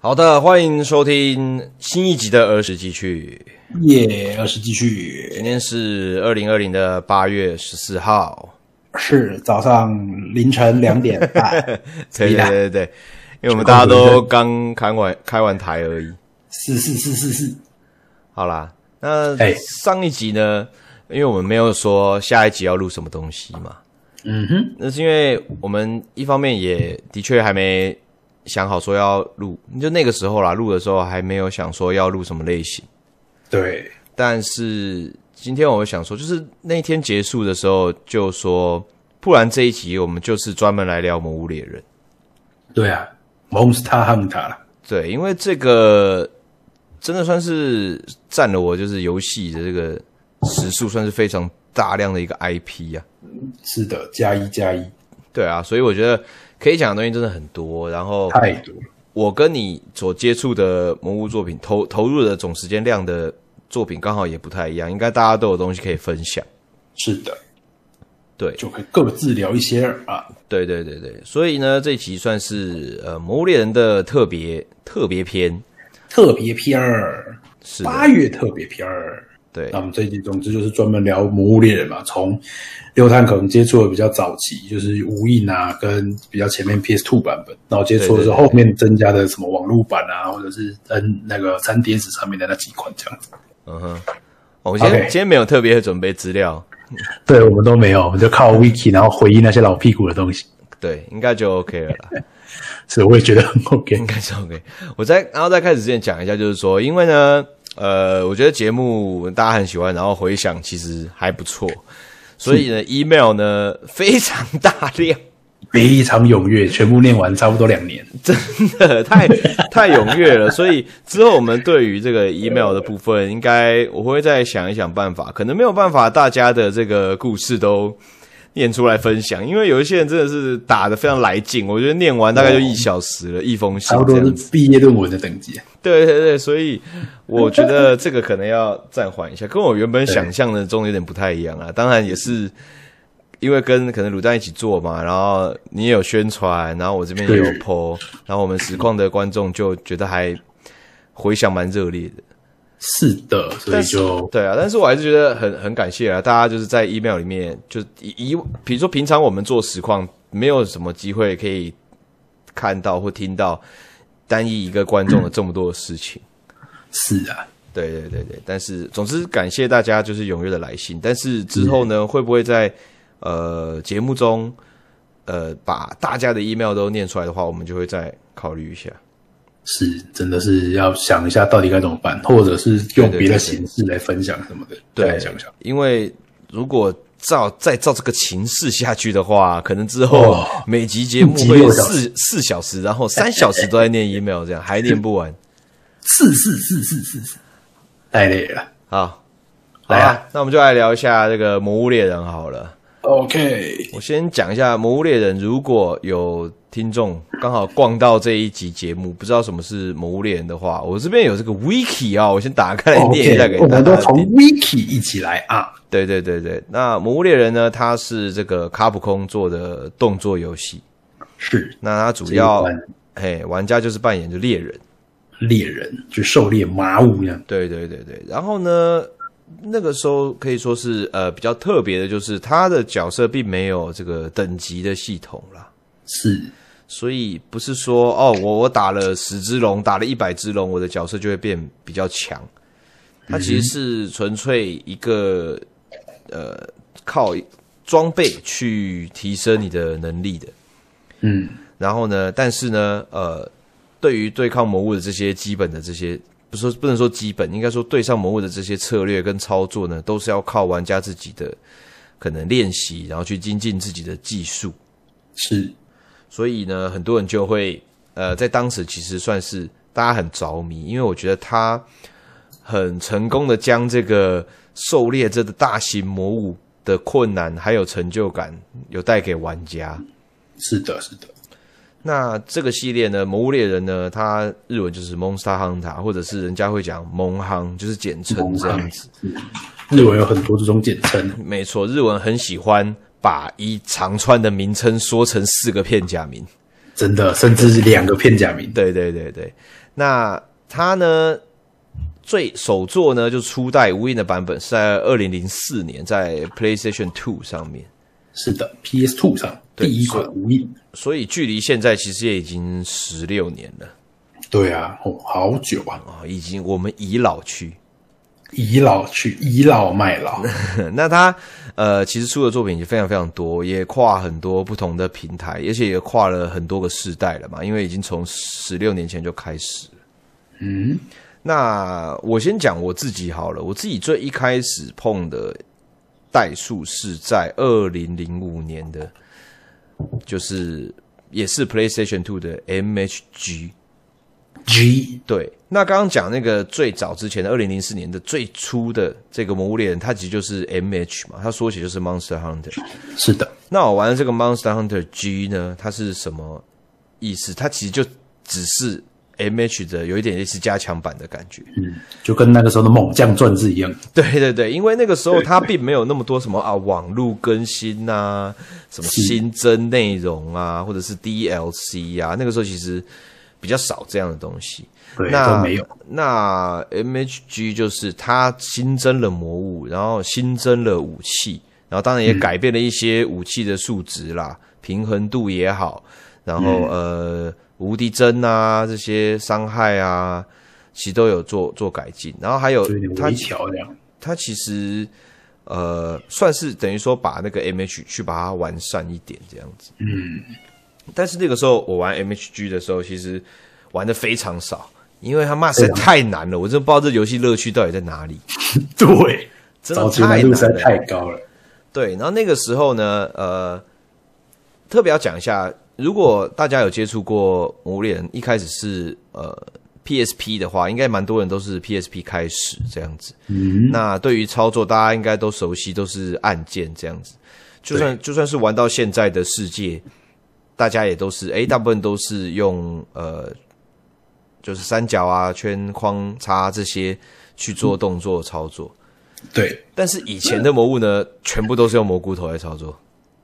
好的，欢迎收听新一集的儿时记趣。耶，二十继续今天是二零二零的八月十四号，是早上凌晨两点半， 对对你啦对对，因为我们大家都刚开完开完台而已。是是是是是，好啦，那哎上一集呢，因为我们没有说下一集要录什么东西嘛，嗯哼，那是因为我们一方面也的确还没想好说要录，就那个时候啦，录的时候还没有想说要录什么类型。对，但是今天我想说，就是那天结束的时候就说，不然这一集我们就是专门来聊《魔物猎人》。对啊，Monster Hunter 啦，对，因为这个真的算是占了我就是游戏的这个时速，算是非常大量的一个 IP 啊。是的，加一加一，对对啊，所以我觉得可以讲的东西真的很多。然后太多了，我跟你所接触的魔物作品投投入的总时间量的作品刚好也不太一样，应该大家都有东西可以分享。是的，对，就可以各自聊一些啊，对对对对，所以呢，这一集算是呃《魔物猎人》的特别特别篇，特别篇儿，是的八月特别篇儿。对那我们这一集总之就是专门聊《魔物猎人》嘛，从六探可能接触的比较早期，就是无印啊，跟比较前面 PS Two 版本，然后接触的是对对对后面增加的什么网络版啊，或者是嗯那个三 DS 上面的那几款这样子。嗯哼，哦我今天 OK 今天没有特别准备资料，对我们都没有，我们就靠 Wiki，然后回忆那些老屁股的东西，对，应该就 OK 了啦， 所以我也觉得很 OK 应。该是 OK。我在然后在开始之前讲一下，就是说，因为呢，呃，我觉得节目大家很喜欢，然后回响其实还不错，所以呢，email 呢非常大量。非常踊跃，全部念完差不多两年。真的太太踊跃了，所以之后我们对于这个 email 的部分，应该我会再想一想办法，可能没有办法大家的这个故事都念出来分享，因为有一些人真的是打的非常来劲，我觉得念完大概就一小时了，一封信差不这多样子。是毕业论文的等级， 对对对，所以我觉得这个可能要暂缓一下，跟我原本想象的中有点不太一样啊。当然也是因为跟可能卤蛋一起做嘛，然后你也有宣传，然后我这边也有对 PO，然后我们实况的观众就觉得还回响蛮热烈的。是的，所以就对啊，但是我还是觉得很很感谢啊，大家就是在 email 里面，就以以比如说平常我们做实况，没有什么机会可以看到或听到单一一个观众的这么多的事情。是啊，对对对对，但是总之感谢大家就是踊跃的来信，但是之后呢，会不会在呃节目中呃把大家的 email 都念出来的话，我们就会再考虑一下。是真的是要想一下到底该怎么办，或者是对用对别的对形式来分享什么的，再来想想。因为如果照再照这个情势下去的话，可能之后哦每集节目一集会有六小时四四小时，然后三小时都在念 email，这样还念不完。是是是是是是，太累了。好，好来啊啊，那我们就来聊一下这个《魔物猎人》好了。 OK，我先讲一下《魔物猎人》，如果有听众刚好逛到这一集节目，不知道什么是《魔物猎人》的话，我这边有这个 wiki 啊，我先打开来念一下给 OK，我大们家哦都从听。 Wiki 一起来啊。对对对对，那《魔物猎人》呢，它是这个卡普空做的动作游戏，是那它主要这一款嘿玩家就是扮演着猎人。猎人去狩猎麻物这样，对对对对，然后呢，那个时候可以说是呃比较特别的，就是他的角色并没有这个等级的系统啦。是所以不是说哦，我我打了十只龙，打了一百只龙，我的角色就会变比较强。它其实是纯粹一个呃靠装备去提升你的能力的。嗯，然后呢，但是呢，呃，对于对抗魔物的这些基本的这些，不是不能说基本，应该说对上魔物的这些策略跟操作呢，都是要靠玩家自己的可能练习，然后去精进自己的技术。是所以呢，很多人就会呃，在当时其实算是大家很着迷，因为我觉得他很成功的将这个狩猎这个大型魔物的困难还有成就感有带给玩家。是的，是的，那这个系列呢，《魔物猎人》呢，它日文就是 Monster Hunter，或者是人家会讲蒙夯，就是简称这样子。日文有很多这种简称，没错，日文很喜欢把一长串的名称缩成四个片假名。真的，甚至是两个片假名。对对对对，那他呢最首作呢就初代无印的版本是在二零零四年在 PlayStation Two 上面，是的，PS Two 上对第一款无印。所以距离现在其实也已经十六年了对啊，哦，好久啊，啊、已经我们已老去。倚老去倚老卖老，那他呃，其实出的作品也非常非常多，也跨很多不同的平台，而且也跨了很多个世代了嘛，因为已经从十六年前就开始了。嗯，那我先讲我自己好了，我自己最一开始碰的代数是在二零零五年的，就是也是 PlayStation Two 的 MHG。 G 对，那刚刚讲那个最早之前的二零零四年的最初的这个《魔物猎人》，它其实就是 M H 嘛，它缩写就是 Monster Hunter。是的，那我玩的这个 Monster Hunter G 呢，它是什么意思？它其实就只是 M H 的有一点类似加强版的感觉。嗯，就跟那个时候的猛将传是一样，对对对，因为那个时候它并没有那么多什么啊网络更新呐、什么新增内容啊，或者是 DLC 啊，那个时候其实比较少这样的东西。对，那都没有，那 MHG 就是它新增了魔物，然后新增了武器，然后当然也嗯改变了一些武器的数值啦，平衡度也好，然后、嗯呃无敌帧啊这些伤害啊，其实都有做做改进。然后还有就有点它微调这样。 它其实呃算是等于说把那个 MH 去把它完善一点这样子。嗯，但是那个时候我玩 MHG 的时候，其实玩的非常少，因为他妈实在太难了，我真的不知道这游戏乐趣到底在哪里，对，真的早期太难度实难了。在太高了。对，然后那个时候呢，呃，特别要讲一下，如果大家有接触过《魔物猎人》，一开始是呃 PSP 的话，应该蛮多人都是 PSP 开始这样子。嗯，那对于操作，大家应该都熟悉，都是按键这样子。就算就算是玩到现在的世界，大家也都是诶，大部分都是用呃，就是三角啊、圈框叉这些去做动作操作。对，但是以前的魔物呢，全部都是用蘑菇头来操作。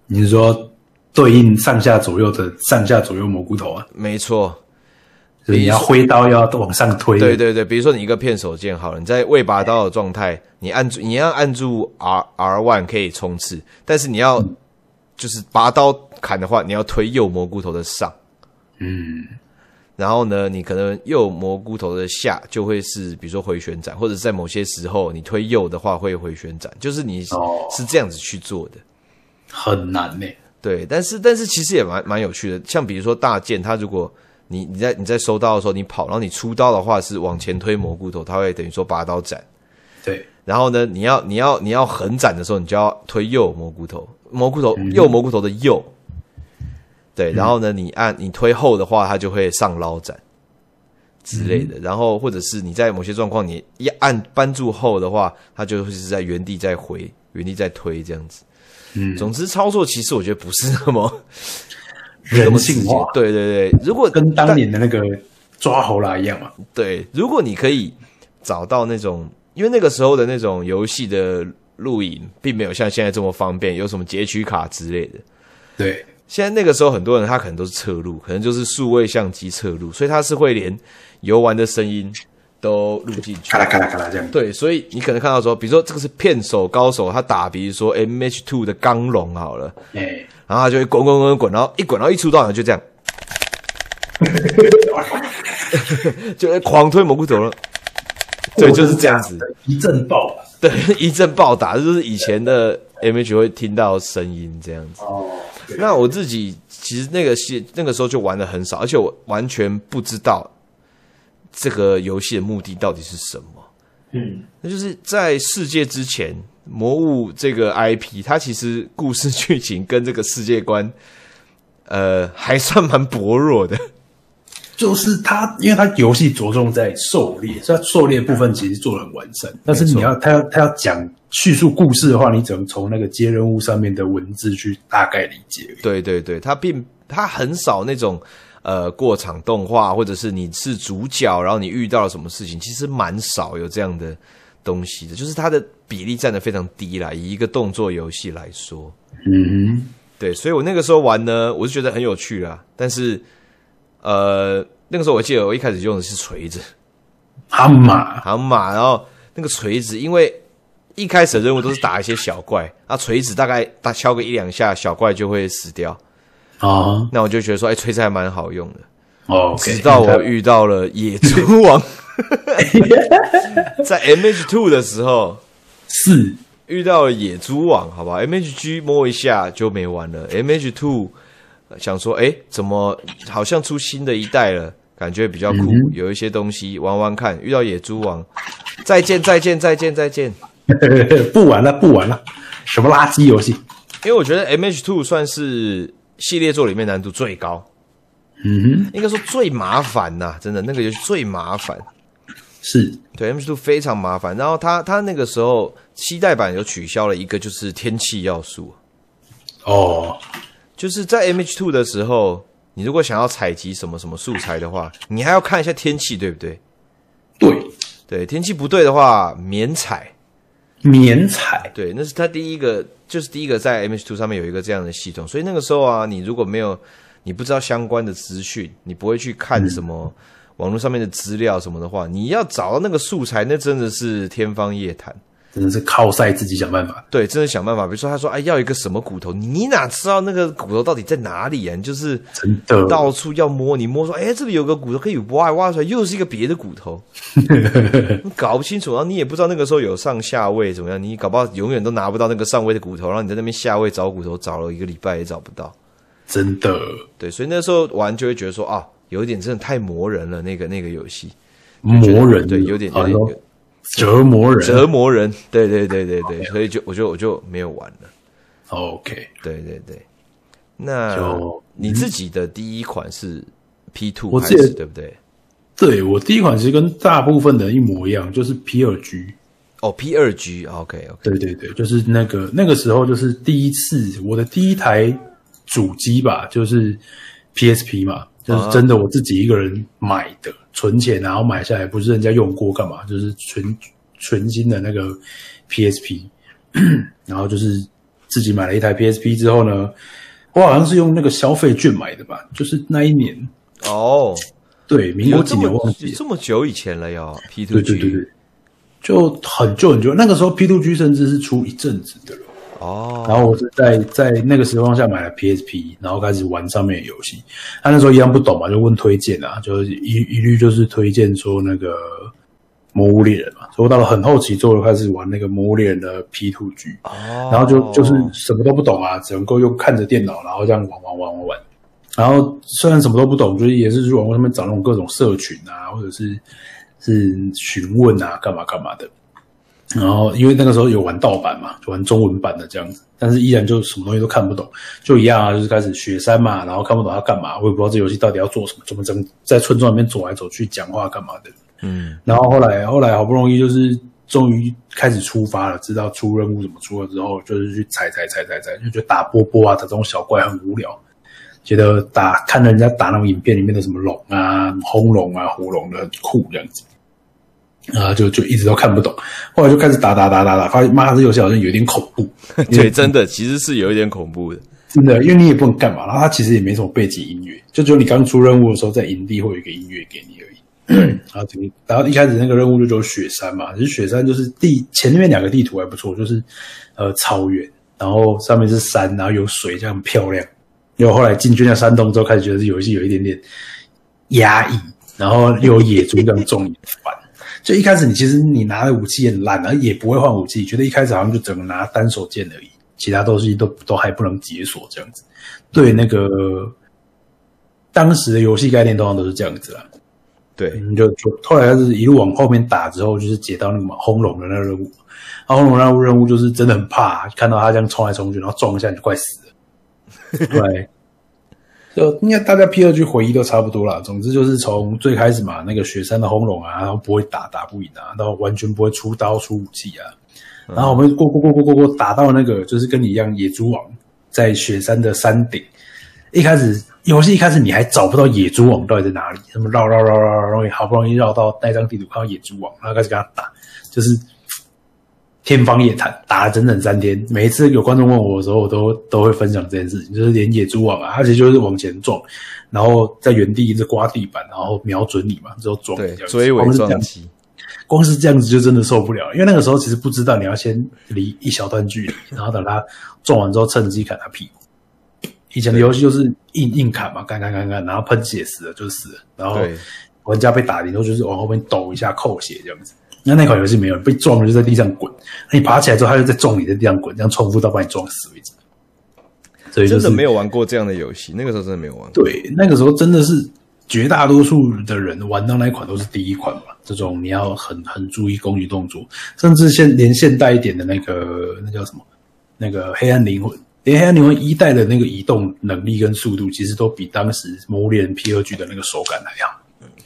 你是说对应上下左右的上下左右蘑菇头啊，没错，就是你要挥刀要往上推，对对对，比如说你一个片手剑好了，你在未拔刀的状态，你按住你要按住 R R one 可以冲刺，但是你要嗯就是拔刀砍的话，你要推右蘑菇头的上，嗯，然后呢，你可能右蘑菇头的下就会是比如说回旋斩，或者是在某些时候你推右的话会回旋斩，就是你是哦是这样子去做的。很难呢、对，但是但是其实也蛮蛮有趣的，像比如说大剑，它如果你你在你在收刀的时候你跑，然后你出刀的话是往前推蘑菇头，它会等于说拔刀斩，对，然后呢你要你要你要横斩的时候，你就要推右蘑菇头，蘑菇头右蘑菇头的右，对，然后呢你按你推后的话，它就会上捞斩之类的，然后或者是你在某些状况你一按扳住后的话，它就会是在原地再回，原地再推这样子。嗯，总之，操作其实我觉得不是那么那人么直性接化，对对对，如果跟当但年的那个抓猴啦一样嘛，对，如果你可以找到那种，因为那个时候的那种游戏的录影，并没有像现在这么方便，有什么截取卡之类的。对，现在那个时候，很多人他可能都是侧录，可能就是数位相机侧录，所以他是会连游玩的声音都录进去咔。啦咔啦咔啦这样，对，所以你可能看到说，比如说这个是片手高手，他打比如说 M H Two 的钢龙好了，哎、然后他就会滚滚滚滚，然后一滚，然后一出道，然后就这样， 就会狂推蘑菇头了。对，就是这样子，，一阵爆吧对，一阵暴打，这就是以前的 M H 会听到声音这样子。哦，那我自己其实那个戏那个时候就玩的很少，而且我完全不知道这个游戏的目的到底是什么。嗯，那就是在世界之前，《魔物》这个 IP，它其实故事剧情跟这个世界观，呃，还算蛮薄弱的。 就是它，因为它游戏着重在狩猎，所以它狩猎部分其实做的很完善。但是你要它要它要讲叙述故事的话，你只能从那个接任务上面的文字去大概理解而已。对对对，它并它很少那种呃过场动画，或者是你是主角，然后你遇到了什么事情，其实蛮少有这样的东西的，就是它的比例占的非常低啦。以一个动作游戏来说，嗯对，所以我那个时候玩呢，我是觉得很有趣啦，但是呃，那个时候我记得我一开始用的是锤子，蛤蟆，蛤蟆，然后那个锤子，因为一开始的任务都是打一些小怪，啊，锤子大概打敲个一两下，小怪就会死掉。啊，那我就觉得说，哎、锤子还蛮好用的。哦，直到我遇到了野猪王， 在 MH Two 的时候是遇到了野猪王，好吧，MHG 摸一下就没玩了，MH Two 想说，哎、怎么好像出新的一代了？感觉比较酷，有一些东西玩玩看。遇到野猪王，再见再见再见再见。 不玩了，不玩了，什么垃圾游戏？因为我觉得 MH Two 算是系列作里面难度最高，嗯哼，应该说最麻烦呐、真的那个游戏最麻烦。是对 M 度非常麻烦。然后它它那个时候七代版有取消了一个，就是天气要素，哦，就是在 MH Two 的时候，你如果想要采集什么什么素材的话，你还要看一下天气，对不对？对，对，天气不对的话免采。免采对，那是它第一个，就是第一个在 MH Two 上面有一个这样的系统，所以那个时候啊，你如果没有你不知道相关的资讯，你不会去看什么网络上面的资料什么的话，你要找到那个素材，那真的是天方夜谭。真的是靠晒自己想办法。对，真的想办法。比如说，他说：“哎，要一个什么骨头？你哪知道那个骨头到底在哪里啊？你就是真的到处要摸，你摸说，哎，这里有个骨头可以挖，挖出来又是一个别的骨 头，你搞不清楚。然后你也不知道那个时候有上下位怎么样，你搞不好永远都拿不到那个上位的骨头，然后你在那边下位找骨头，找了一个礼拜也找不到。真的，对，所以那时候玩就会觉得说，啊，有一点真的太磨人了，那个那个游戏磨人对，有点有啊点然后有折磨人。折磨人，对对对对对，所以就我就我就没有玩了。哦 OK，对对对，那就嗯你自己的第一款是 P two 我开记得始，对不对？对我第一款其实跟大部分的一模一样，就是 P 二 G。哦，P 二 G，OK OK，对对对，就是那个那个时候就是第一次我的第一台主机吧，就是 PSP 嘛，就是真的我自己一个人买的，存钱然后买下来，不是人家用过干嘛，就是纯纯新的那个 PSP，然后就是自己买了一台 PSP 之后呢，我好像是用那个消费券买的吧，就是那一年，哦，对，民有国这几年我么忘记了这么久以前了哟，P 对 two 对对 G，对，就很旧很旧，那个时候 P two G 甚至是出一阵子的了。然哦，后我是在在那个时光下买了 PSP，然后开始玩上面的游戏。他那时候一样不懂嘛，就问推荐啊，就是一一律就是推荐说那个《魔物猎人》嘛。所以我到了很后期之后，开始玩那个《魔物猎人》的 P two G，哦，然后就就是什么都不懂啊，只能够用看着电脑，然后这样玩玩玩玩玩。然后虽然什么都不懂，就是也是去网络上面找那种各种社群啊，或者是是询问啊，干嘛干嘛的。然后因为那个时候有玩盗版嘛，就玩中文版的这样子，但是依然就什么东西都看不懂，就一样啊，就是开始雪山嘛，然后看不懂它干嘛，我也不知道这游戏到底要做什么，怎么怎么在村庄里面走来走去讲话干嘛的。嗯，然后后来后来好不容易就是终于开始出发了，知道出任务怎么出了之后，就是去踩踩踩踩踩，就觉得打波波啊，打这种小怪很无聊，觉得打看人家打那种影片里面的什么龙啊、轰龙啊、火龙的很酷这样子。啊、就就一直都看不懂，后来就开始打打打打打，发现妈这游戏好像有点恐怖，对，真的其实是有一点恐怖的，真的，因为你也不能干嘛，然后它其实也没什么背景音乐，就只有你刚出任务的时候，在营地会有一个音乐给你而已。然后整个，然后一开始那个任务就只有雪山嘛，其实雪山就是地前面两个地图还不错，就是呃草原，然后上面是山，然后有水，这样很漂亮。因为我后来进军了山洞之后，开始觉得这游戏有一点点压抑，然后又有野猪这样种，也烦。就一开始你其实你拿的武器也很烂，而也不会换武器，觉得一开始好像就只能拿单手剑而已，其他东西都都还不能解锁这样子。对那个当时的游戏概念通常都是这样子啦。对，嗯，就就后来就是一路往后面打之后，就是解到那个嘛轰龙的那个任务，然后轰龙那个任务就是真的很怕，看到他这样冲来冲去，然后撞一下你就快死了。对，就应该大家 P 二 G 回忆都差不多啦。总之就是从最开始嘛，那个雪山的轰龙啊，然后不会打打不赢啊，然后完全不会出刀出武器啊，然后我们过过过过过过打到那个就是跟你一样野猪王在雪山的山顶，一开始游戏一开始你还找不到野猪王到底在哪里，那么绕绕绕绕绕，好不容易绕到那张地图看到野猪王，然后开始跟他打，就是天方夜谭，打了整整三天。每一次有观众问我的时候，我都都会分享这件事情，就是连野猪网啊，而且就是往前撞，然后在原地一直刮地板，然后瞄准你嘛，之后撞。对，追尾撞击。光是这样子就真的受不了，因为那个时候其实不知道你要先离一小段距离，然后等他撞完之后趁机砍他屁股。以前的游戏就是硬硬砍嘛，砍砍砍砍，然后喷血死了就死了，然后对玩家被打顶多就是往后面抖一下扣血这样子。那那款游戏没有，被撞了就在地上滚，那你爬起来之后他就在撞你在地上滚，这样重复到把你撞死为止。所以、就真是、的没有玩过这样的游戏，那个时候真的没有玩过。对，那个时候真的是绝大多数的人玩到那一款都是第一款嘛，这种你要很很注意攻击动作，甚至现连现代一点的那个那叫什么，那个黑暗灵魂，连黑暗灵魂一代的那个移动能力跟速度，其实都比当时《魔物猎人 P 二 G》的那个手感还要好。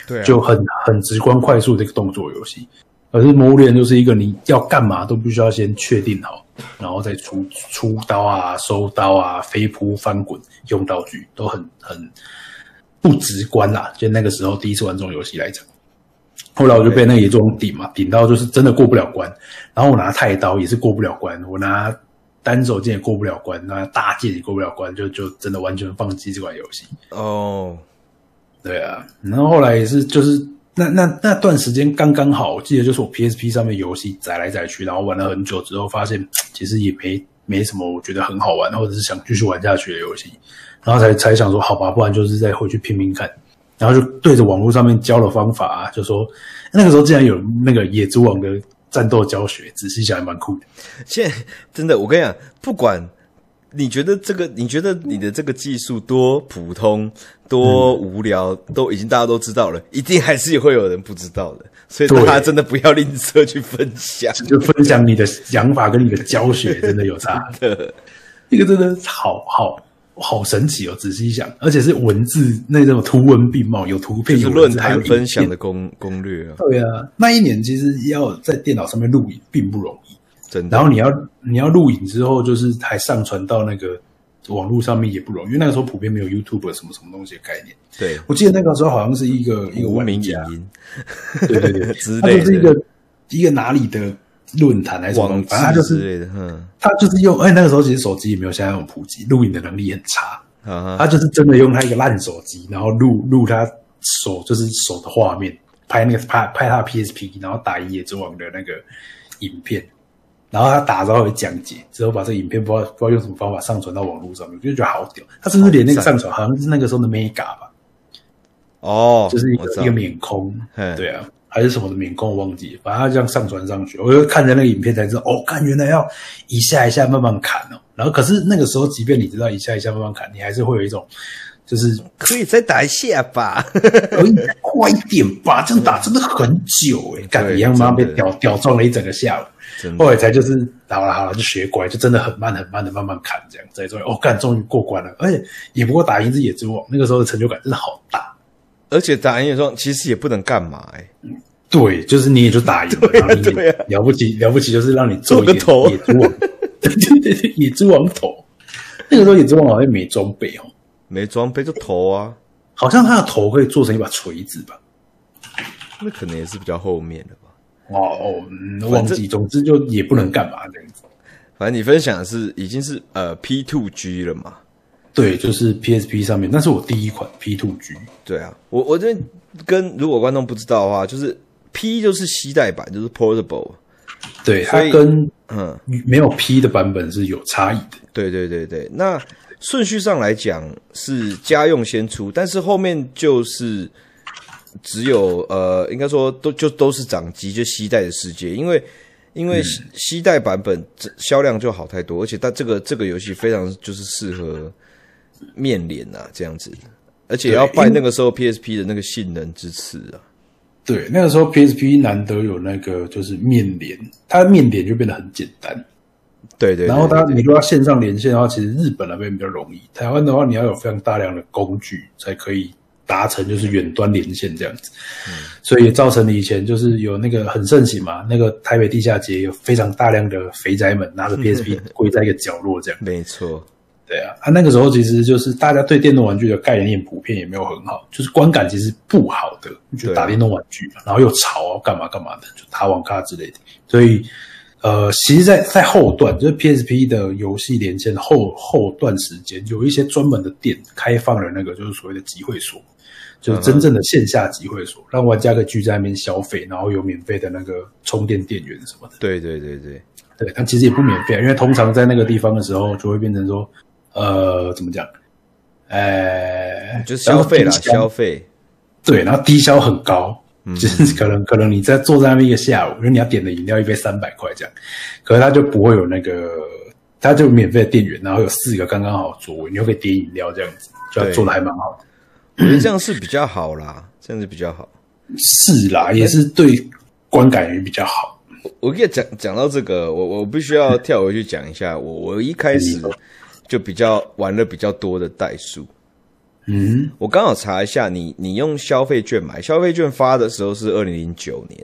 对啊，就很很直观快速的一个动作游戏。可是《魔物猎人》就是一个你要干嘛都必须要先确定好，然后再出出刀啊、收刀啊、飞扑、翻滚用道具都很很不直观啦。就那个时候第一次玩这种游戏来讲，后来我就被那个野种顶嘛，顶到就是真的过不了关。然后我拿太刀也是过不了关，我拿单手剑也过不了关，拿大剑也过不了关，就就真的完全放弃这款游戏。哦，对啊，然后后来也是就是那那那段时间刚刚好，我记得就是我 PSP 上面游戏载来载去，然后玩了很久之后，发现其实也没没什么我觉得很好玩，或者是想继续玩下去的游戏，然后才才想说好吧，不然就是再回去拼拼看。然后就对着网络上面教的方法、啊，就说那个时候竟然有那个野猪网的战斗教学，仔细想还蛮酷的。现在真的，我跟你讲，不管你觉得这个，你觉得你的这个技术多普通、多无聊，都已经大家都知道了，一定还是会有人不知道的。所以对大家真的不要吝啬去分享。就分享你的想法跟你的教学，真的有差。 那个真的好好好神奇哦！仔细一想，而且是文字那种图文并茂，有图片，就是有论文字还有坛影分享片的攻攻略啊，对啊，那一年其实要在电脑上面录影并不容易，真的然后你要你要录影之后，就是还上传到那个网络上面也不容易，因为那个时候普遍没有 YouTube 什么什么东西的概念。对。我记得那个时候好像是一个一个无玩名家影音对对对 之它类就是一的个一个哪里的论坛还是什么东网西，反正它就志之是类的，嗯，它就是用，哎而且那个时候其实手机也没有现在那种普及，录影的能力很差，啊他哈，就是真的用他一个烂手机，然后录录他手就是手的画面，拍那个拍拍他的 PSP，然后打野之王的那个影片，然后他打之后有讲解，之后把这个影片不知道不知道用什么方法上传到网络上面，我就觉得好屌。他甚至连那个好赞上传好像是那个时候的 Mega 吧，哦，就是一我个知道一个免空嗯，对啊，还是什么的免空，我忘记了，反正他这样上传上去，我就看着那个影片才知道，哦，看原来要一下一下慢慢砍哦。然后可是那个时候，即便你知道一下一下慢慢砍，你还是会有一种 就是可以再打一下吧，可以再快一点吧，这样打真的很久哎、欸，感觉一样妈被真的屌屌撞了一整个下午。真的后来才就是好了好了，就学乖，就真的很慢很慢的慢慢砍这样，才终于哦干，终于过关了，而且也不过打赢一只野猪王，那个时候的成就感真的好大。 而且打眼霜其实也不能干嘛哎、对，就是你也就打赢了，然后 你对啊了不起了不起，就是让你做做一个点头野猪王， 对对对对，野猪王头。那个时候野猪王好像没装备哦，没装备就投啊，好像他的头可以做成一把锤子吧？那可能也是比较后面的吧。哦哦，嗯忘记，总之就也不能干嘛这样子。反正你分享的是已经是呃 P two G 了嘛？对，就是 PSP 上面，那是我第一款 P Two G。对啊，我我这边跟如果观众不知道的话，就是 P 就是携带版，就是 portable。对，它所以跟嗯，没有 P 的版本是有差异的。对对对对。那顺序上来讲是家用先出，但是后面就是只有呃，应该说都就都是掌机就携带的世界，因为。因嗯为携携带版本这销量就好太多，而且它这个这个游戏非常就是适合面脸啊这样子，而且要拜那个时候 PSP 的那个性能支持啊。对，那个时候 PSP 难得有那个就是面连，它的面连就变得很简单。对对对，然后它对你如果要线上连线的话，其实日本那边比较容易，台湾的话你要有非常大量的工具才可以达成就是远端连线这样子。嗯所以也造成了以前就是有那个很盛行嘛，那个台北地下街有非常大量的肥宅们 拿着 PSP 跪在一个角落这样。没错，对啊，他、那个时候其实就是大家对电动玩具的概念普遍也没有很好，就是观感其实不好的，就觉得打电动玩具嘛，然后又吵啊，干嘛干嘛的，就打网咖之类的，所以呃，其实在，在后段，就是 PSP 的游戏连线后后段时间，有一些专门的店开放了那个就是所谓的集会所，就是真正的线下集会所，让玩家可以聚在那边消费，然后有免费的那个充电电源什么的。对对对对，对，但其实也不免费，因为通常在那个地方的时候，就会变成说，呃，怎么讲？呃，嗯就是消费啦，消嗯费。对，然后低消很高，就是 可能可能你在坐在那边一个下午，因为你要点的饮料一杯三百块这样，可是它就不会有那个，它就免费的店员，然后有四个刚刚好座位，你又可以点饮料这样子，就对做的还蛮好的。我觉得这样是比较好啦，这样是比较好。是啦，也是对观感也比较好。我跟你讲讲到这个，我我必须要跳回去讲一下，我我一开始就比较玩的比较多的代数。嗯，我刚好查一下，你你用消费券买，消费券发的时候是二零零九年，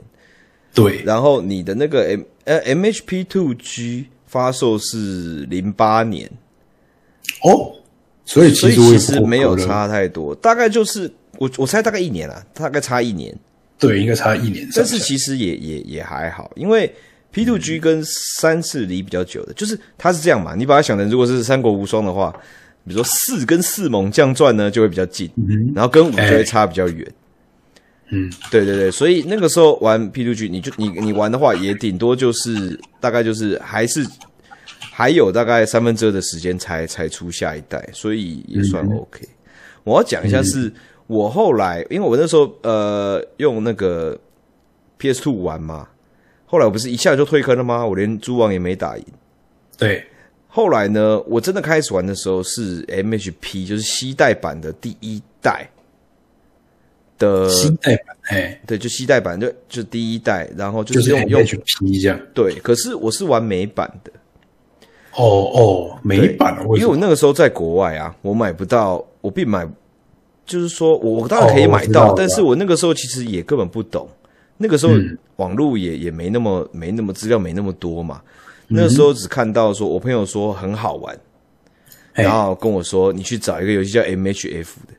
对，然后你的那个 M 呃 MHP Two G 发售是零八年，哦，所以所其以实我也其不实没有苛责，差太多，大概就是我我猜大概一年啦，大概差一年，对，应该差一年上但下。是其实也也也还好，因为 P two G 跟三是离比较久的，就是它是这样嘛，你把它想成如果是三国无双的话，比如说四跟四猛将传呢就会比较近，然后跟五就会差比较远。嗯，对对对，所以那个时候玩 P two G，你就你你玩的话，也顶多就是大概就是还是还有大概三分之二的时间才才出下一代，所以也算 OK。我要讲一下是，我后来因为我那时候呃用那个 PS Two 玩嘛，后来我不是一下就退坑了吗？我连猪王也没打赢。对，后来呢，我真的开始玩的时候是 MHP，就是西代版的第一代的，新代版，哎、对，就西代版就就第一代，然后就就是哎是用用 HP 这样。对，可是我是玩美版的，哦哦，美对版，因为什么我那个时候在国外啊，我买不到，我并买，就是说我我当然可以哦我买知到，道但我知是我那个时候其实也根本不懂，那个时候嗯网络也、也没那么没那么资料没那么多嘛，那个时候只看到说我朋友说很好玩，哎然后跟我说你去找一个游戏叫 MHF 的，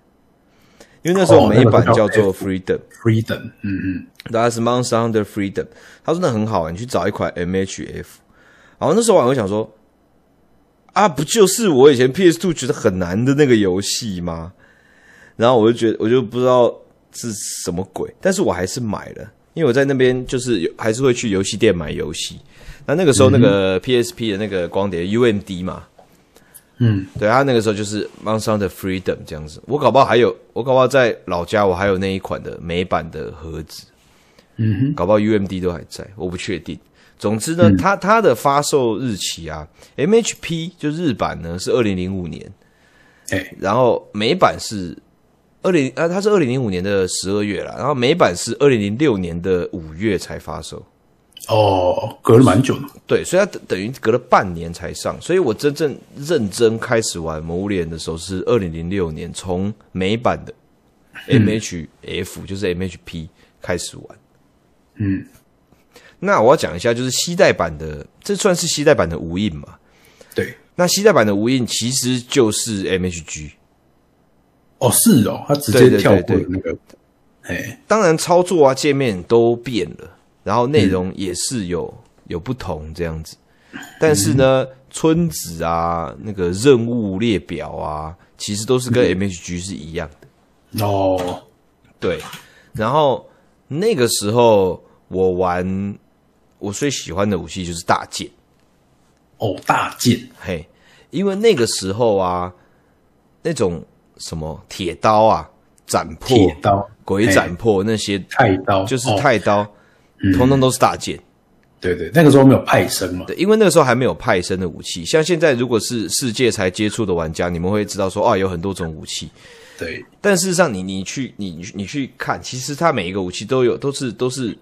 因为那时候哦美那个版叫叫做 Freedom， Freedom，嗯嗯，大家是 Monster Hunter Freedom，他说那很好玩，啊你去找一款 MHF。然后那时候我还会想说，啊，不就是我以前 PS Two 觉得很难的那个游戏吗？然后我就觉得我就不知道是什么鬼，但是我还是买了，因为我在那边就是有还是会去游戏店买游戏。那那个时候那个 PSP 的那个光碟 UMD 嘛，嗯，对他那个时候就是 Monster Hunter Freedom 这样子。我搞不好还有，我搞不好在老家我还有那一款的美版的盒子。嗯哼，搞不好 UMD 都还在，我不确定。总之呢，它它的发售日期啊，MHP 就日版呢是二零零五年，哎、然后美版是二零啊，它是二零零五年的十二月啦，然后美版是二零零六年的五月才发售，哦，隔了蛮久的，对，所以它等等于隔了半年才上，所以我真正认真开始玩《魔物猎人》的时候是二零零六年，从美版的 MHF、就是 MHP 开始玩。嗯，那我要讲一下，就是西代版的，这算是西代版的无印嘛？对，那西代版的无印其实就是 MHG，哦是哦，他直对接对跳对过对了那个，哎、当然操作啊、界面都变了，然后内容也是有、有不同这样子。但是呢，村子啊、那个任务列表啊，其实都是嗯跟 MHG 是一样的。哦，对，然后那个时候我玩我最喜欢的武器就是大剑。哦大剑，嘿，因为那个时候啊，那种什么铁刀啊、斩破、铁刀、鬼斩破那些，太刀，就是哦太刀，通通都是大剑。对对，那个时候没有派生嘛，对，因为那个时候还没有派生的武器，像现在如果是世界才接触的玩家，你们会知道说啊，有很多种武器。对，但事实上你，你去你你你去看，其实它每一个武器都有都是都是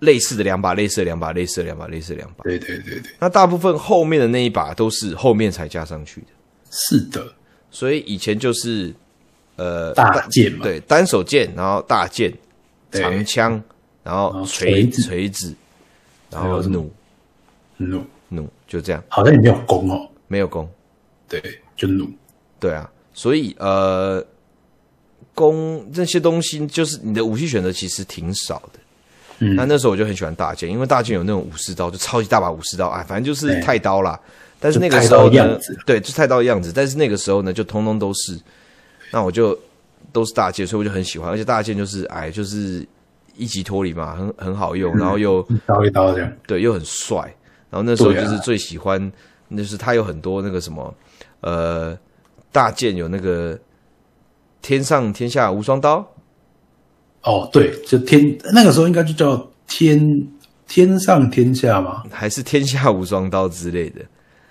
类似的两把，类似的两把，类似的两把，类似的两把。对对对对，那大部分后面的那一把都是后面才加上去的。是的，所以以前就是呃大剑嘛，对单手剑，然后大剑、对长枪，然后后锤锤子锤子，然还后有什么弩弩，弩就这样，好像也没有弓哦，没有弓。对，就弩，对啊，所以呃，弓这些东西就是你的武器选择其实挺少的。嗯，那那时候我就很喜欢大剑，因为大剑有那种武士刀，就超级大把武士刀啊，反正就是太刀啦。但是那个时候就太刀呢样子，对，就太刀样子。但是那个时候呢，就通通都是，那我就都是大剑，所以我就很喜欢。而且大剑就是哎，就是一级脱离嘛，很很好嗯用，然后又一刀一刀这样。对，又很帅。然后那时候对就啊是最喜欢，那就是他有很多那个什么，呃，大剑有那个天上天下无双刀，哦，对，就天那个时候应该就叫天天上天下嘛。还是天下无双刀之类的。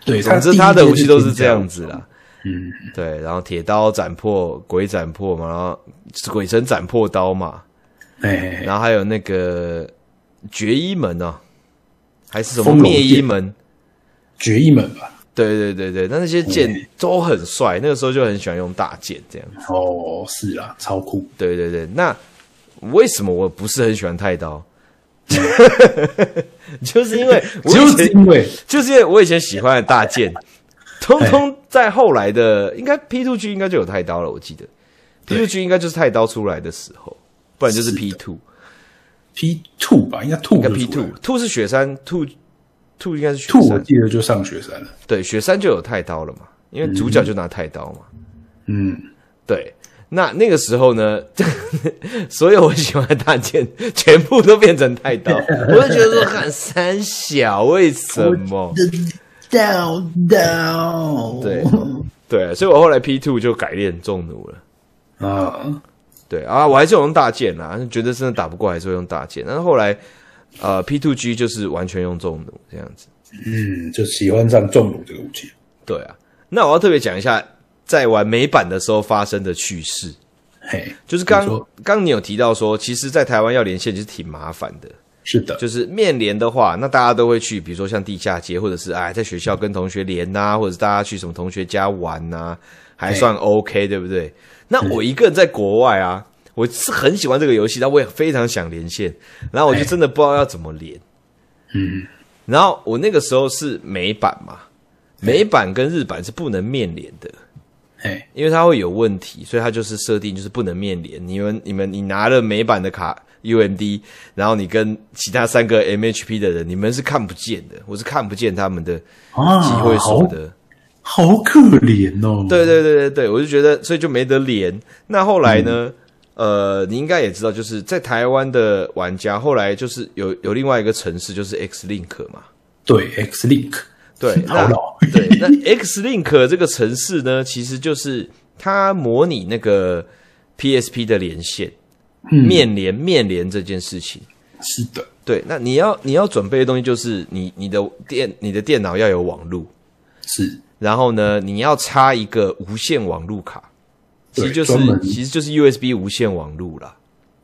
对， 总之，他他的第一阶武器都是这样天下子啦。嗯，对，然后铁刀斩破，鬼斩破嘛，然后鬼神斩破刀嘛，哎哎，哎然后还有那个绝衣门啊，还是什么风龙灭衣剑门？决一门吧。对对对对，但那些剑都很帅，那个时候就很喜欢用大剑这样。哦，是啊，超酷。对对对，那为什么我不是很喜欢太刀？ 就是因为我 就以是前因为就是因为我以前喜欢的大剑，通通在后来的应该 P two G 应该就有太刀了，我记得 P two G 应该就是太刀出来的时候，不然就是是的 P two， P two 吧，应该 two 应该就 P 出 two 来了 two 是雪山 two two 应该是雪 two 我山，记得就上雪山了。对雪山就有太刀了嘛，因为主角就拿太刀嘛，嗯，对。那那个时候呢， 所有我喜欢的大剑 全部都变成太 刀，我就觉得说很三小，为什么？ down down 对对，所以我后来 P two 就改练重弩了。啊，对啊，我还是有用大剑啦，觉得真的打不过还是会用大剑。但是后来，呃，P two G 就是完全用重弩这样子。嗯，就喜欢上重弩这个武器。对啊，那我要特别讲一下，在玩美版的时候发生的趣事，嘿，就是刚你说刚你有提到说，其实，在台湾要连线其实挺麻烦的。是的，就是面连的话，那大家都会去，比如说像地下街，或者是哎，在学校跟同学连呐、或者是大家去什么同学家玩呐、还算 OK，对不对？那我一个人在国外啊，我是很喜欢这个游戏，但我也非常想连线，然后我就真的不知道要怎么连。嗯，然后我那个时候是美版嘛，美版跟日版是不能面连的。嘿，因为它会有问题，所以它就是设定就是不能面连。你们你们你拿了美版的卡 UMD，然后你跟其他三个 MHP 的人，你们是看不见的，我是看不见他们的机啊，会好所的。好可怜哦。对对对对对，我就觉得所以就没得连。那后来呢？呃，你应该也知道，就是在台湾的玩家后来就是有有另外一个城市就是 X Link 嘛，对，X Link，对， 好那老 对，那 X Link 这个城市呢，其实就是它模拟那个 PSP 的连线、嗯面连面连这件事情。是的，对，那你要你要准备的东西就是你你的电你的电脑要有网路，是然后呢，嗯你要插一个无线网路卡，其实对就是专门其实就是 USB 无线网路啦。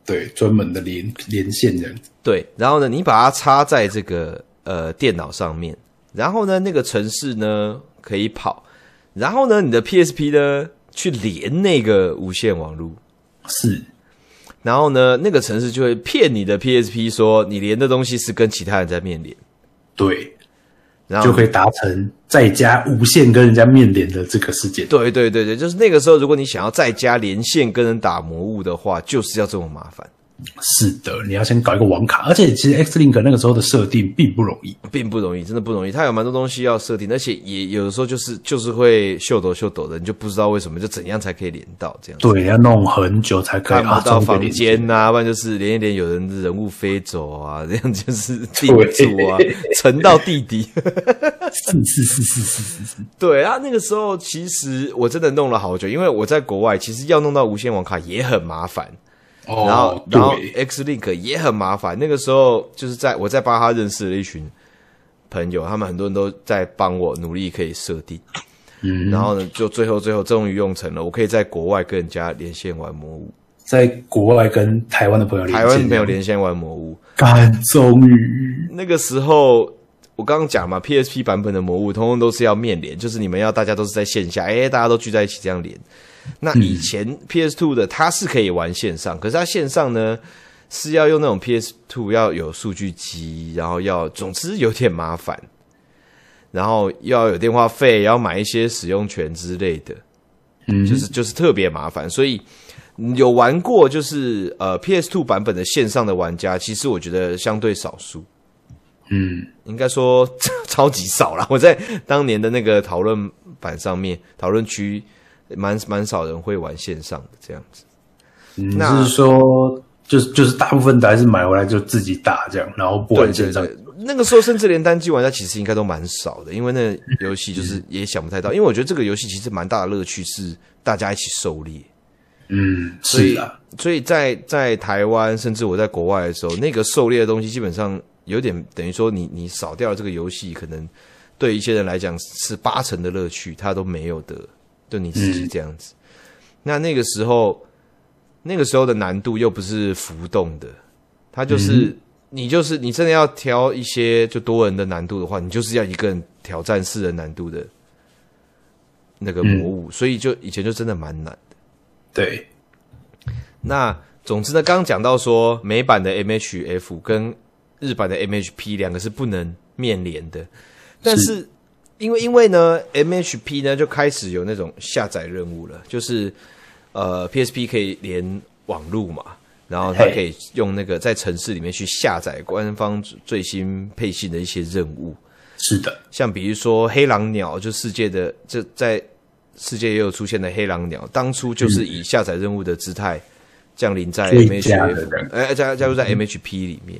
对专门的连连线这样子。对，然后呢，你把它插在这个呃电脑上面，然后呢，那个城市呢可以跑，然后呢，你的 PSP 呢去连那个无线网路，是然后呢，那个城市就会骗你的 PSP 说你连的东西是跟其他人在面连，对，然后就可以达成在家无限跟人家面连的这个事件。对对对对，就是那个时候，如果你想要在家连线跟人打魔物的话，就是要这么麻烦，是的，你要先搞一个网卡，而且其实 X Link 那个时候的设定并不容易。并不容易，真的不容易。它有蛮多东西要设定，而且也有的时候就是就是会秀抖秀抖的，你就不知道为什么，就怎样才可以连到这样。对，要弄很久才可以看啊，不到终于可以房连接间呐、不然就是连一连有人人物飞走啊， 这样就是地主啊，沉到地底。 是是是是是是，对啊，那个时候其实我真的弄了好久，因为我在国外，其实要弄到无线网卡也很麻烦，哦然后然后对 X Link 也很麻烦。那个时候就是在我在巴哈认识了一群朋友，他们很多人都在帮我努力可以设定，嗯然后呢，就最后最后终于用成了，我可以在国外跟人家连线玩魔物，在国外跟台湾的朋友连台线，湾朋友连线玩魔物。干，终于那个时候我刚刚讲嘛，PSP 版本的魔物通通都是要面连，就是你们要大家都是在线下，哎、大家都聚在一起这样连。那以前 PS Two 的它是可以玩线上，可是它线上呢是要用那种 PS Two 要有数据机，然后要总之有点麻烦，然后又要有电话费，也要买一些使用权之类的，嗯，就是就是特别麻烦，所以有玩过就是呃 PS Two 版本的线上的玩家，其实我觉得相对少数，嗯，应该说 超级少啦。我在当年的那个讨论版上面，讨论区蛮蛮少人会玩线上的这样子。你那嗯是说就是就是大部分的还是买回来就自己打这样，然后不对玩对线上对，那个时候甚至连单机玩家其实应该都蛮少的，因为那游戏就是也想不太到，因为我觉得这个游戏其实蛮大的乐趣是大家一起狩猎。嗯，所以是啊，所以在在台湾，甚至我在国外的时候，那个狩猎的东西基本上有点等于说你，你少掉了这个游戏，可能对一些人来讲是八成的乐趣，他都没有的，就你自己这样子。那那个时候，那个时候的难度又不是浮动的，它就是、你就是你真的要挑一些就多人的难度的话，你就是要一个人挑战四人难度的那个魔物，所以就以前就真的蛮难。对，那总之呢，刚刚讲到说美版的 MHF 跟日版的 MHP 两个是不能面连的，但是因为因为呢 MHP 呢就开始有那种下载任务了，就是呃 PSP 可以连网路嘛，然后它嘿可以用那个在城市里面去下载官方最新配信的一些任务，是的，像比如说黑狼鸟，就世界的这在世界也有出现的黑狼鸟，当初就是以下载任务的姿态降临在嗯最佳的 MHF，人哎加加入在 MHP 里面，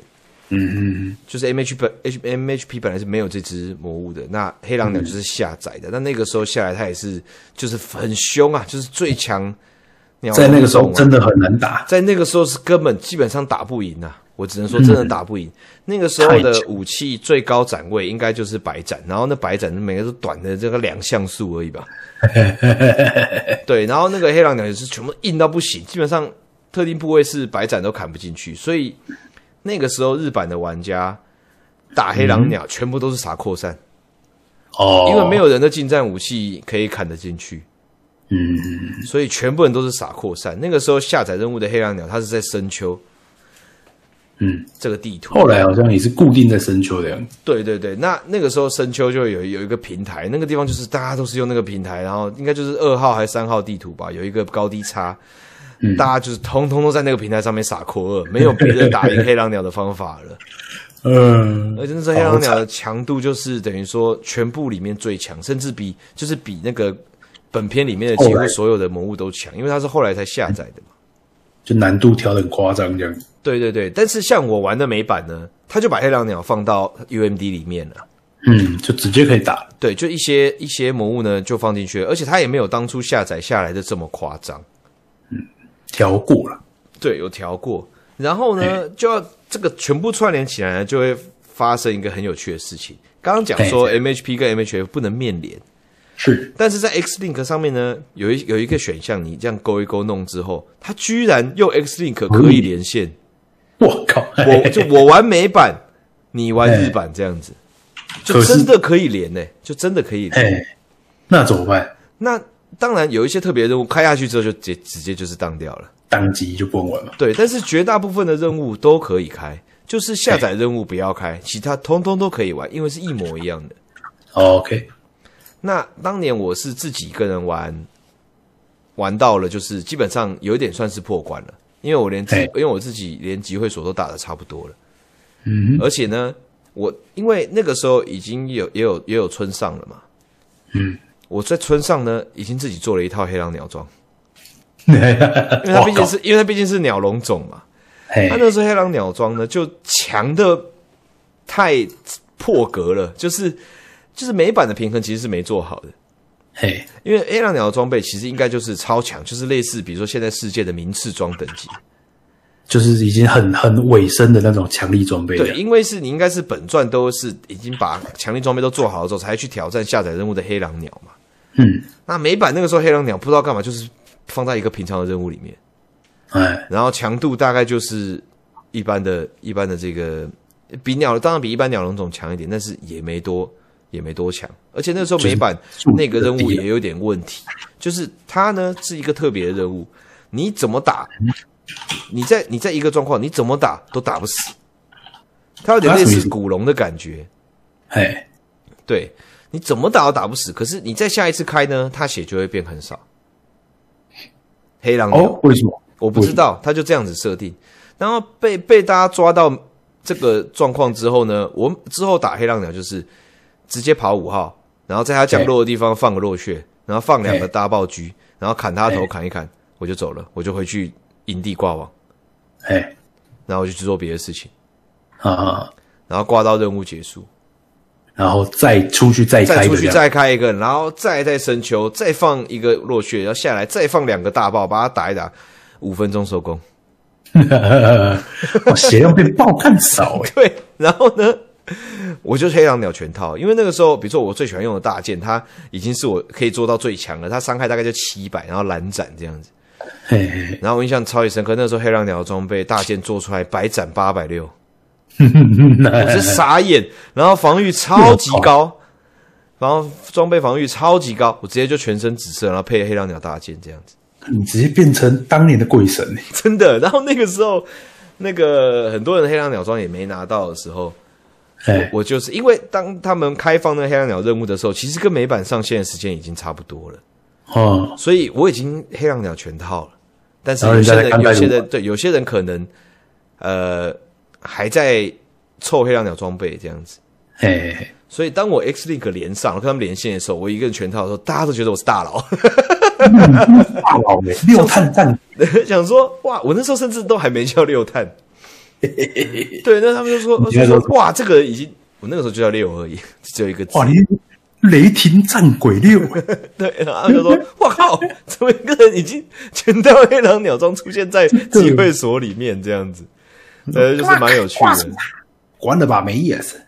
嗯嗯就是 MH 本 H MHP 本来是没有这只魔物的，那黑狼鸟嗯就是下载的，那那个时候下来它也是就是很凶啊，就是最强鸟嗯，在那个时候物种啊真的很难打，在那个时候是根本基本上打不赢啊，我只能说真的打不赢。那个时候的武器最高展位应该就是白斩，然后那白斩每个都短的这个两像素而已吧。对，然后那个黑狼鸟也是全部硬到不行，基本上特定部位是白斩都砍不进去，所以那个时候日版的玩家打黑狼鸟全部都是傻扩散，哦，因为没有人的近战武器可以砍得进去。嗯，嗯，所以全部人都是傻扩散。那个时候下载任务的黑狼鸟，它是在深秋，嗯，这个地图。后来好像也是固定在深秋的样子，对对对，那那个时候深秋就有有一个平台，那个地方就是大家都是用那个平台，然后应该就是二号还是三号地图吧，有一个高低差，嗯大家就是通通都在那个平台上面傻扩二，没有别的打赢黑狼鸟的方法 了。嗯，而且那只黑狼鸟的强度就是等于说全部里面最强，甚至比就是比那个本片里面的几后乎来所有的魔物都强，因为它是后来才下载的嘛。就难度调的很夸张这样，对对对，但是像我玩的美版呢，他就把黑狼鸟放到 UMD 里面了。嗯，就直接可以打，对，就一些一些魔物呢就放进去了，而且它也没有当初下载下来的这么夸张。调过了，对，有调过。然后呢，就要这个全部串联起来呢，就会发生一个很有趣的事情。刚刚讲说 MHP 跟 MHF 不能面连，是，但是在 X Link 上面呢，有一有一个选项，你这样勾一勾弄之后，它居然用 X Link 可以连线。我靠， 我就我玩美版，你玩日版这样子，就哎可是真的可以连呢、就真的可以连。哎，那怎么办？那当然有一些特别任务开下去之后就直接直接就是当掉了，当机就不能玩了，对。但是绝大部分的任务都可以开，就是下载任务不要开，其他通通都可以玩，因为是一模一样的。哦，OK，那当年我是自己一个人玩，玩到了就是基本上有一点算是破关了，因为我连自嘿因为我自己连集会所都打的差不多了。嗯而且呢，我因为那个时候已经有也有也有村上了嘛，嗯，我在村上呢已经自己做了一套黑狼鸟装，因 因为它毕为竟是因为它毕竟是鸟笼种嘛，呃嘿它，那时候黑狼鸟装呢就强的太破格了，就是就是美版的平衡其实是没做好的。嘿，因为黑狼鸟的装备其实应该就是超强，就是类似比如说现在世界的名次装等级，就是已经很很尾声的那种强力装备了，对，因为是你应该是本传都是已经把强力装备都做好了之后，才去挑战下载任务的黑狼鸟嘛。嗯，那美版那个时候黑狼鸟不知道干嘛，就是放在一个平常的任务里面，哎，然后强度大概就是一般的、一般的这个比鸟当然比一般鸟笼种强一点，但是也没多也没多强。而且那时候美版就是那个任务低了也有点问题，就是它呢是一个特别的任务，你怎么打，你在你在一个状况你怎么打都打不死，它有点类啊它什么意似思古龙的感觉。嘿，对，你怎么打都打不死，可是你在下一次开呢，他血就会变很少。黑狼鸟，哦，为什么？我不知道，他就这样子设定。然后被被大家抓到这个状况之后呢，我之后打黑浪鸟就是直接跑五号，然后在他降落的地方放个落穴，然后放两个大爆狙，然后砍他头哎砍一砍，我就走了，我就回去营地挂网，哎然后我就去做别的事情，啊，然后挂到任务结束，然后再出去再再开一出个去这样，再开一个，然后再再深秋，再放一个落穴，然后下来再放两个大爆，把他打一打，五分钟收工。 哇血量变爆干少 哎、对，然后呢，我就是黑狼鸟全套，因为那个时候，比如说我最喜欢用的大剑，它已经是我可以做到最强了，它伤害大概就七百，然后蓝斩这样子。嘿嘿嘿然后我印象超级深刻，那时候黑狼鸟的装备大剑做出来白斩八百六，我是傻眼，然后防御超级高。然后装备防御超级高，我直接就全身紫色，然后配黑狼鸟大剑这样子，你直接变成当年的鬼神哎、真的。然后那个时候，那个很多人黑狼鸟装也没拿到的时候，哎我就是因为当他们开放那个黑狼鸟任务的时候，其实跟美版上线的时间已经差不多了，哦所以我已经黑狼鸟全套了。但是然后有人些家在人，看待有些你人对有些人可能呃还在凑黑狼鸟装备这样子。哎哎哎所以当我 X Link 连上，我跟他们连线的时候，我一个人全套的时候，大家都觉得我是大佬， 大佬哎、 六探战想说哇，我那时候甚至都还没叫六 探。对，那他们就说你那就时候说哇，这个已经我那个时候就叫六而已，只有一个字。哇，你雷霆战鬼六哎、 对，然后他就说：“我靠，怎么一个人已经全到黑狼鸟装出现 在集会所里面这样子？”呃，就是蛮有趣的，关了吧没意思。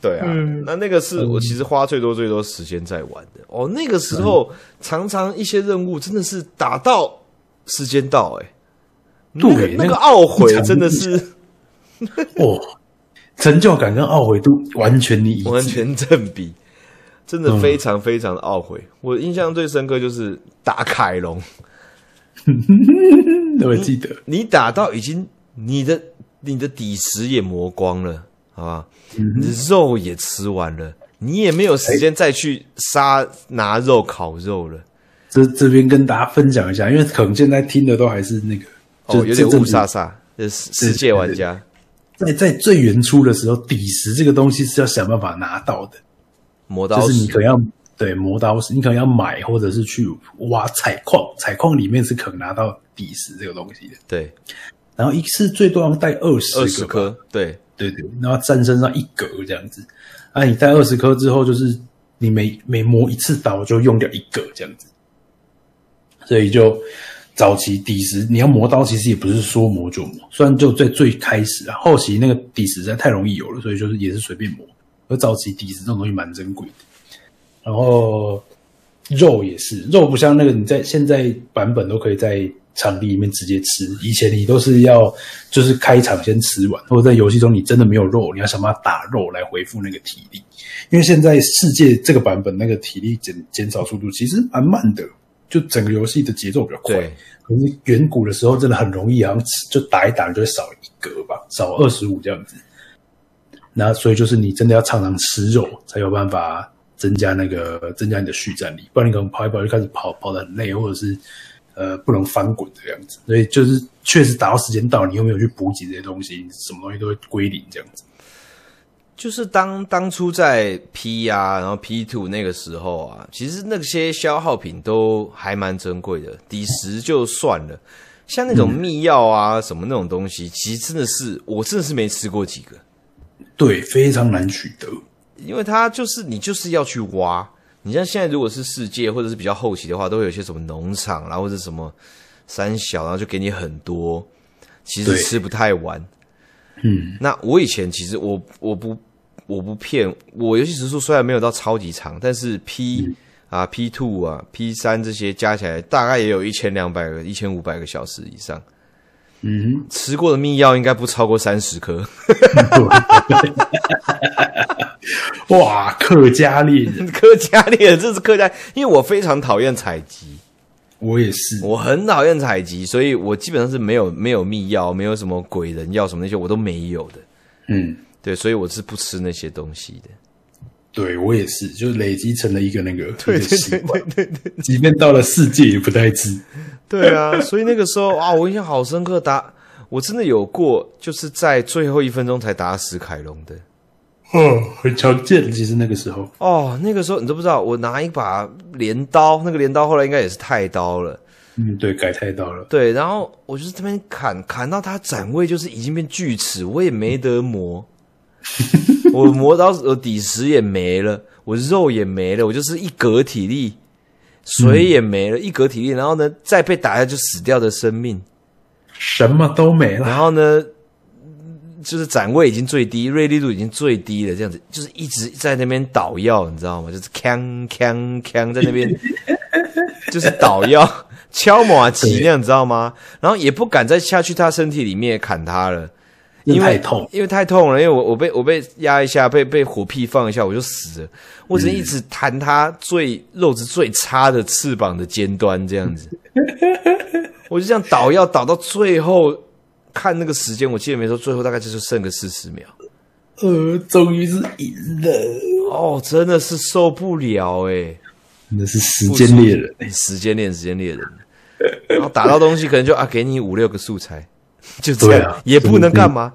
对啊。那那个是我其实花最多最多时间在玩的哦。那个时候常常一些任务真的是打到时间到、欸，哎，那个对那嗯那个个懊悔真的是哦，成就感跟懊悔都完全一 完致。全正比，真的非常非常的懊悔。我印象最深刻就是打凯龙，我记得，你打到已经你的你的底食也磨光了，好吧？嗯你的肉也吃完了，你也没有时间再去杀拿肉烤肉了。这这边跟大家分享一下，因为可能现在听的都还是那个，哦，就有是这点阵雾子煞煞，呃，世世界玩家在在最原初的时候，底石这个东西是要想办法拿到的，磨刀就是你石可能要对磨刀石，你可能要买或者是去挖采矿，采矿里面是可能拿到底石这个东西的。对，然后一次最多要带二十二十个吧颗，对，对对，然后站身上一格这样子。啊，你带二十颗之后，就是你每每磨一次刀就用掉一个这样子，所以就早期底石你要磨刀，其实也不是说磨就磨，虽然就在最开始啊，后期那个底石实在太容易有了，所以就是也是随便磨。而早期底石这种东西蛮珍贵的，然后肉也是，肉不像那个你在现在版本都可以在场地里面直接吃，以前你都是要就是开场先吃完，或者在游戏中你真的没有肉，你要想办法打肉来回复那个体力，因为现在世界这个版本那个体力减减少速度其实蛮慢的，就整个游戏的节奏比较快对。可是远古的时候真的很容易，好像吃就打一打就会少一格吧，少二十五这样子。那所以就是你真的要常常吃肉，才有办法增加那个增加你的续战力，不然你可能跑一跑就开始跑，跑得很累，或者是呃不能翻滚这样子。所以就是确实打到时间到，你又没有去补给这些东西，你什么东西都会归零这样子。就是当当初在 P 啊，然后 P two 那个时候啊，其实那些消耗品都还蛮珍贵的，底石就算了，像那种密药啊、什么那种东西，其实真的是我真的是没吃过几个，对，非常难取得。因为它就是你就是要去挖。你像现在如果是世界或者是比较后期的话，都会有一些什么农场啊啦，或者什么三小，啊然后就给你很多，其实对吃不太完。嗯，那我以前其实我我不我不骗，我游戏时速虽然没有到超级长，但是 P、啊嗯 P two 啊 P 三这些加起来大概也有一千两百个、一千五百个小时以上。嗯，吃过的密药应该不超过三十颗，哇，客家猎人， 客家猎这是客家，因为我非常讨厌采集，我也是，我很讨厌采集，所以我基本上是没有没有密药，没有什么鬼人药什么那些我都没有的，嗯，对，所以我是不吃那些东西的。对我也是，就累积成了一个那 个对对一个习对惯，对对对即便到了世界也不太知。对 啊！所以那个时候啊，我印象好深刻打，我真的有过，就是在最后一分钟才打死凯龙的。嗯，很常见。其实那个时候，哦，那个时候你都不知道，我拿一把镰刀，那个镰刀后来应该也是太刀了，嗯，对，改太到了。对，然后我就是这边砍，砍到它展位就是已经变锯齿，我也没得磨，我磨到我底石也没了，我肉也没了，我就是一格体力，水也没了，一格体力，然后呢再被打下就死掉的生命，什么都没了。然后呢就是展位已经最低，锐利度已经最低了，这样子就是一直在那边倒药，你知道吗？就是锵锵锵在那边就是倒药。敲马吉那样，你知道吗？然后也不敢再下去他身体里面砍他了，因为太痛因为太痛了，因为我我被我被压一下，被被火屁放一下，我就死了。我只能一直嗯弹他最肉质最差的翅膀的尖端，这样子， 我就这样倒要倒到最后，看那个时间，我记得没错，最后大概就是剩个四十秒。呃，终于是赢了，哦，真的是受不了哎、真的是时间猎人。时间猎人，时间猎人，然后打到东西可能就啊，给你五六个素材， 就这对样，啊也不能干嘛。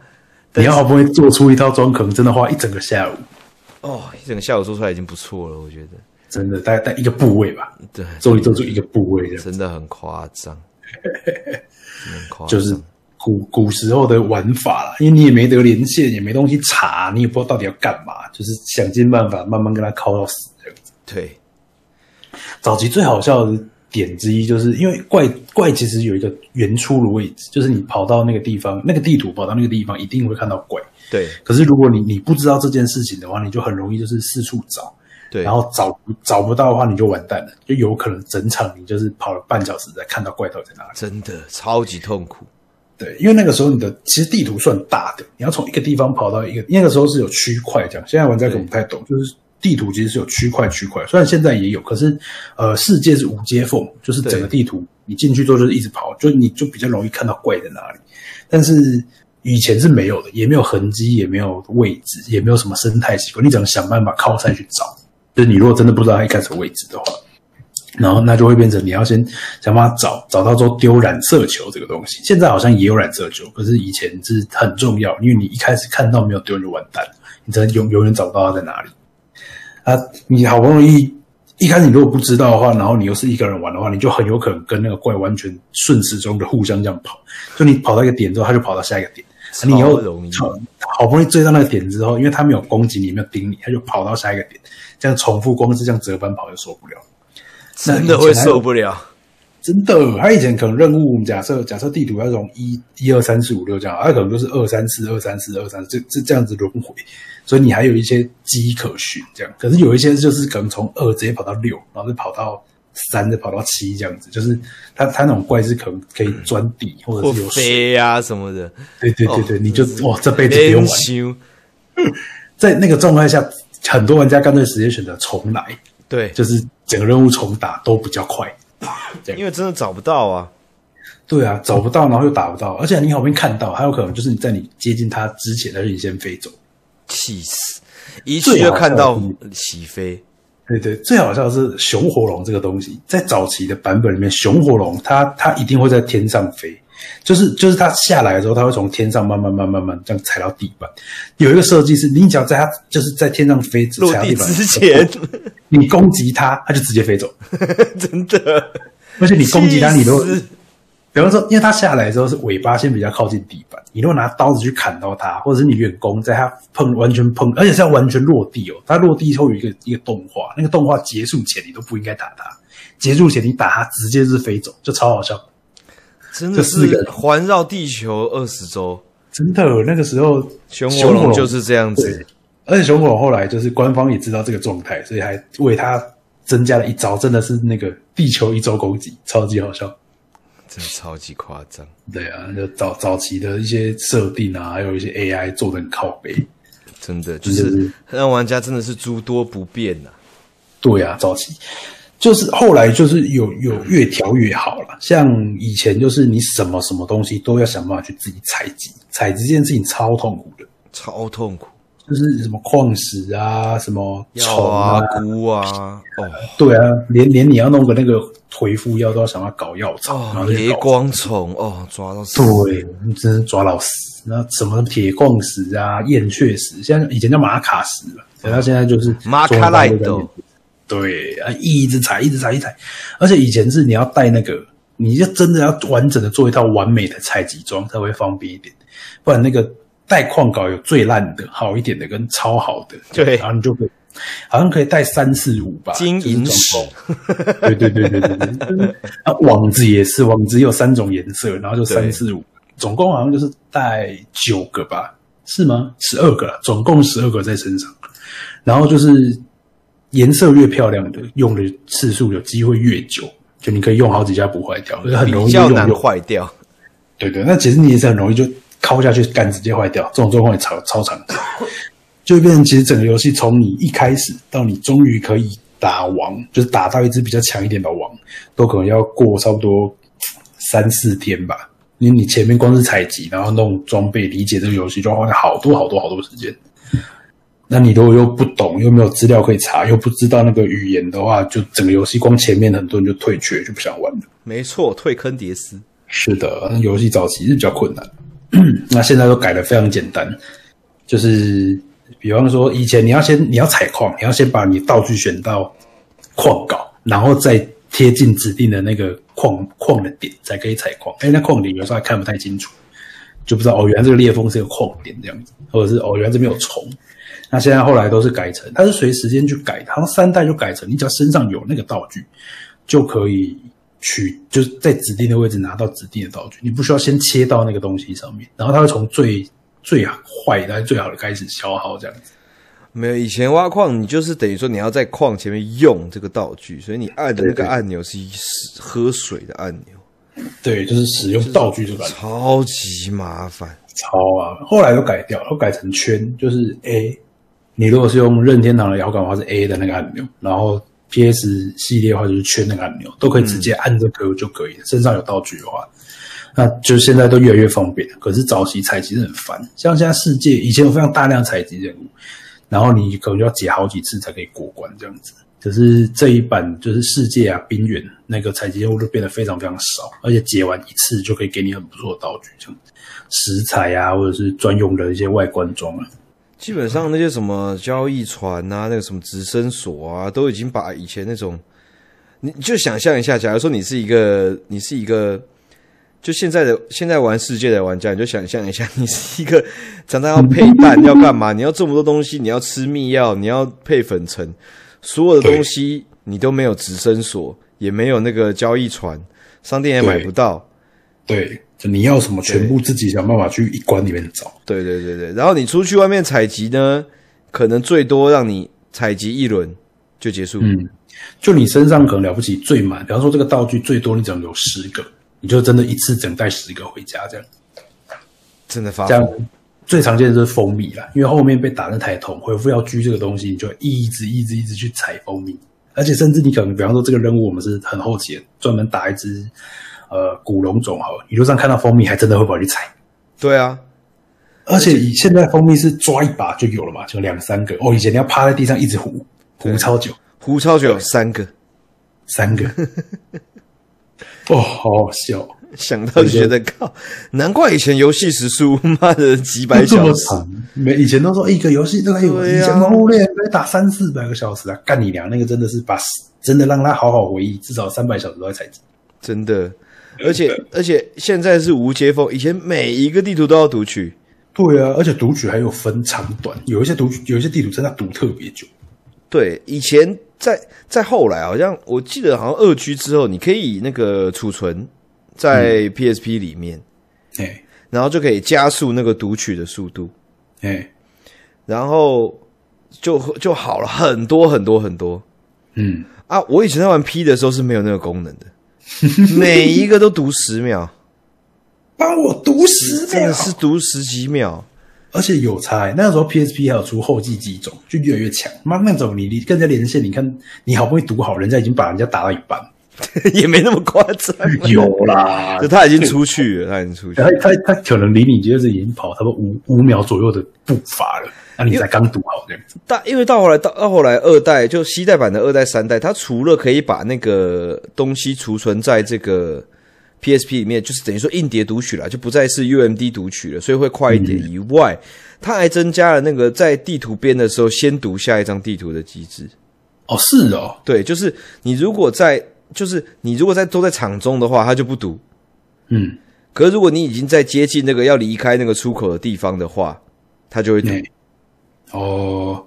你要好不容易做出一套装，可能真的花一整个下午，哦，一整个下午做出来已经不错了，我觉得，真的大概大概一个部位吧，对，终于做出一个部位这样。真的很夸张，真的很夸张，就是古古时候的玩法啦，因为你也没得连线，也没东西查，你也不知道到底要干嘛，就是想尽办法慢慢跟他靠到死这样子。对，早期最好笑的点之一，就是因为怪怪其实有一个原初的位置，就是你跑到那个地方，那个地图跑到那个地方一定会看到怪。对，可是如果你你不知道这件事情的话，你就很容易就是四处找，对，然后找找不到的话，你就完蛋了，就有可能整场你就是跑了半小时才看到怪到底在哪里。真的超级痛苦，对，因为那个时候你的其实地图算大的，你要从一个地方跑到一个，那个时候是有区块这样。现在玩家可能不太懂，就是地图其实是有区块区块，虽然现在也有，可是呃，世界是无接缝，就是整个地图你进去之后就是一直跑，就你就比较容易看到怪在哪里。但是以前是没有的，也没有痕迹，也没有位置，也没有什么生态习惯，你只能想办法靠山去找。就是你如果真的不知道它一开始的位置的话，然后那就会变成你要先想办法找找到之后丢染色球这个东西。现在好像也有染色球，可是以前是很重要，因为你一开始看到没有丢你就完蛋了，你真的永永远找不到它在哪里。啊，你好不容易一开始你如果不知道的话，然后你又是一个人玩的话，你就很有可能跟那个怪完全顺时钟的互相这样跑，就你跑到一个点之后，它就跑到下一个点。啊你超又容易，好不容易追到那个点之后，因为它没有攻击你，没有盯你，它就跑到下一个点，这样重复光是这样折返跑就受不了。真的会受不了，真的，他以前可能任务，假设假设地图要从一一二三四五六这样，他可能就是二三四二三四二三四，这这这样子轮回，所以你还有一些机可循这样。可是有一些就是可能从二直接跑到六，然后再跑到三，再跑到七这样子，就是他他那种怪是可能可以钻地或者嗯或是有水，飞啊什么的，对对对对，你就哇这辈子不用连玩。修，在那个状态下，很多玩家干脆直接选择重来，对，就是整个任务重打都比较快。因为真的找不到啊，对啊，找不到，然后又打不到，而且你好不容易看到，还有可能就是你在你接近它之前，它就已经先飞走。气死，一去就看到起飞，对对，最好笑的是熊火龙这个东西，在早期的版本里面，熊火龙它它一定会在天上飞，就是就是它下来的时候，它会从天上慢慢慢慢慢慢这样踩到地板。有一个设计是，你只要在它就是在天上飞，只落踩到地地板之前， 你攻击它，它就直接飞走。真的，而且你攻击它，你都 气死比方说，因为它下来的时候是尾巴先比较靠近地板，你如果拿刀子去砍到它，或者是你远攻，在它碰完全碰，而且是要完全落地哦。它落地后有一个一个动画，那个动画结束前你都不应该打它，结束前你打它直接是飞走，就超好笑。真的这四是个环绕地球二十周，真的，那个时候熊火龙就是这样对子，，而且熊火龙后来就是官方也知道这个状态，所以还为它增加了一招，真的是那个地球一周攻击，超级好笑。真的超级夸张。对啊，就早早期的一些设定啊，还有一些 AI 做的很靠背。真的就真的是是让玩家真的是诸多不便呐、对啊，早期就是后来就是有有越调越好了。像以前就是你什么什么东西都要想办法去自己采集，采集这件事情超痛苦的。超痛苦。就是什么矿石啊，什么药虫啊啊、，菇啊，哦对啊，连连你要弄个那个回复药都要想要搞药草，然哦，后就雷搞光虫哦，抓到死。对，你真是抓老死。那什么铁矿石啊、燕雀石，现在以前叫玛卡石嘛，然后现在就是玛哦卡赖豆。对啊，一直踩，一直踩，一直踩。而且以前是你要带那个，你就真的要完整的做一套完美的采集装才会方便一点，不然那个带矿稿有最烂的、好一点的跟超好的，对然后你就可以。好像可以带三四五吧，金就是银装石对对对对对对，就是啊，网子也是，网子有三种颜色，然后就对三四五，总共好像就是带九个吧，是吗？十二个啦，总共十二个在身上，然后就是颜色越漂亮的，用的次数有机会越久，就你可以用好几家不坏掉，就是很容比易就较用难啊用。坏掉。对对，那其实你也是很容易就敲下去，干直接坏掉，这种状况也超超常见，就会变成其实整个游戏从你一开始到你终于可以打王，就是打到一只比较强一点的王，都可能要过差不多三四天吧。因为你前面光是采集，然后弄装备，理解这个游戏，就要花好多好多好多时间。那你如果又不懂，又没有资料可以查，又不知道那个语言的话，就整个游戏光前面很多人就退却，就不想玩了。没错，退坑叠丝。是的，那游戏早期是比较困难，那现在都改的非常简单，就是比方说以前你要先你要采矿，你要先把你道具选到矿稿，然后再贴近指定的那个矿矿的点才可以采矿。哎，那矿点有时候还看不太清楚，就不知道哦，原来这个裂缝是个矿点这样子，或者是哦，原来这边有虫。那现在后来都是改成，它是随时间去改的，好像三代就改成，你只要身上有那个道具，就可以取，就是在指定的位置拿到指定的道具，你不需要先切到那个东西上面，然后它会从最最坏的、最好的开始消耗这样子。没有，以前挖矿你就是等于说你要在矿前面用这个道具，所以你按的那对个对按钮是一是喝水的按钮，对，就是使用道具这个超级麻烦。超啊，后来都改掉，都改成圈，就是 A。你如果是用任天堂的摇杆的话，是 A 的那个按钮，然后 PS 系列的话就是圈那个按钮，都可以直接按这个就可以了。身上有道具的话，那就现在都越来越方便了。可是早期采集是很烦，像现在世界以前有非常大量采集任务，然后你可能要解好几次才可以过关这样子。可是这一版就是世界啊冰原那个采集任务就变得非常非常少，而且解完一次就可以给你很不错的道具，这样子食材啊或者是专用的一些外观装啊。基本上那些什么交易船啊，那个什么直升索啊，都已经把以前那种，你就想象一下，假如说你是一个，你是一个，就现在的现在玩世界的玩家，你就想象一下，你是一个常常要配蛋要干嘛，你要这么多东西，你要吃密药，你要配粉尘，所有的东西你都没有直升索，也没有那个交易船，商店也买对不到，对，就你要什么全部自己想办法去一关里面找。对对对对，然后你出去外面采集呢，可能最多让你采集一轮就结束。嗯，就你身上可能了不起最满，比方说这个道具最多你只能有十个，你就真的一次整带十个回家这样。真的发这样疯。最常见的就是蜂蜜啦，因为后面被打那台桶回复要狙这个东西，你就一直一直一直去采蜂蜜，而且甚至你可能比方说这个任务我们是很后期的专门打一只呃古龙种好了，一路上看到蜂蜜还真的会跑去采，对啊，而且以现在蜂蜜是抓一把就有了嘛，就两三个哦，以前你要趴在地上一直糊糊对超久，胡超就有三个，三 个，哦，好好笑哦。想到就觉得靠，难怪以前游戏时速 妈的几百这小么时，长，没以前都说一个游戏大概有对以呀前《攻略》可以打三四百个小时啊，干你娘！那个真的是把真的让他好好回忆，至少三百小时都在采集。真的。而且而且现在是无接缝，以前每一个地图都要读取。对啊，而且读取还有分长短，有一些读取有一些地图真的读特别久。对，以前在在后来，好像我记得好像二 G 之后，你可以那个储存在嗯 PSP 里面，哎然后就可以加速那个读取的速度。哎然后就就好了很多很多很多嗯，啊！我以前在玩 P 的时候是没有那个功能的，每一个都读十秒，帮我读十真秒的，是读十几秒。而且有差、欸。那时候 PSP 还有出后继机种，就越来越强。妈那种你你跟人家连线，你看你好不容易读好，人家已经把人家打到一半，也没那么夸张。有啦，就他已经出去了，他已经出去他了。他他可能离你就是已经跑差不多五五秒左右的步伐了，那、你才刚读好这样子。大因为到后来到到后来二代就西代版的二代三代，它除了可以把那个东西储存在这个 PSP 里面，就是等于说硬碟读取了，就不再是 UMD 读取了，所以会快一点以外，它还增加了那个在地图编的时候先读下一张地图的机制。哦，是哦，对，就是你如果在就是你如果在都在场中的话，它就不读。嗯，可是如果你已经在接近那个要离开那个出口的地方的话，它就会读。哎哦，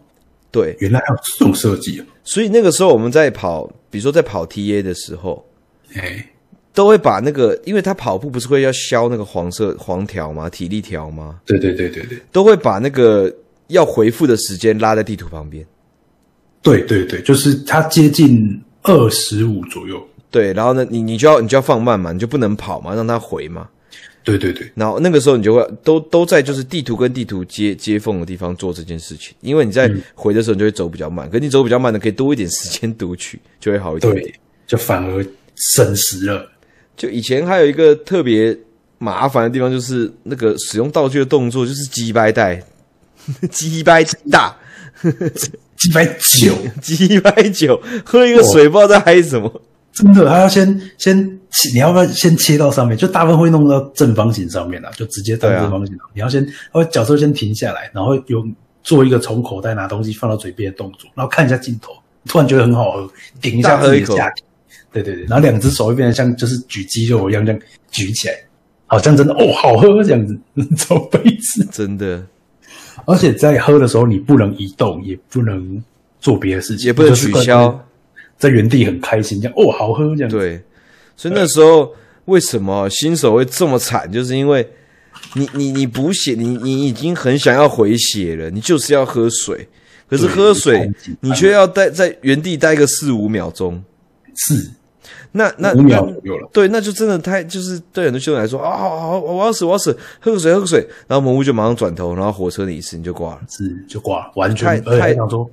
对，原来还有这种设计哦，所以那个时候我们在跑，比如说在跑 TA 的时候，哎，都会把那个，因为他跑步不是会要消那个黄色黄条吗？体力条吗？对对对对对都会把那个要回复的时间拉在地图旁边，对对对，就是它接近二十五左右，对，然后呢，你你就要你就要放慢嘛，你就不能跑嘛，让他回嘛。对对对，然后那个时候你就会都都在就是地图跟地图接接缝的地方做这件事情，因为你在回的时候你就会走比较慢，可你走比较慢的可以多一点时间读取，就会好一点点。对，就反而省时了。就以前还有一个特别麻烦的地方，就是那个使用道具的动作就是鸡掰带、 鸡掰大、几百九， 鸡掰酒，喝一个水不知道在嗨什 么。真的，他要先先切，你要不要先切到上面？就大部分会弄到正方形上面啦，就直接当对啊正方形。你要先，他会角色先停下来，然后有做一个从口袋拿东西放到嘴边的动作，然后看一下镜头，突然觉得很好喝，顶一下大喝自己一口的下体。对对对，然后两只手会变得像就是举鸡肉一样这样举起来，好像真的哦，好喝这样子， 超杯子。真的而且在喝的时候，你不能移动，也不能做别的事情，也不能就是取关消，在原地很开心，这样哦，好喝这样子。对，所以那时候为什么新手会这么惨，就是因为你你你补血，你你已经很想要回血了，你就是要喝水，可是对喝水你太紧你却要待在原地待个四五秒钟，是那那五秒那左右了。对，那就真的太就是对很多新手来说啊，好好，我要死，我要死，喝个水，喝个水。然后魔物就马上转头，然后火车你一次你就挂了。是就挂了，完全太而太且还想说，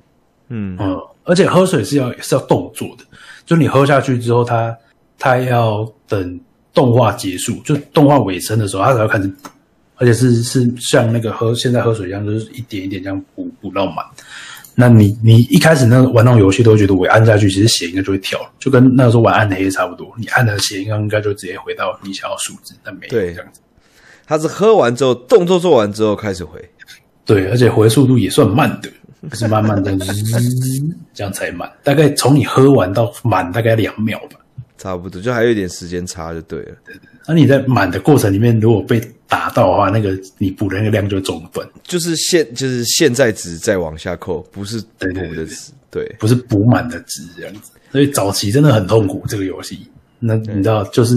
嗯，嗯，而且喝水是要是要动作的，就你喝下去之后，它它要等动画结束，就动画尾声的时候，它才会开始补，而且是是像那个喝现在喝水一样，就是一点一点这样补补到满。那你你一开始那玩那种游戏都会觉得我按下去，其实血应该就会跳，就跟那个时候玩暗黑差不多，你按了血应该应该就直接回到你想要数值，但没有对这样子。他是喝完之后，动作做完之后开始回。对，而且回速度也算慢的，就是慢慢的 这样才满，大概从你喝完到满大概两秒吧。差不多，就还有一点时间差就对了。那你在满的过程里面，如果被打到的话，那个你补的那个量就会中分，就是现就是现在值再往下扣，不是补对对对的值。对，不是补满的值这样子。所以早期真的很痛苦这个游戏。那你知道，就是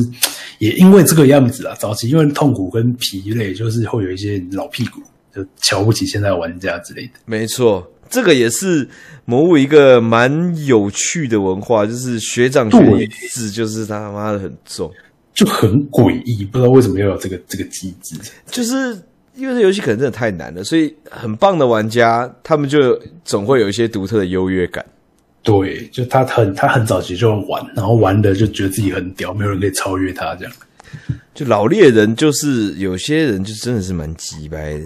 也因为这个样子啊，早期因为痛苦跟疲累，就是会有一些老屁股就瞧不起现在的玩家之类的。没错，这个也是魔物一个蛮有趣的文化，就是学长学弟对制，就是他妈的很重。就很诡异，不知道为什么要有这个这个机制。就是因为这游戏可能真的太难了，所以很棒的玩家，他们就总会有一些独特的优越感。对，就他很他很早期就玩，然后玩的就觉得自己很屌，没有人可以超越他这 样。就老猎人，就是有些人就真的是蛮鸡掰的，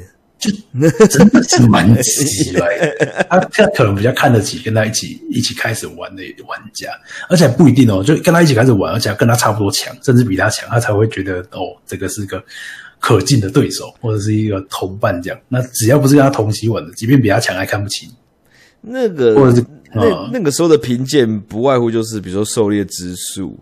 真的是蛮奇怪的。他他可能比较看得起跟他一起一起开始玩的玩家，而且不一定哦，就跟他一起开始玩，而且跟他差不多强，甚至比他强，他才会觉得哦，这个是个可敬的对手或者是一个同伴这样。那只要不是跟他同期玩的，即便比他强还看不起你。那个或者是那嗯那个时候的评鉴不外乎就是，比如说狩猎之术，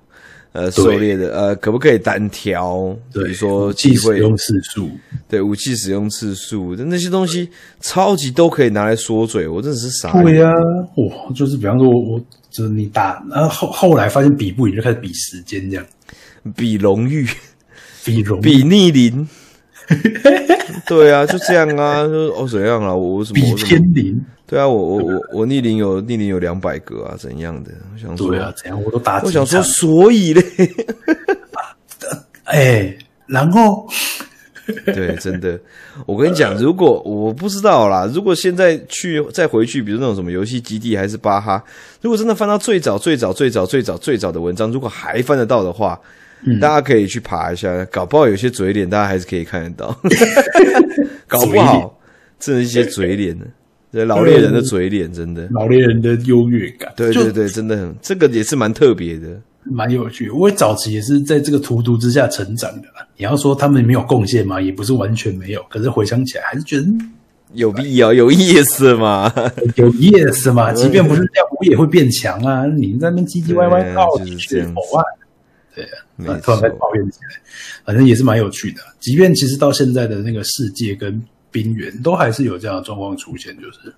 呃，狩猎的呃，可不可以单挑？比对，如说既机使会，用次数，对武器使用次数，那那些东西超级都可以拿来说嘴，我真的是傻眼。对呀、哇，就是比方说我我就是你打，然后后后来发现比不赢就开始比时间这样，比荣誉。比容易。比逆 鳞。对啊，就这样啊，就是哦怎样啊，我我什么比我什天么？灵，对啊，我我我我逆鳞有逆鳞有两百个啊，怎样的？我想说，对啊，怎样我都打几我想说，场所以嘞，哎、然后 对，真的，我跟你讲，如果我不知道啦，如果现在去再回去，比如那种什么游戏基地还是巴哈，如果真的翻到最早最早最早最早最早的文章，如果还翻得到的话，大家可以去爬一下，搞不好有些嘴脸大家还是可以看得 到，搞不好真的一些嘴脸呢，对老猎人的嘴脸，真的，老猎人的优越感，对就对对，真的很，这个也是蛮特别的。蛮有趣。我早期也是在这个荼毒之下成长的啦。你要说他们没有贡献吗？也不是完全没有。可是回想起来，还是觉得嗯有必要有意思吗？有意思嘛。即便不是这样，我也会变强啊。你在那边唧唧歪歪对到就底是这是样否子啊？ 没啊突错然，在抱怨起来，反正也是蛮有趣的。即便其实到现在的那个世界跟冰原，都还是有这样的状况出现，就是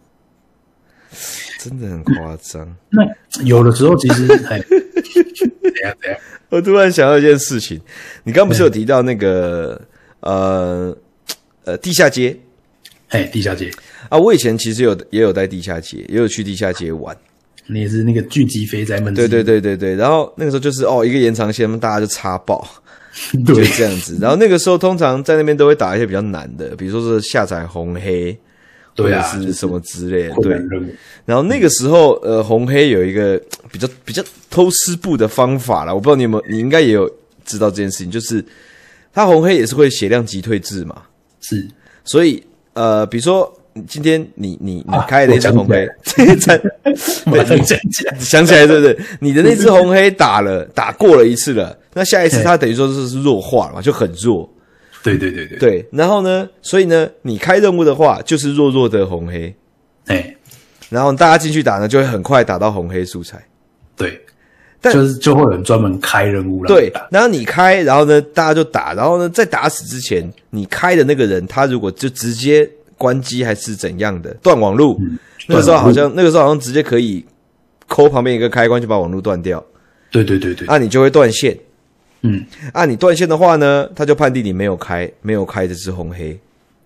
真的很夸张。那有的时候其 实哎，啊怎样怎样，我突然想到一件事情，你刚不是有提到那个呃呃地下街哎，地下街，啊？我以前其实有也有在地下街，也有去地下街玩。你也是那个聚集肥宅们之对一，对对对对，然后那个时候就是哦，一个延长线，大家就插爆，就 对是这样子。然后那个时候通常在那边都会打一些比较难的，比如说是下载红黑， 对啊或者是什么之类的。困对难，任务，然后那个时候，呃，红黑有一个比较比较偷师步的方法啦，我不知道你有没有，你应该也有知道这件事情，就是他红黑也是会血量级退制嘛，是所以呃，比如说你今天你你你啊开了一张我红想起来黑，这张马上讲起来，想起来对不对？你的那只红黑打了打过了一次了，那下一次嘿它等于说是是弱化了嘛，就很弱，对对对对，对。然后呢，所以呢，你开任务的话就是弱弱的红黑，哎，然后大家进去打呢，就会很快打到红黑素材。对，但就是就会有人专门开任务让你对打，，然后你开，然后呢，大家就打，然后呢，在打死之前，你开的那个人，他如果就直接关机还是怎样的，断嗯网路，那个时候好像那个时候好像直接可以抠旁边一个开关就把网路断掉，对对对对，啊，你就会断线，嗯，啊，你断线的话呢，他就判定你没有开，没有开这是红黑。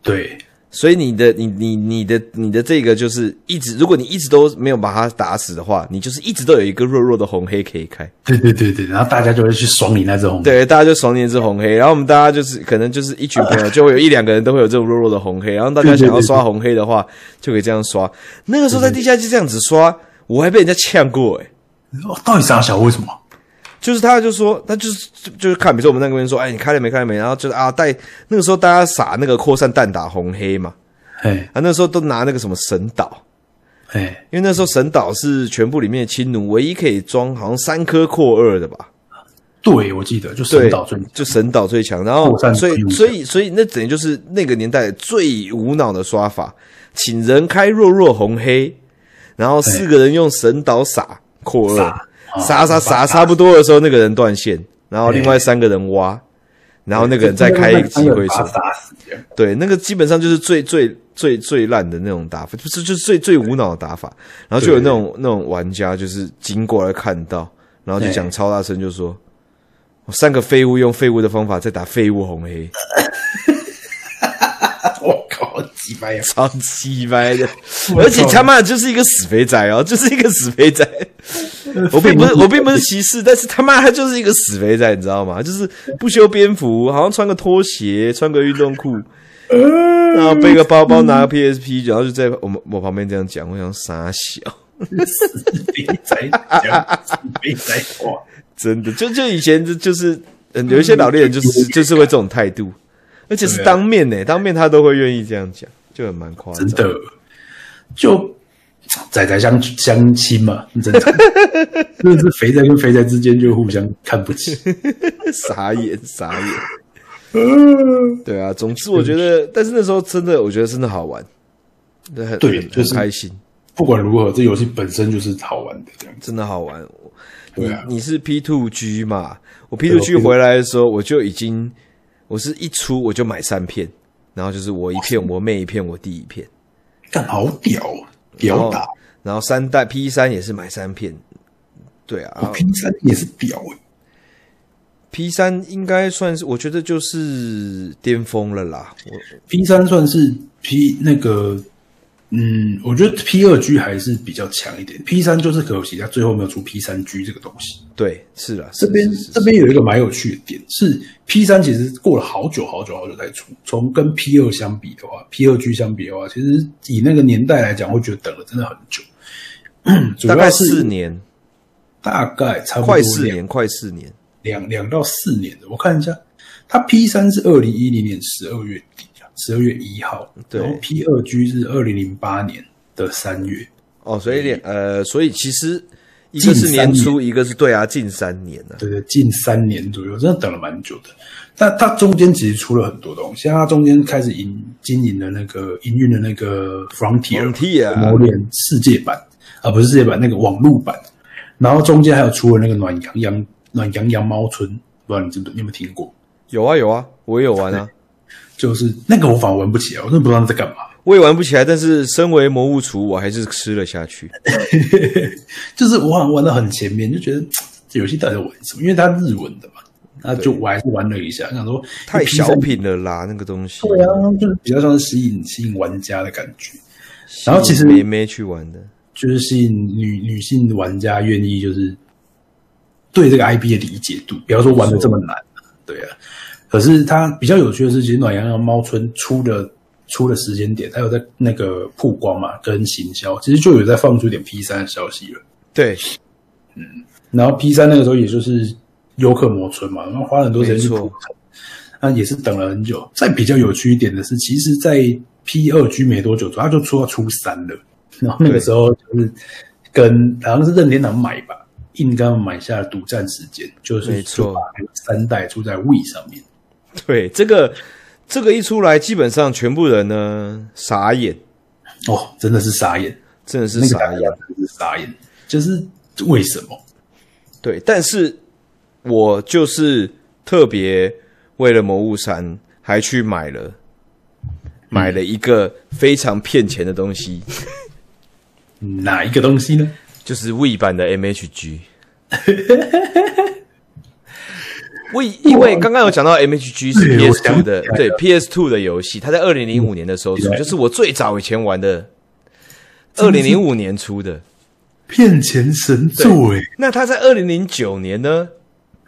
对，所以你的你你你的你的这个就是一直，如果你一直都没有把它打死的话，你就是一直都有一个弱弱的红黑可以开。对对对对，然后大家就会去爽你那只红，对，大家就爽你一只红黑，然后我们大家就是可能就是一群朋友，就会有一两个人都会有这种弱弱的红黑，然后大家想要刷红黑的话，就可以这样刷。那个时候在地下街这样子刷，我还被人家呛过诶、哦，到底傻小为什么？就是他就说，他就是就就是看，比如说我们那个人说，哎，你开了没？开了没？然后就是啊，带那个时候大家撒那个扩散弹打红黑嘛，哎啊，那时候都拿那个什么神岛，哎，因为那时候神岛是全部里面的青奴唯一可以装好像三颗扩二的吧，对我记得就神对岛最，就神岛最强，然后后战所以最所以所以那等于就是那个年代最无脑的刷法，请人开弱弱红黑，然后四个人用神岛撒扩撒二，撒撒撒差不多的时候，那个人断线，然后另外三个人挖，然后那个人再开一个机会把手他，打死这样对，那个基本上就是最最最最烂的那种打法，就是就是最最无脑的打法，然后就有那种那种玩家就是经过来看到，然后就讲超大声就说。我三个废物用废物的方法在打废物红黑， 我靠，几百呀！超鸡掰的，我而且操他妈的就是一个死肥仔哦，就是一个死肥 仔。我并不是我并不是歧视，但是他妈他就是一个死肥仔，你知道吗？就是不修边幅，好像穿个拖鞋，穿个运动裤，然后背个包包，嗯拿个 PSP，然后就在我们我旁边这样讲，我想傻小，肥宅讲，肥宅话，真的就就以前就就是嗯有一些老猎人就是就是会这种态度，而且是对啊当面呢、当面他都会愿意这样讲，就很蛮夸张真。的就仔仔相相亲嘛，很正常。真的是肥宅跟肥宅之间就互相看不起。 傻眼，傻眼。 对啊，总之我觉得，但是那时候真的，我觉得真的好玩，对，很对很就是很开心，不管如何，这游戏本身就是好玩的这样子。真的好玩。我对啊你你是 P two G 嘛？我 P two 对我 G 回来的时候，我就已经，我是一出我就买三片，然后就是我一片，我妹一片，我弟一片，干好屌哦，然屌后打然后三代 P 三也是买三片，对啊，然后拼三也是屌哎、 P 三应该算是我觉得就是巅峰了啦，我 P 三算是 P 那个嗯，我觉得 P 二 G 还是比较强一点，P 三就是可惜它最后没有出 P 三 G 这个东西。对，是啦，这边是是是这边有一个蛮有趣的点是，P 三其实过了好久好久好久才出。从跟 P 二相比的话，P 二 G 相比的话，其实以那个年代来讲，会觉得等了真的很久。主大概要是四年，大概差不多快四两年，快四年。两两到四年的，我看一下，它 P 三是二零一零年十二月底啊，十二月一号，对然后 P 二 G 是二零零八年的三月，哦，所以两呃，所以其实一嗯近个是年三初，一个是对啊，近三年呢、啊。对对，近三年左右，真的等了蛮久的。但它中间其实出了很多东西，像它中间开始营经营的那个营运的那个 Frontier Frontier 啊魔联世界版啊，不是世界版，那个网络版。然后中间还有出了那个暖洋洋暖洋洋猫村，不知道你知不知道你有没有听过？有啊有啊，我也有玩啊，就是那个我反而玩不起啊来，我真的不知道它在干嘛。我也玩不起来，但是身为魔物厨，我还是吃了下去。呃就是我好像玩到很前面，就觉得这游戏到底在玩什么？因为它日文的嘛，那就我还是玩了一下，想说太小品。品了啦，那个东西。对啊，就是比较像是吸引吸引玩家的感觉，然后其实没没去玩的，就是吸引女女性玩家愿意就是对这个 IP 的理解度，不要说玩的这么难，对啊。可是它比较有趣的是，其实暖洋洋猫村出的出的时间点，它有在那个曝光嘛跟行销，其实就有在放出一点 P 三的消息了。对， 然后 P 三那个时候也就是游客磨村嘛，然后花了很多时间去没错铺陈，那也是等了很久。再比较有趣一点的是，其实，在 P 二 G 没多久，它就出到初三了，然后那个时候就是跟好像是任天堂买吧，硬跟他们买下了独占时间，就是没错就把那个三代出在 We 上面。对，这个这个一出来，基本上全部人呢傻眼，哦，真的是傻眼，真的是那个傻大家眼。真的是傻眼，就是为什么？对，但是我就是特别为了《魔物山》还去买了买了一个非常骗钱的东西，哪一个东西呢？就是 We 版的 MHG。We 因为刚刚有讲到 MHG 是对我 PS 想 Two 起的来，了嗯对 PS Two 的游戏，它在二零零五年的时候出，对就是我最早以前玩的，二真的零是零五年出的。骗钱神作哎，那它在二零零九年呢，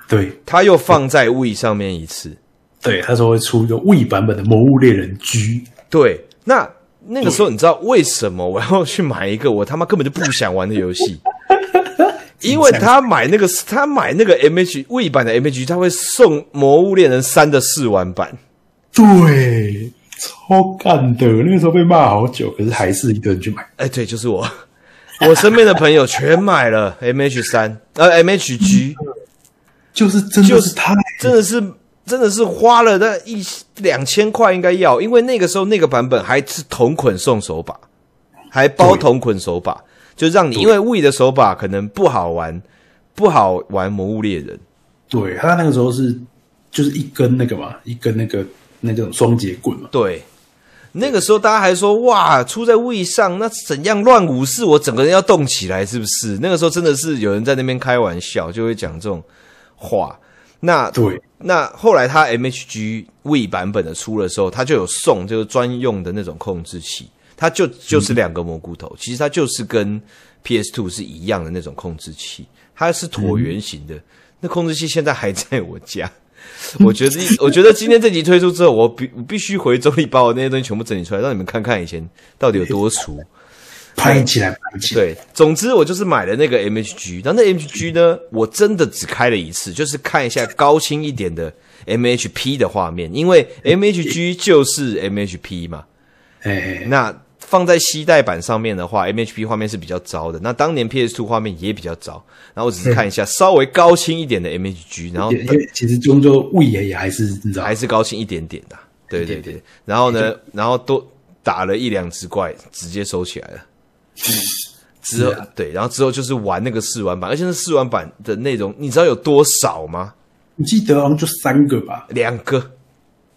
对。它又放在 We 上面一次。对，他说会出一个 We 版本的《魔物猎人 G 对，那那个时候你知道为什么我要去买一个我他妈根本就不想玩的游戏？ 因为他买那个他买那个 M H 未版的 M H，他会送《魔物猎人三》的试玩版。》。对，超干的，那个时候被骂好久，可是还是一堆人去买。哎，对，就是我，我身边的朋友全买了 M H 三，呃 M H G，就是真的是太真的是真的是花了那一两千块应该要，因为那个时候那个版本还是同捆送手把，还包同捆手把，就让你因为 We 的手把可能不好玩，不好玩《魔物猎人》。对，他那个时候是就是一根那个嘛，一根那个那种双节棍嘛，对，那个时候大家还说哇，出在 We 上那怎样乱舞是我整个人要动起来，是不是？那个时候真的是有人在那边开玩笑，就会讲这种话。那对，那后来它 MHG We 版本的出的时候，它就有送就是专用的那种控制器，它就就是两个蘑菇头，其实它就是跟 PS Two 是一样的那种控制器，它是椭圆形的。那控制器现在还在我家，我觉得我觉得今天这集推出之后，我必我必须回中立把我那些东西全部整理出来，让你们看看以前到底有多俗。拍起来拍起来。对，总之我就是买了那个 MHG，然后那 MHG 呢，我真的只开了一次，就是看一下高清一点的 MHP 的画面，因为 MHG 就是 MHP 嘛。哎哎，那放在吸带版上面的话，MHP 画面是比较糟的。那当年 PS2 画面也比较糟，然后我只是看一 下稍微高清一点的 MHG，然后也因为其实终究 We 也也还是你知道哦还，是高清一点点的、啊对对对。然后呢，然后多打了一两只怪，直接收起来了。之啊后、对，然后之后就是玩那个试玩版，而且那试玩版的内容你知道有多少吗？我记得好像就三个吧？两个，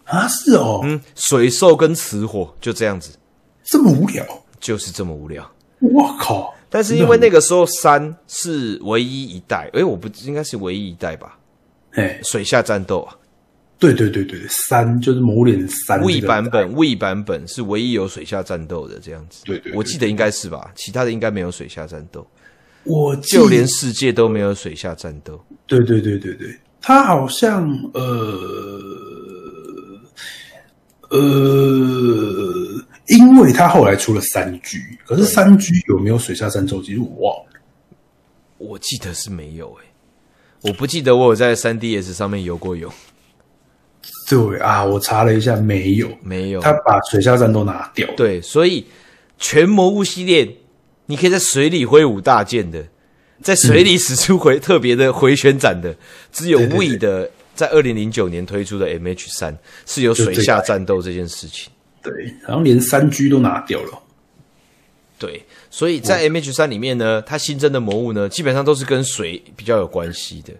啊，是哦，嗯，水兽跟雌火就这样子，这么无聊，就是这么无聊。我靠！但是因为那个时候三是唯一一代，诶，我不应该是唯一一代吧？哎，水下战斗啊，对对对对，三就是谋脸三 We 这个版本，We 版本是唯一有水下战斗的这样子。对对对我记得应该是吧，其他的应该没有水下战斗，我记就连世界都没有水下战斗。对对对对对，他好像呃呃，因为他后来出了三 G，可是三 G 有没有水下战斗，其实我忘了。我记得是没有诶、我不记得我有在 3DS 上面游过泳，对啊，我查了一下，没有，没有。他把水下战斗拿掉。对，所以全魔物系列，你可以在水里挥舞大剑的，在水里使出回、特别的回旋斩的，只有嗯对对 We 的在二零零九年推出的 MH 三是有水下战斗这件事情。对，然后连三 G 都拿掉了。对，所以在 MH 三里面呢，它新增的魔物呢，基本上都是跟水比较有关系的。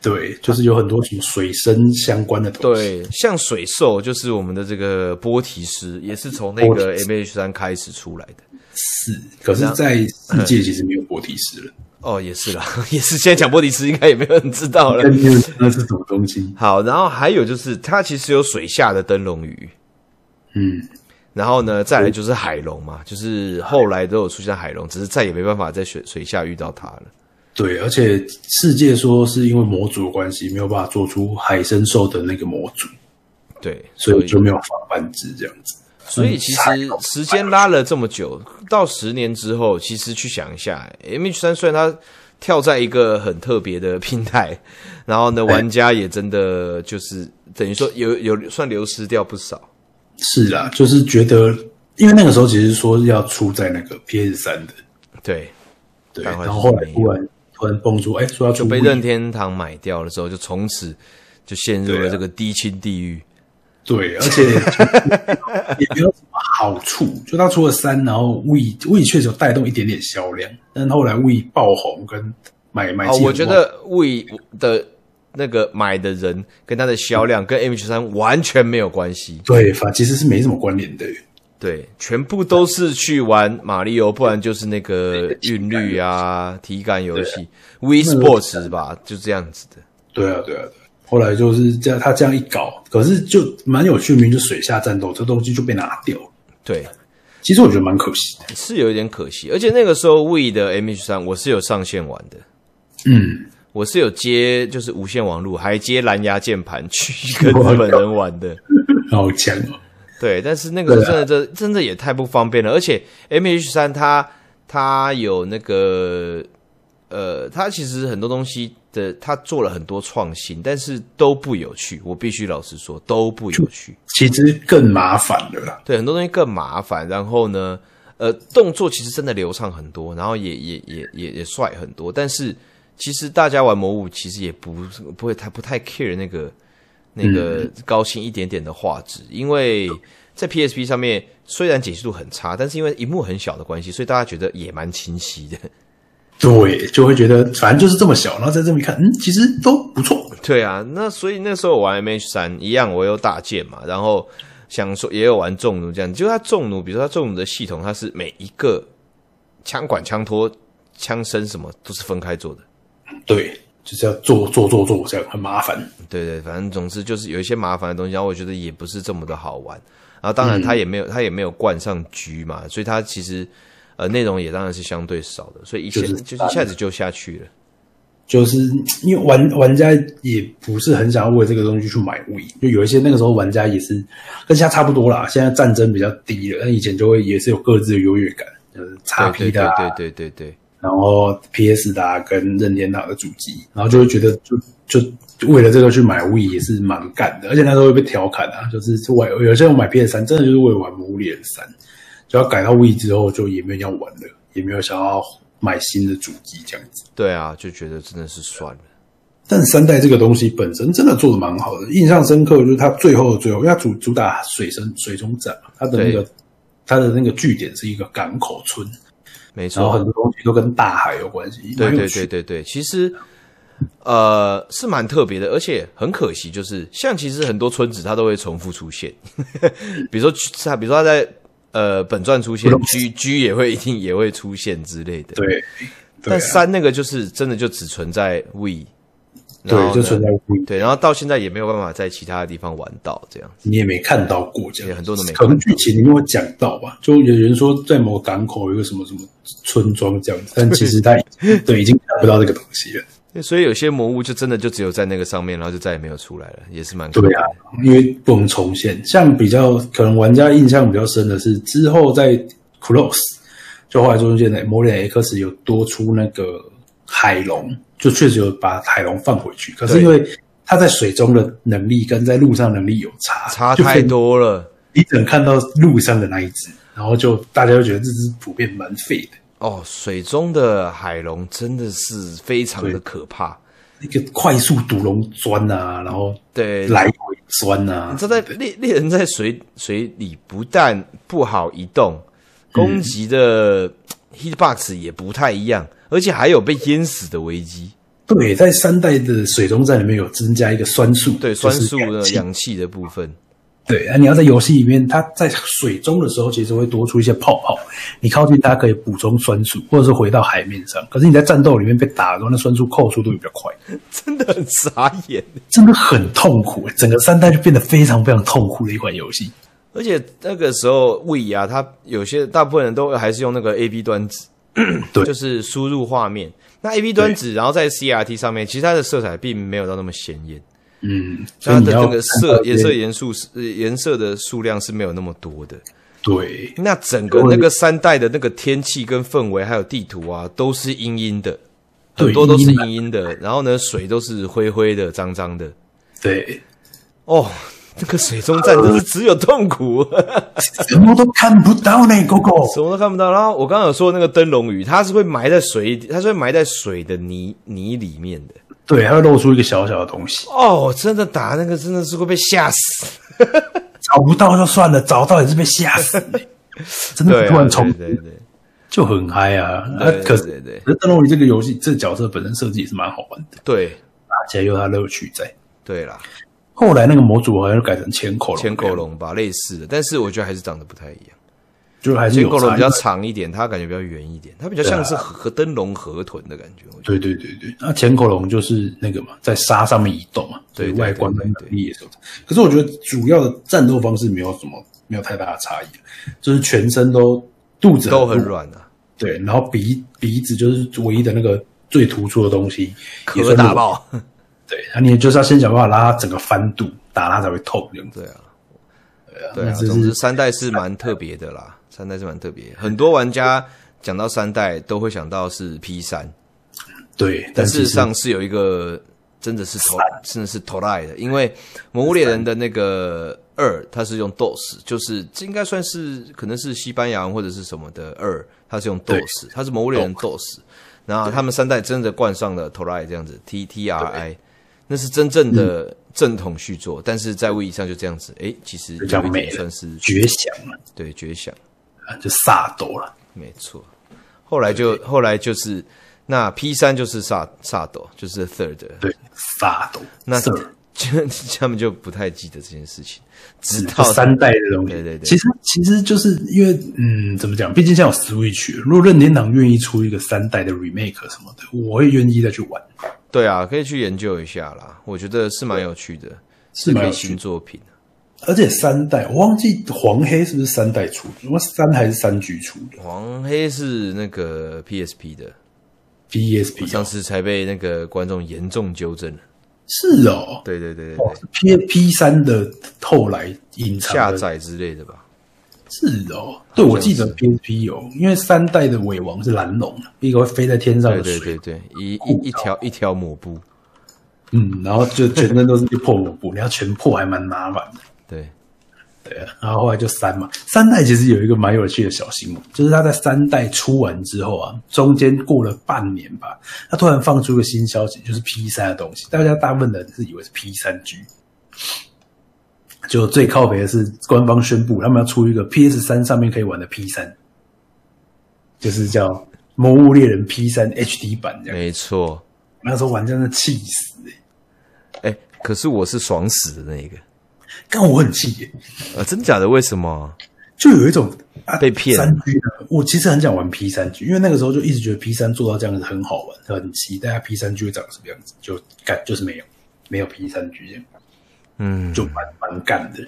对，就是有很多什么水生相关的东西。对，像水兽就是我们的这个波提斯，也是从那个波 MH 三开始出来的。是，可是，在世界其实没有波提 斯了，哦，也是啦，也是现在讲波提斯应该也没有人知道了。但没有知道是什么东西。好，然后还有就是，它其实有水下的灯笼鱼，嗯，然后呢，再来就是海龙嘛，就是后来都有出现海龙，只是再也没办法在水水下遇到它了。对，而且世界说是因为模组的关系，没有办法做出海参兽的那个模组，对，所所以以就没有防繁殖这样子。所以其实时间拉了这么久，到十年之后，其实去想一下，M H 三虽然它跳在一个很特别的平台，然后哎呢，玩家也真的就是等于说有有算流失掉不少。是啦，就是觉得，因为那个时候其实说要出在那个 PS 三的，对，对，但后来然后后就是来没有突然突然蹦出，哎、说要出被 Wii 任天堂买掉了之后，就从此就陷入了这个低清地狱。对，而 且也没有什么好处。就它出了三，然后 We We 确实有带动一点点销量，但后来 We 爆红跟买买哦气，很我觉得 We 的那个买的人跟它的销量跟 MH 三完全没有关系，对，反其实是没什么关联的。对，全部都是去玩马里奥，不然就是那个韵律啊、体感游戏、We Sports 吧，就这样子的。对啊，对啊，对啊。后来就是这样，他这样一搞，可是就蛮有趣，明明就水下战斗这东西就被拿掉了。对，其实我觉得蛮可惜的。是有一点可惜，而且那个时候 We 的 MH 三我是有上线玩的，嗯，我是有接就是无线网络，还接蓝牙键盘去跟日本人玩的。好强哦。对，但是那个真的真的真的也太不方便了，而且 M H 三它它有那个呃，它其实很多东西的，它做了很多创新，但是都不有趣。我必须老实说，都不有趣。其实更麻烦了啦。对，很多东西更麻烦。然后呢，呃，动作其实真的流畅很多，然后也也也也也帅很多。但是其实大家玩魔物，其实也不是不会太不太 care 那个那个高清一点点的画质，因为在 PSP 上面虽然解析度很差，但是因为荧幕很小的关系，所以大家觉得也蛮清晰的。对，就会觉得反正就是这么小，然后在这么一看，嗯，其实都不错。对啊，那所以那时候我玩 MH 三一样，我有打剑嘛，然后想说也有玩重弩这样，就它重弩，比如说它重弩的系统，它是每一个枪管、枪托、枪身什么都是分开做的。对，就是要做做做做这样，很麻烦。对对，反正总之就是有一些麻烦的东西，然后我觉得也不是这么的好玩。然后当然它也没有、它也没有冠上狙嘛，所以它其实呃内容也当然是相对少的，所以一下就是就是一下子就下去了。就是因为玩玩家也不是很想要为这个东西去买位，就有一些那个时候玩家也是跟现在差不多啦。现在战争比较低了，但以前就会也是有各自的优越感，就是叉 P 对对的、啊，对对对对然后 PS 的、啊、跟任天堂的主机，然后就会觉得就就就为了这个去买 w 也是蛮干的，而且那时候会被调侃啊，就是玩有些人买 PS 三真的就是为了玩《魔物猎人三》，就要改到 w 之后就也没有要玩了，也没有想要买新的主机这样子。对啊，就觉得真的是算了。但三代这个东西本身真的做的蛮好的，印象深刻就是它最后的最后，因为它主主打水深水中战嘛，它的那个对它的那个据点是一个港口村，没错，然后很多东西都跟大海有关系，对蛮有对趣对对对，其实呃是蛮特别的，而且很可惜，就是像其实很多村子它都会重复出现， 比如说它，比如说它在呃本传出现，G G 也会一定也会出现之类的。对对啊但三那个就是真的就只存在 We 然后对，呢就存在不一，对，然后到现在也没有办法在其他的地方玩到这样，你也没看到过这也样。很多都没可看能剧情里面会讲到吧，就有人说在某个港口有个什么什么村庄这样子，但其实他已 经对已经看不到这个东西了。到，所以有些魔物就真的就只有在那个上面，然后就再也没有出来了，也是蛮可对啊，因为不能重现。像比较可能玩家印象比较深的是，之后在 Close 就后来中间的 m o r i X 有多出那个海龙，就确实有把海龙放回去。可是对因为它在水中的能力跟在陆上能力有差，差太，多了。你只能看到陆上的那一只，然后就大家就觉得这只普遍蛮废的。哦，水中的海龙真的是非常的可怕。那个快速毒龙钻啊，然后对，来回钻啊你，知道在猎猎人在水水里不但不好移动，嗯攻击的 hitbox 也不太一样，而且还有被淹死的危机。对，在三代的水中战里面有增加一个酸素，对，就酸是素氧的气氧气的部分，对啊，你要在游戏里面，它在水中的时候，其实会多出一些泡泡。你靠近它可以补充酸素，或者是回到海面上。可是你在战斗里面被打的时候，那酸素扣速度比较快，真的很傻眼。真的很痛苦。整个三代就变得非常非常痛苦的一款游戏。而且那个时候 We 啊，他有些大部分人都还是用那个 A B 端子，对就是输入画面。那 A B 端子，然后在 C R T 上面，其实它的色彩并没有到那么显眼，嗯，所以它你的要整个色看到一颜些色元素是呃颜色的数量是没有那么多的。对那整个那个三代的那个天气跟氛围，还有地图啊，都是阴阴的，对很多都是阴阴阴阴的。然后呢，水都是灰灰的、脏脏的。对，哦，那个水中战真是只有痛苦， 什么都看不到呢，狗狗。什么都看不到。然后我刚刚有说那个灯笼鱼，它是会埋在水，它是会埋在水的泥泥里面的。 对，它会露出一个小小的东西，哦，真的打那个真的是会被吓死。找不到就算了，找到也是被吓死呢。真对、 的突啊，然冲对出对对，就很嗨啊！啊对，可对是对可是《邓龙鱼》这个游戏，这个角色本身设计也是蛮好玩的，对打起来有它乐趣在。对啦，后来那个模组好像改成千口龙，千口，龙吧，类似的，但是我觉得还是长得不太一样。就还是千有口龙差比较异。长一点，它感觉比较圆一点，它比较啊像是河灯笼河豚的感觉。我觉得对对对对，那千口龙就是那个嘛，在沙上面移动嘛，所以对对外观对跟对能力也是有差。可是我觉得主要的战斗方式没有什么没有太大的差异，啊就是全身都肚子都很，软啊，对，然后鼻鼻子就是唯一的那个最突出的东西，也壳算是打 爆。对，那你就是要先想办法拉它整个翻肚，打它才会痛这样子。对啊，对那啊，这是总之三代是蛮特别的啦，三代是蛮特别，很多玩家讲到三代都会想到是 P 三，对，但但事其实实上是有一个真的是头真的是头赖的，因为《魔物猎人》的那个二，它是用 DOS，就是这应该算是可能是西班牙文或者是什么的二，它是用 DOS，它是《魔物猎人》DOS，然后他们三代真的冠上了头赖这样子 T T R I，那是真正的正统续作，但是在位移上就这样子，诶，其实这样有一没点了算是绝响了，对绝响。啊就萨斗了。没错，后来就后来就是那 P 三就是萨萨斗，就是 third，对，萨斗，那色就 他们就不太记得这件事情， 直嗯就到三代的东西。对对对其实其实就是因为嗯，怎么讲？毕竟现在有 Switch，如果任天堂愿意出一个三代的 remake 什么的，我会愿意再去玩，对啊，可以去研究一下啦，我觉得是蛮有趣的，是可以蛮有趣新的。作品。而且三代，我忘记黄黑是不是三代出的？我三还是三 G 出的黄黑是那个 PSP 的， ？PSP 上次才被那个观众严重纠正了。是哦，对对对对哦对， ，P P 三的后来隐下藏的载之类的吧？是哦，对我记得 PSP 有，因为三代的尾王是蓝龙，一个会飞在天上对的对对水，对，一一一条一条抹布，嗯，然后就全身都是一破抹布，你要全破还蛮麻烦的。对，对啊，然后后来就三嘛，三代其实有一个蛮有趣的小新闻，就是他在三代出完之后啊，中间过了半年吧，他突然放出一个新消息，就是 P 三的东西，大家大部分人是以为是 P 三 G，就最靠北的是官方宣布他们要出一个 PS 三上面可以玩的 P 三，就是叫《魔物猎人 P 三 HD 版》这样，没错。那时候玩真的气死、欸，哎，可是我是爽死的那一个。但我很气、欸，啊，真假的？为什么？就有一种啊，被骗三 G 呢，我其实很想玩 P 三 G，因为那个时候就一直觉得 P 三做到这样子很好玩，很期待 P 三 G 会长什么样子，就干就是没有，没有 P 三 G 这样，嗯，就蛮蛮干的。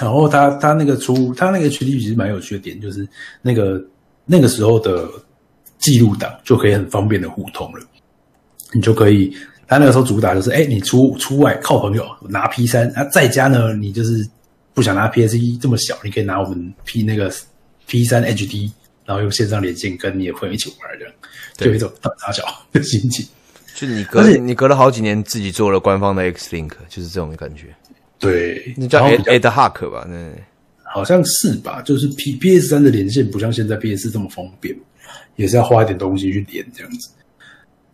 然后他他那个出他那个 HD 其实蛮有趣的点，就是那个那个时候的记录档就可以很方便的互通了，你就可以。他那个时候主打就是，哎、你出出外靠朋友拿 P 三，啊，在家呢，你就是不想拿 PS 一这么小，你可以拿我们 P 那个 P 三 HD，然后用线上连线跟你的朋友一起玩，这样就有一种大傻小的心情。就你隔而且你隔了好几年，自己做了官方的 X Link，就是这种感觉。对，那叫哎然后 Ad 比较 Ad Hack 吧？那好像是吧？就是 P P S 三的连线不像现在 P S 这么方便，也是要花一点东西去连这样子。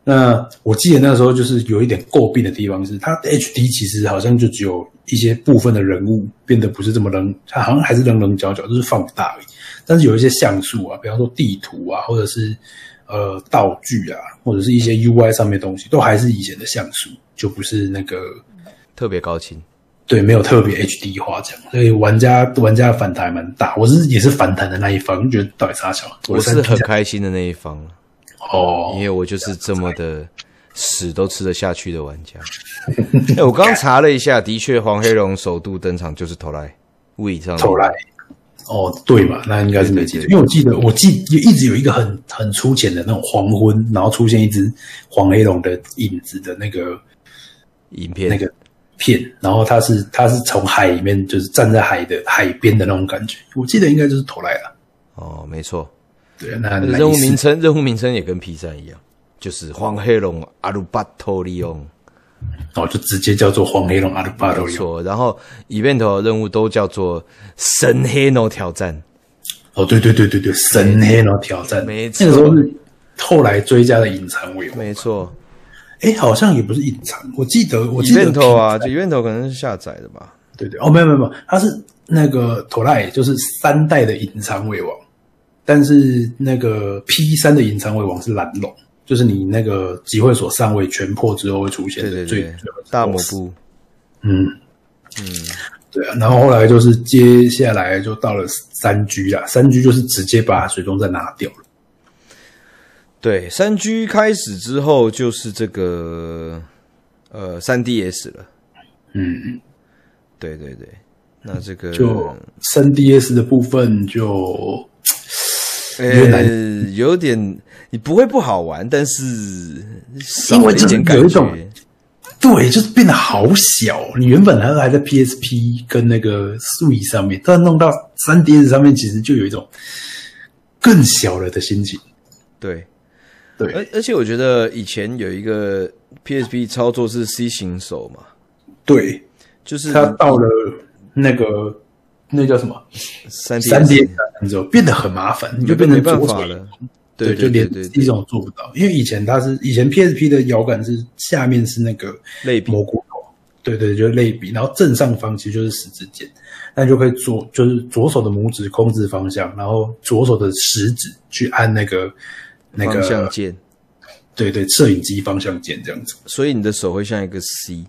那我记得那时候就是有一点诟病的地方是，它 H D 其实好像就只有一些部分的人物变得不是这么棱，它好像还是棱棱角角，就是放大而已。但是有一些像素啊，比方说地图啊，或者是呃道具啊，或者是一些 U I 上面的东西，都还是以前的像素，就不是那个特别高清。对，没有特别 HD 化这样，所以玩家玩家的反弹还蛮大。我是也是反弹的那一方，觉得到底啥小？我三是 P 很才开心的那一方，哦因，为我就是这么的屎都吃得下去的玩 家。哎、我啊刚查了一下，的确黄黑龙首度登场就是投来物以上的投来哦，对嘛，那应该是没记错，因为我记得我记一直有一个很很粗浅的那种黄昏，然后出现一只黄黑龙的影子的那个影片，那个片，然后它是它是从海里面就是站在海的海边的那种感觉，我记得应该就是投来了。哦，没错，对，那那任务名称任务名称也跟 P 三一样，就是黄黑龙阿鲁巴托利翁，哦，就直接叫做黄黑龙阿鲁巴多没利错。然后 event 的任务都叫做神黑龙挑战，哦，对对对对对，神黑然后挑战，没错那个时候是后来追加的隐藏尾嘛，没错。哎，好像也不是隐藏，我记得我记得 event 啊，就 event 可能是下载的吧。对对，哦，没有没有没有，它是那个 t o r a 就是三代的隐藏尾王，但是那个 P 三的隐藏尾王是蓝龙，就是你那个集会所上位全破之后会出现对的对最对最后的，大抹 BOSS 布，嗯，对啊，然后后来就是接下来就到了三 G 啦，三 G 就是直接把水中再拿掉了。对，三 G 开始之后就是这个呃三 DS 了。嗯，对对对，那这个就三 DS 的部分就越呃有点你不会不好玩，但是少因了为一这点个有感一种觉。对，就是变得好小。你原本还还在 PSP 跟那个 Switch 上面，但弄到三 DS 上面，其实就有一种更小了的心情。对，对，而而且我觉得以前有一个 PSP 操作是 C 型手嘛，对，就是它到了那个那叫什么三三 DS 之后，变得很麻烦，你就变嗯没成办左手法一了。对，对就连对对一对，种做不到，因为以前它是以前 PSP 的摇杆是下面是那个类比蘑菇头，对对，就是类比，然后正上方其实就是十字键，那就可以左就是左手的拇指控制方向，然后左手的食指去按那个那方向个键，对对摄影机方向键这样子，所以你的手会像一个 C。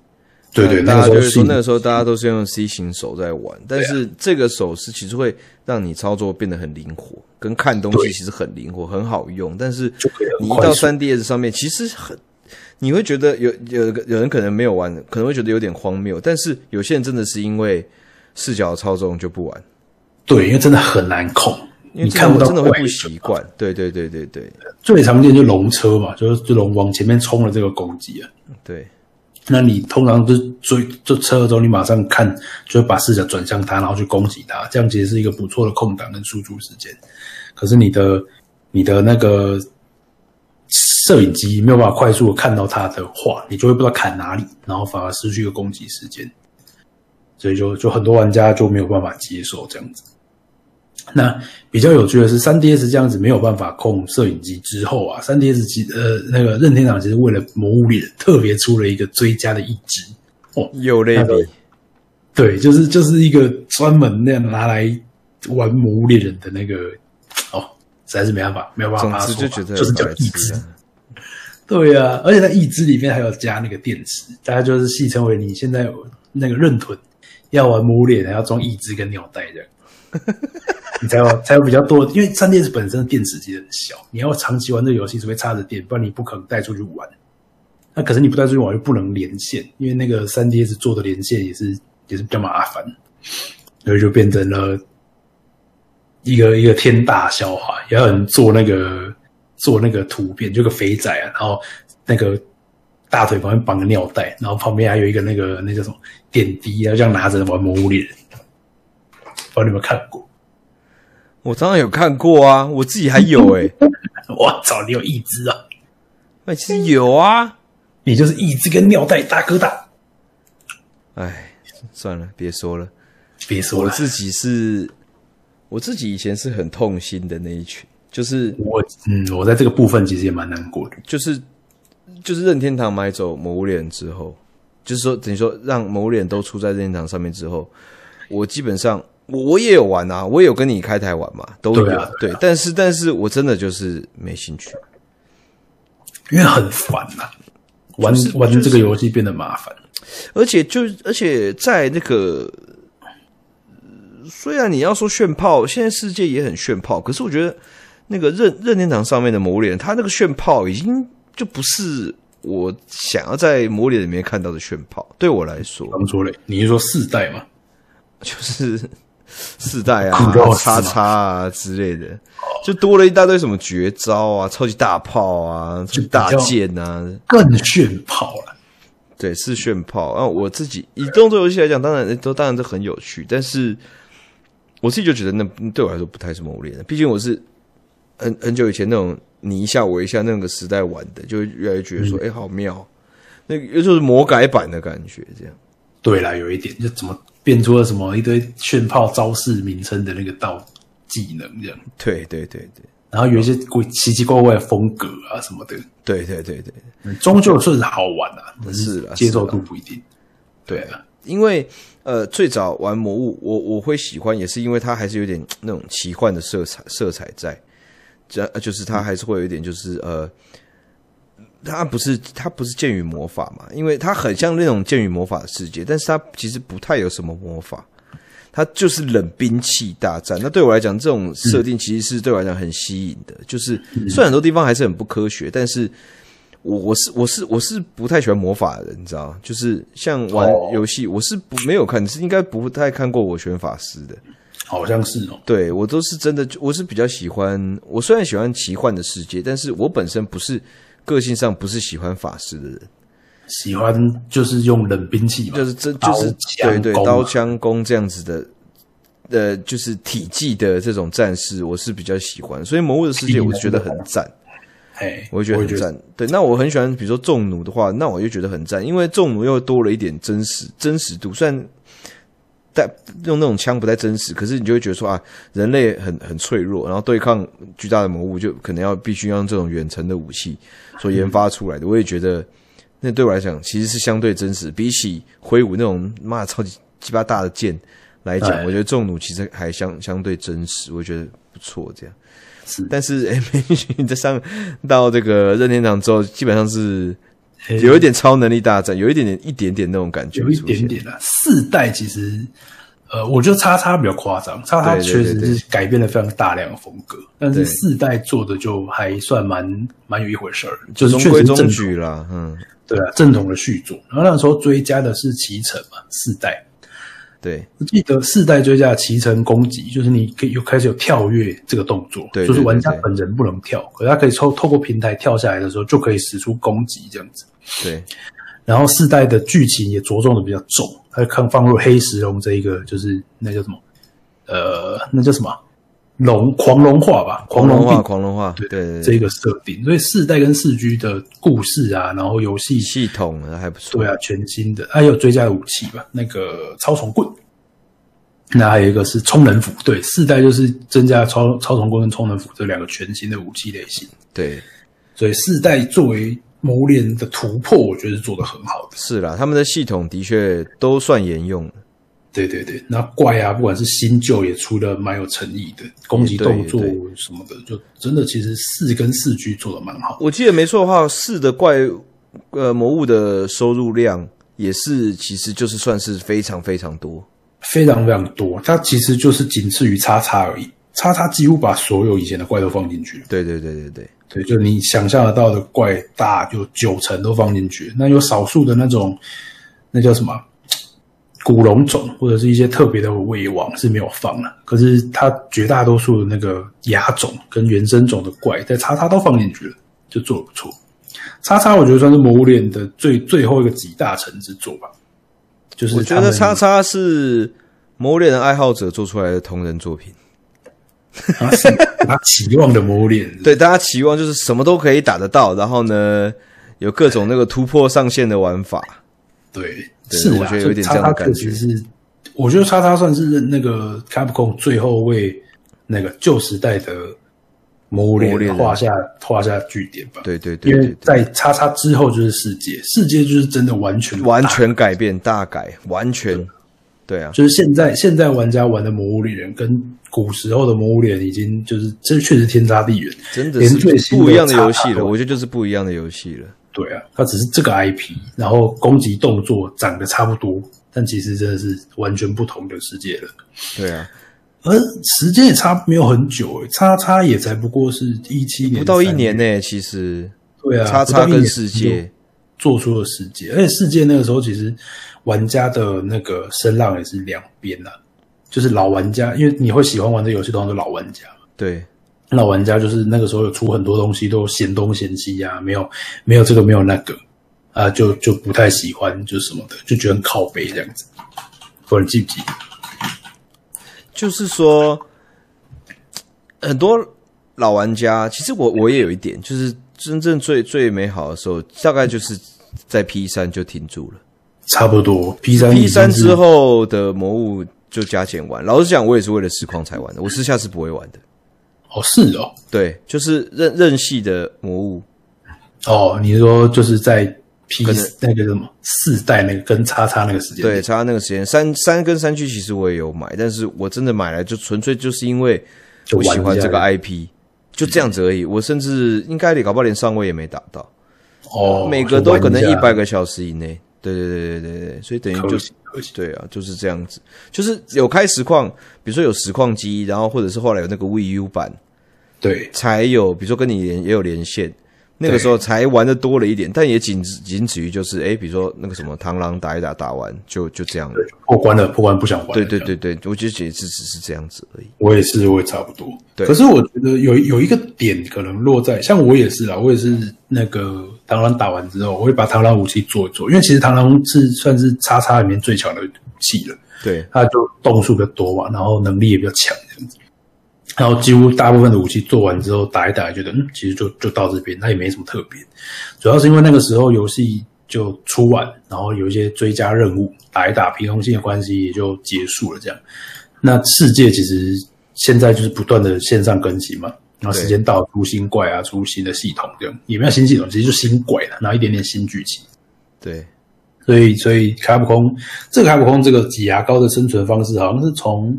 对对，大个家时就候是是说那个时候大家都是用 C 型手在玩，但是这个手势其实会让你操作变得很灵活，跟看东西对其实很灵活，很好用。但是就可以你一很快到速，三 DS 上面，其实很你会觉得有有有人可能没有玩，可能会觉得有点荒谬，但是有些人真的是因为视角操纵就不玩，对，因为真的很难控，因为你真看的不到真的会怪不习惯。对对对对对最常见就龙车嘛，就是这种往前面冲的这个攻击啊。对，那你通常就追就车的时候，你马上看，就会把视角转向它，然后去攻击它，这样其实是一个不错的空档跟输出时间。可是你的你的那个摄影机没有办法快速的看到它的话，你就会不知道砍哪里，然后反而失去一个攻击时间，所以就就很多玩家就没有办法接受这样子。那比较有趣的是，3 DS 这样子没有办法控摄影机之后啊，3 DS 机呃那个任天堂其实为了《魔物猎人》特别出了一个追加的一支，有类那比个，对，就是就是一个专门那样拿来玩《魔物猎人》的那个哦，实在是没办法，没有办法总把它之说就法，觉得就是叫白一痴支，啊对啊，而且它一支里面还有加那个电池，大家就是戏称为你现在有那个认屯要玩《魔物猎人》还要装一支跟尿袋这样。你才有才有比较多。因为三 DS 本身的电池其实很小，你要长期玩这个游戏，除非插着电，不然你不可能带出去玩。那可是你不带出去玩又不能连线，因为那个三 DS 做的连线也是也是比较麻烦，所以就变成了一个一个天大笑话。也有人做那个做那个图片，就个肥仔啊，然后那个大腿旁边绑个尿袋，然后旁边还有一个那个那叫什么点滴，然后这样拿着玩《魔物猎人》，不知道你有没有看过？我当然有看过啊，我自己还有哎、我操，你有一只啊！那哎其实有啊。你就是一只跟尿袋大哥大。哎，算了，别说了。别说我了，自己是，我自己以前是很痛心的那一群，就是我嗯，我在这个部分其实也蛮难过的。就是就是任天堂买走魔物猎人之后，就是说等于说让魔物猎人都出在任天堂上面之后，我基本上我我也有玩啊，我也有跟你开台玩嘛，都有对啊对，但是但是我真的就是没兴趣。因为很烦呐、玩、玩这个游戏变得麻烦。而且就而且在那个，呃虽然你要说炫炮，现在世界也很炫炮，可是我觉得那个任任天堂上面的魔脸，它那个炫炮已经就不是我想要在魔脸里面看到的炫炮。对我来说， 怎么说嘞？你是说四代吗？就是四代 苦肉啊、丝叉嘛叉啊之类的，就多了一大堆什么绝招啊、超级大炮啊、就比大较剑啊，更炫炮了。对，是炫炮。啊，我自己以动作游戏来讲，当然都当然都很有趣，但是我自己就觉得那对我来说不太是谋猎的，毕竟我是很很久以前那种你一下我一下那个时代玩的，就会越来越觉得嗯说，哎、好妙，那个就是魔改版的感觉，这样。对啦，有一点就怎么变出了什么一堆炫炮招式名称的那个道技能这样，对对对对然后有一些鬼奇奇怪怪的风格啊什么的，对对对对，终究是好玩啊，只是啦接受度不一定。对啊，因为呃，最早玩魔物，我我会喜欢，也是因为它还是有点嘖那种奇幻的色彩色彩在，这呃就是它还是会有一点就是呃，它不是它不是剑与魔法嘛，因为它很像那种剑与魔法的世界，但是它其实不太有什么魔法。它就是冷兵器大战，那对我来讲，这种设定其实是对我来讲很吸引的。就是虽然很多地方还是很不科学，但是我我是我是我是不太喜欢魔法的人，你知道，就是像玩哦游戏，我是不没有看，你是应该不太看过我选法师的。好像是哦。对我都是真的，我是比较喜欢。我虽然喜欢奇幻的世界，但是我本身不是个性上不是喜欢法师的人，喜欢就是用冷兵器嘛，就是真就是刀对对枪弓啊刀枪弓这样子的。呃，就是体技的这种战士，我是比较喜欢，所以《魔物的世界》我是觉得很赞。哎，我会觉得也很赞。对，那我很喜欢，比如说重弩的话，那我就觉得很赞，因为重弩又多了一点真实真实度，虽然带用那种枪不太真实，可是你就会觉得说啊，人类很很脆弱，然后对抗巨大的魔物，就可能要必须要用这种远程的武器所研发出来的。我也觉得那对我来讲其实是相对真实，比起挥舞那种妈超级鸡巴大的剑来讲，哎我觉得重弩其实还相相对真实，我觉得不错这样。是但是 哎 MH 在上到这个任天堂之后，基本上是哎有一点超能力大战，有一点点一点点那种感觉有一出点现。点啦。四代其实，呃，我觉得叉叉比较夸张，叉叉对确对对实是改变了非常大量的风格，但对是四代做的就还算蛮蛮有一回事儿，就就是中确规实中正矩啦，嗯，对啊，正统的续作。然后那时候追加的是骑乘嘛，四代。对我记得四代追加的骑乘攻击，就是你可以有开始有跳跃这个动作，对对就是玩家对对本人不能跳，可是他可以透透过平台跳下来的时候，就可以使出攻击这样子。对然后四代的剧情也着重的比较重，它看放入黑石龙这一个，就是那叫什么，呃，那叫什么龙狂龙化吧，狂龙化病狂龙化，对对这对，一个设定，所以四代跟四 G 的故事啊，然后游戏系统还不错，对啊，全新的，还有追加的武器吧，那个超虫棍，那还有一个是充能斧，对，四代就是增加超超虫棍跟充能斧这两个全新的武器类型，对所以四代作为谋连的突破，我觉得是做的很好的。是啦，他们的系统的确都算沿用了，对对对，那怪啊，不管是新旧也出的蛮有诚意的，攻击动作什么的，就真的其实四跟四 G 做的蛮好。我记得没错的话，四的怪呃魔物的收入量也是，其实就是算是非常非常多，非常非常多，它其实就是仅次于叉叉而已。叉叉几乎把所有以前的怪都放进去了。对对对对对，对，就你想象得到的怪大有九成都放进去，那有少数的那种，那叫什么古龙种或者是一些特别的伪王是没有放的，可是它绝大多数的那个牙种跟原生种的怪在叉叉都放进去了，就做的不错。叉叉我觉得算是魔物链的最最后一个集大成之作吧，就是我觉他得们叉叉是魔猎的爱好者做出来的同人作品。他是他期望的魔物链，对，大家期望就是什么都可以打得到，然后呢，有各种那个突破上限的玩法。对，对是我啦，觉得所以有点这样的感觉叉叉确实是，我觉得叉叉算是那个 Capcom 最后为那个旧时代的魔魔物物猎猎人画下画下句点吧。对对对对因为在叉叉之后就是世界，世界就是真的完全完大全改变，大改，完全，对啊，就是现在现在玩家玩的魔物猎人跟古时候的魔物猎人已经就是这确实天差地远，真的连是最新不一样的的游戏叉啊了。叉我觉得就是不一样的游戏了。对啊，它只是这个 IP，然后攻击动作长得差不多，但其实真的是完全不同的世界了。对啊，而时间也差没有很久、欸，叉叉也才不过是一七年，不到一年呢、其实对啊，叉不叉到一跟年世界，做出了世界，而且世界那个时候其实玩家的那个声浪也是两边的，就是老玩家，因为你会喜欢玩这游戏，通常都老玩家嘛。对老玩家就是那个时候有出很多东西都嫌东嫌西啊，没有没有这个没有那个啊，就就不太喜欢，就什么的，就觉得很靠背这样子。不然记不记得？就是说，很多老玩家，其实我我也有一点，就是真正最最美好的时候，大概就是在 P 三就停住了。差不多 P 三 P 三之后的魔物就加减玩，老实讲，我也是为了实况才玩的，我私下是不会玩的。哦是哦对，就是任任系的魔物，哦，你说就是在 P 可能那个什么四代那个跟叉叉那个时间对，差那个时间三三跟三区其实我也有买，但是我真的买来就纯粹就是因为就我玩一下喜欢这个 IP，就这样子而已。我甚至应该搞不好连上位也没打到，哦，每个都可能就一玩百个小时以内。对对对对对对，所以等于可就惜可惜对啊，就是这样子，就是有开实况，比如说有实况机，然后或者是后来有那个 VU 版，对才有，比如说跟你连也有连线，那个时候才玩的多了一点，但也仅止仅止于就是，哎，比如说那个什么螳螂打一打，打完就就这样了。破关了，破关不想玩了。对对对对，我觉得也是只是这样子而已。我也是，我也差不多。对可是我觉得有有一个点可能落在，像我也是啦，我也是那个螳螂打完之后，我会把螳螂武器做一做，因为其实螳螂是算是叉叉里面最强的武器了，对它就动数比较多嘛，然后能力也比较强这样子。然后几乎大部分的武器做完之后，打一打觉得嗯，其实就就到这边，那也没什么特别。主要是因为那个时候游戏就出完，然后有一些追加任务，打一打平衡性的关系也就结束了这样。那世界其实现在就是不断的线上更新嘛，然后时间到了出新怪啊，出新的系统这样，也没有新系统，其实就新怪了，然后一点点新剧情。对所以，所以卡普空这个卡普空这个挤牙膏的生存方式，好像是从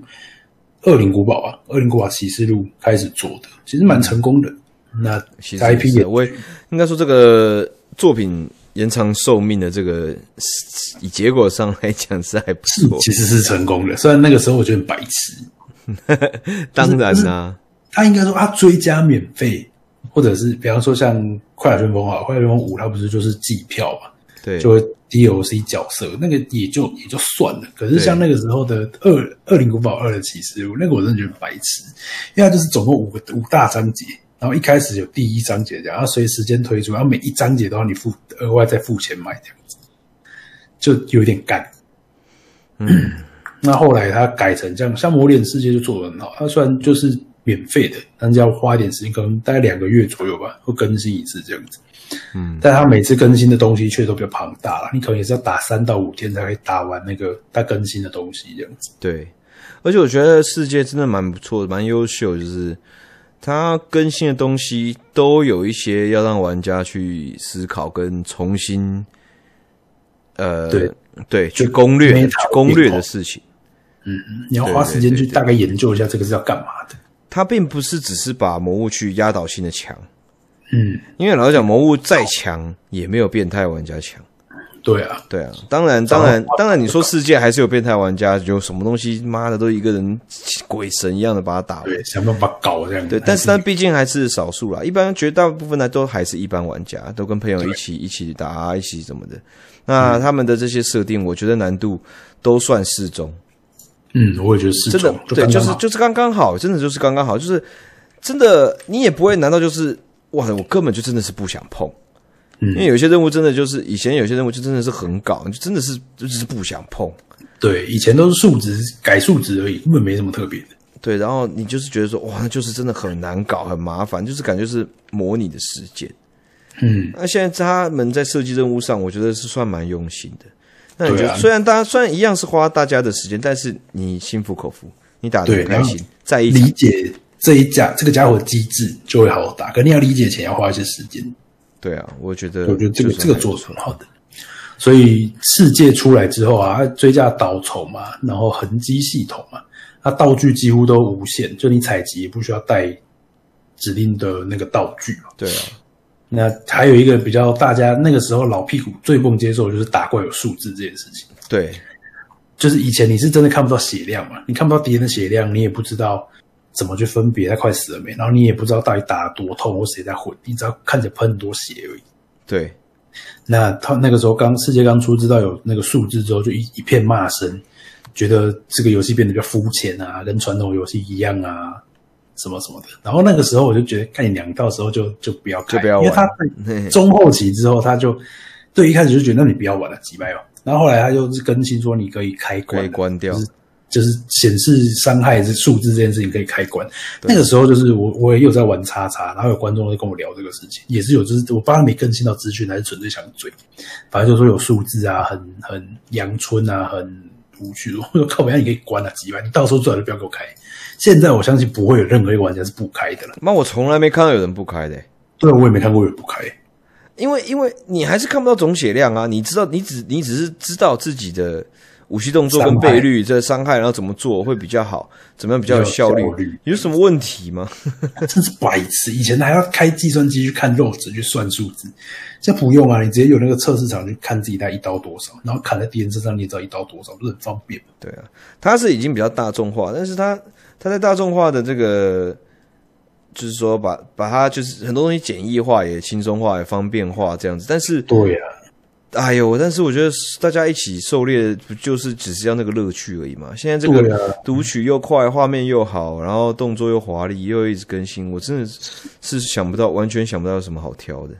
《恶灵古堡》啊，《恶灵古堡启示录》开始做的，其实蛮成功的。那嗯其实也 IP 是也我也应该说这个作品延长寿命的这个以结果上来讲是还不错。其实是成功的，虽然那个时候我觉得很白痴，当然啊啦、他应该说他追加免费，或者是比方说像《快打旋风》啊，《快打旋风五》它不是就是季票嘛，对，就会 DLC 角色，那个也就也就算了。可是像那个时候的二《二零古堡二》的启示录，那个我真的觉得白痴，因为它就是总共五个五大章节，然后一开始有第一章节这样，然后随时间推出，然后每一章节都要你付额外再付钱买这样子，就有点干。嗯， 那后来它改成这样，像《魔脸世界》就做得很好，它虽然就是免费的，但是要花一点时间，可能大概两个月左右吧，会更新一次这样子。但它每次更新的东西却都比较庞大了，你可能也是要打三到五天才可以打完那个它更新的东西这样子。对，而且我觉得世界真的蛮不错的，蛮优秀，就是它更新的东西都有一些要让玩家去思考跟重新，呃，对对，去就攻略没去讨攻略厌的哦事情。你要花时间去大概研究一下这个是要干嘛的。它并不是只是把魔物去压倒性的强，嗯，因为老实讲，魔物再强也没有变态玩家强。对啊，对啊，当然，当然，当然，你说世界还是有变态玩家，有什么东西，妈的，都一个人鬼神一样的把他打完。对，想办法搞这样。对，但是但毕竟还是少数啦，一般绝大部分呢都还是一般玩家，都跟朋友一起一起打，一起怎么的。那他们的这些设定，我觉得难度都算适中，嗯，我也觉得是真的，对，就是就是刚刚好，真的就是刚刚好，就是真的你也不会难到就是哇，我根本就真的是不想碰。因为有些任务真的就是以前有些任务就真的是很搞，就真的是就是不想碰。对，以前都是数值改数值而已，根本没什么特别的。对，然后你就是觉得说，哇，那就是真的很难搞，很麻烦，就是感觉是模拟的时间。嗯，那现在他们在设计任务上，我觉得是算蛮用心的。那你觉对得、啊虽然大家虽然一样是花大家的时间，但是你心服口服，你打的对很开心然后，在一理起。解这一家这个家伙机制就会好好打，可你要理解前要花一些时间。对啊，我觉得我觉得这个就是这个做得很好的。所以世界出来之后啊，追加导丑嘛，然后痕迹系统嘛，它道具几乎都无限，就你采集也不需要带指定的那个道具嘛。对啊，那还有一个比较大家那个时候老屁股最不能接受的就是打怪有数字这件事情，对就是以前你是真的看不到血量嘛，你看不到敌人的血量，你也不知道怎么去分别他快死了没，然后你也不知道到底打得多痛或谁在混，你只要看着喷很多血而已。对那他那个时候刚世界刚出，知道有那个数字之后，就一一片骂声，觉得这个游戏变得比较肤浅啊，跟传统游戏一样啊，什么什么的。然后那个时候我就觉得，看你娘，到时候就就不要开，就不要玩因为他在中后期之后，他就对一开始就觉得那你不要玩了，几百哦。然后后来他又是更新说你可以开关可啊，以关掉就是就是显示伤害是数字这件事情可以开关。那个时候就是我我也有在玩叉叉，然后有观众就跟我聊这个事情，也是有就是我不知道他没更新到资讯，还是纯粹想追，反正就说有数字啊，很很阳春啊，很无趣。 我说靠，本来你可以关啊，几万，你到时候最好就不要给我开。现在我相信不会有任何一个玩家是不开的了，妈，我从来没看到有人不开的欸、对我也没看过有人不开。因为因为你还是看不到总血量啊，你知道你只你只是知道自己的武器动作跟倍率这伤害，然后怎么做会比较好，怎么样比较有效率比较有效率，有什么问题吗？真是白痴！以前还要开计算机去看肉值去算数字，现在不用啊，你直接有那个测试场去看自己大概一刀多少，然后砍在敌人身上你也知道一刀多少，不是很方便吗？对啊，它是已经比较大众化，但是它它在大众化的这个，就是说把把它就是很多东西简易化，也轻松化，也方便化这样子。但是对啊，哎呦，但是我觉得大家一起狩猎不就是只是要那个乐趣而已嘛？现在这对啊个读取又快，画面又好，然后动作又华丽，又一直更新，我真的是想不到，完全想不到有什么好挑的。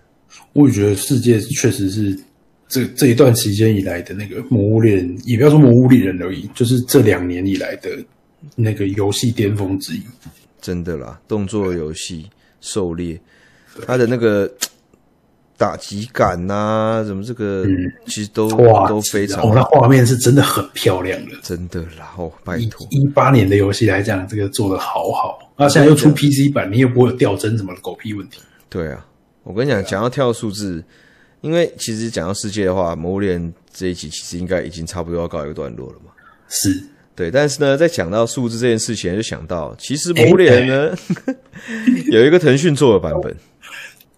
我也觉得世界确实是这这一段期间以来的那个《魔物猎人》，也不要说《魔物猎人》而已，就是这两年以来的那个游戏巅峰之一。真的啦，动作游戏狩猎，它的那个打击感呐、什么这个，其实都嗯哇，都非常哦，那画面是真的很漂亮的。真的啦。哦，拜以托，一八年的游戏来讲，这个做的好好。那现在又出啊 PC 版，你也不会有掉帧什么的狗屁问题。对啊，我跟你讲，讲到跳数字，因为其实讲到世界的话，《魔物猎人》这一集其实应该已经差不多要告一个段落了嘛。是，对，但是呢，在讲到数字这件事情，就想到其实《魔物猎人》呢、 有一个腾讯做的版本，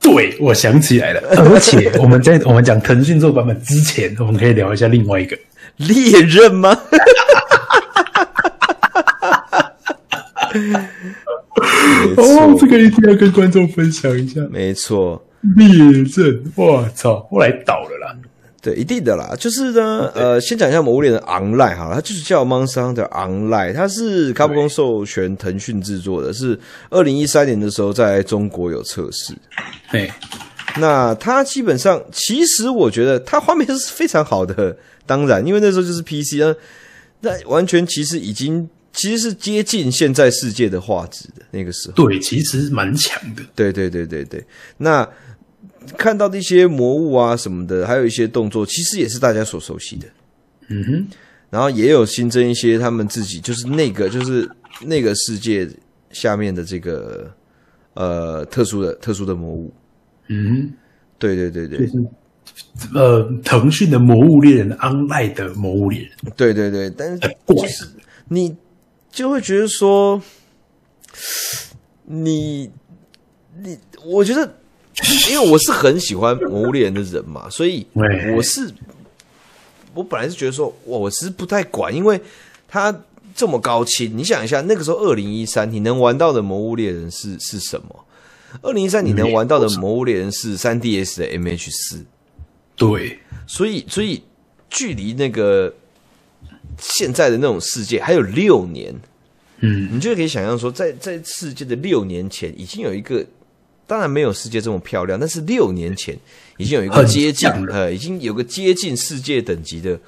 对，我想起来了。 而且我们 在我们讲腾讯做版本之前，我们可以聊一下另外一个。猎刃吗？没哦，这错，个一定要跟观众分享一下。没错，列阵，我操，后来倒了啦。对，一定的啦。就是呢，呃，先讲一下《魔物猎人 Online》好了，它就是叫 Monster Hunter Online，它是卡普空授权腾讯制作的，是二零一三年的时候在中国有测试。嘿， 那它基本上，其实我觉得它画面是非常好的，当然，因为那时候就是 PC 啊，那完全其实已经其实是接近现在世界的画质的那个时候。对，其实蛮强的。对对对对对，那看到的一些魔物啊什么的，还有一些动作，其实也是大家所熟悉的。嗯哼，然后也有新增一些他们自己就是那个就是那个世界下面的这个呃特殊的特殊的魔物。嗯对对对对，哼，呃，腾讯的《魔物猎人》Online 的《魔物猎人》对对对，但是很怪，你就会觉得说，你你，我觉得，因为我是很喜欢《魔物猎人》的人嘛，所以对我是我本来是觉得说，哇，我是不太管，因为它这么高清，你想一下，那个时候二零一三，你能玩到的《魔物猎人是》是什么？二零一三你能玩到的《魔物猎人》是三 DS 的 MH 四，对，所以所以距离那个现在的那种世界还有六年，嗯，你就可以想象说，在在世界的六年前，已经有一个，当然没有世界这么漂亮，但是六年前已经有一个很接近像了呃，已经有个接近世界等级的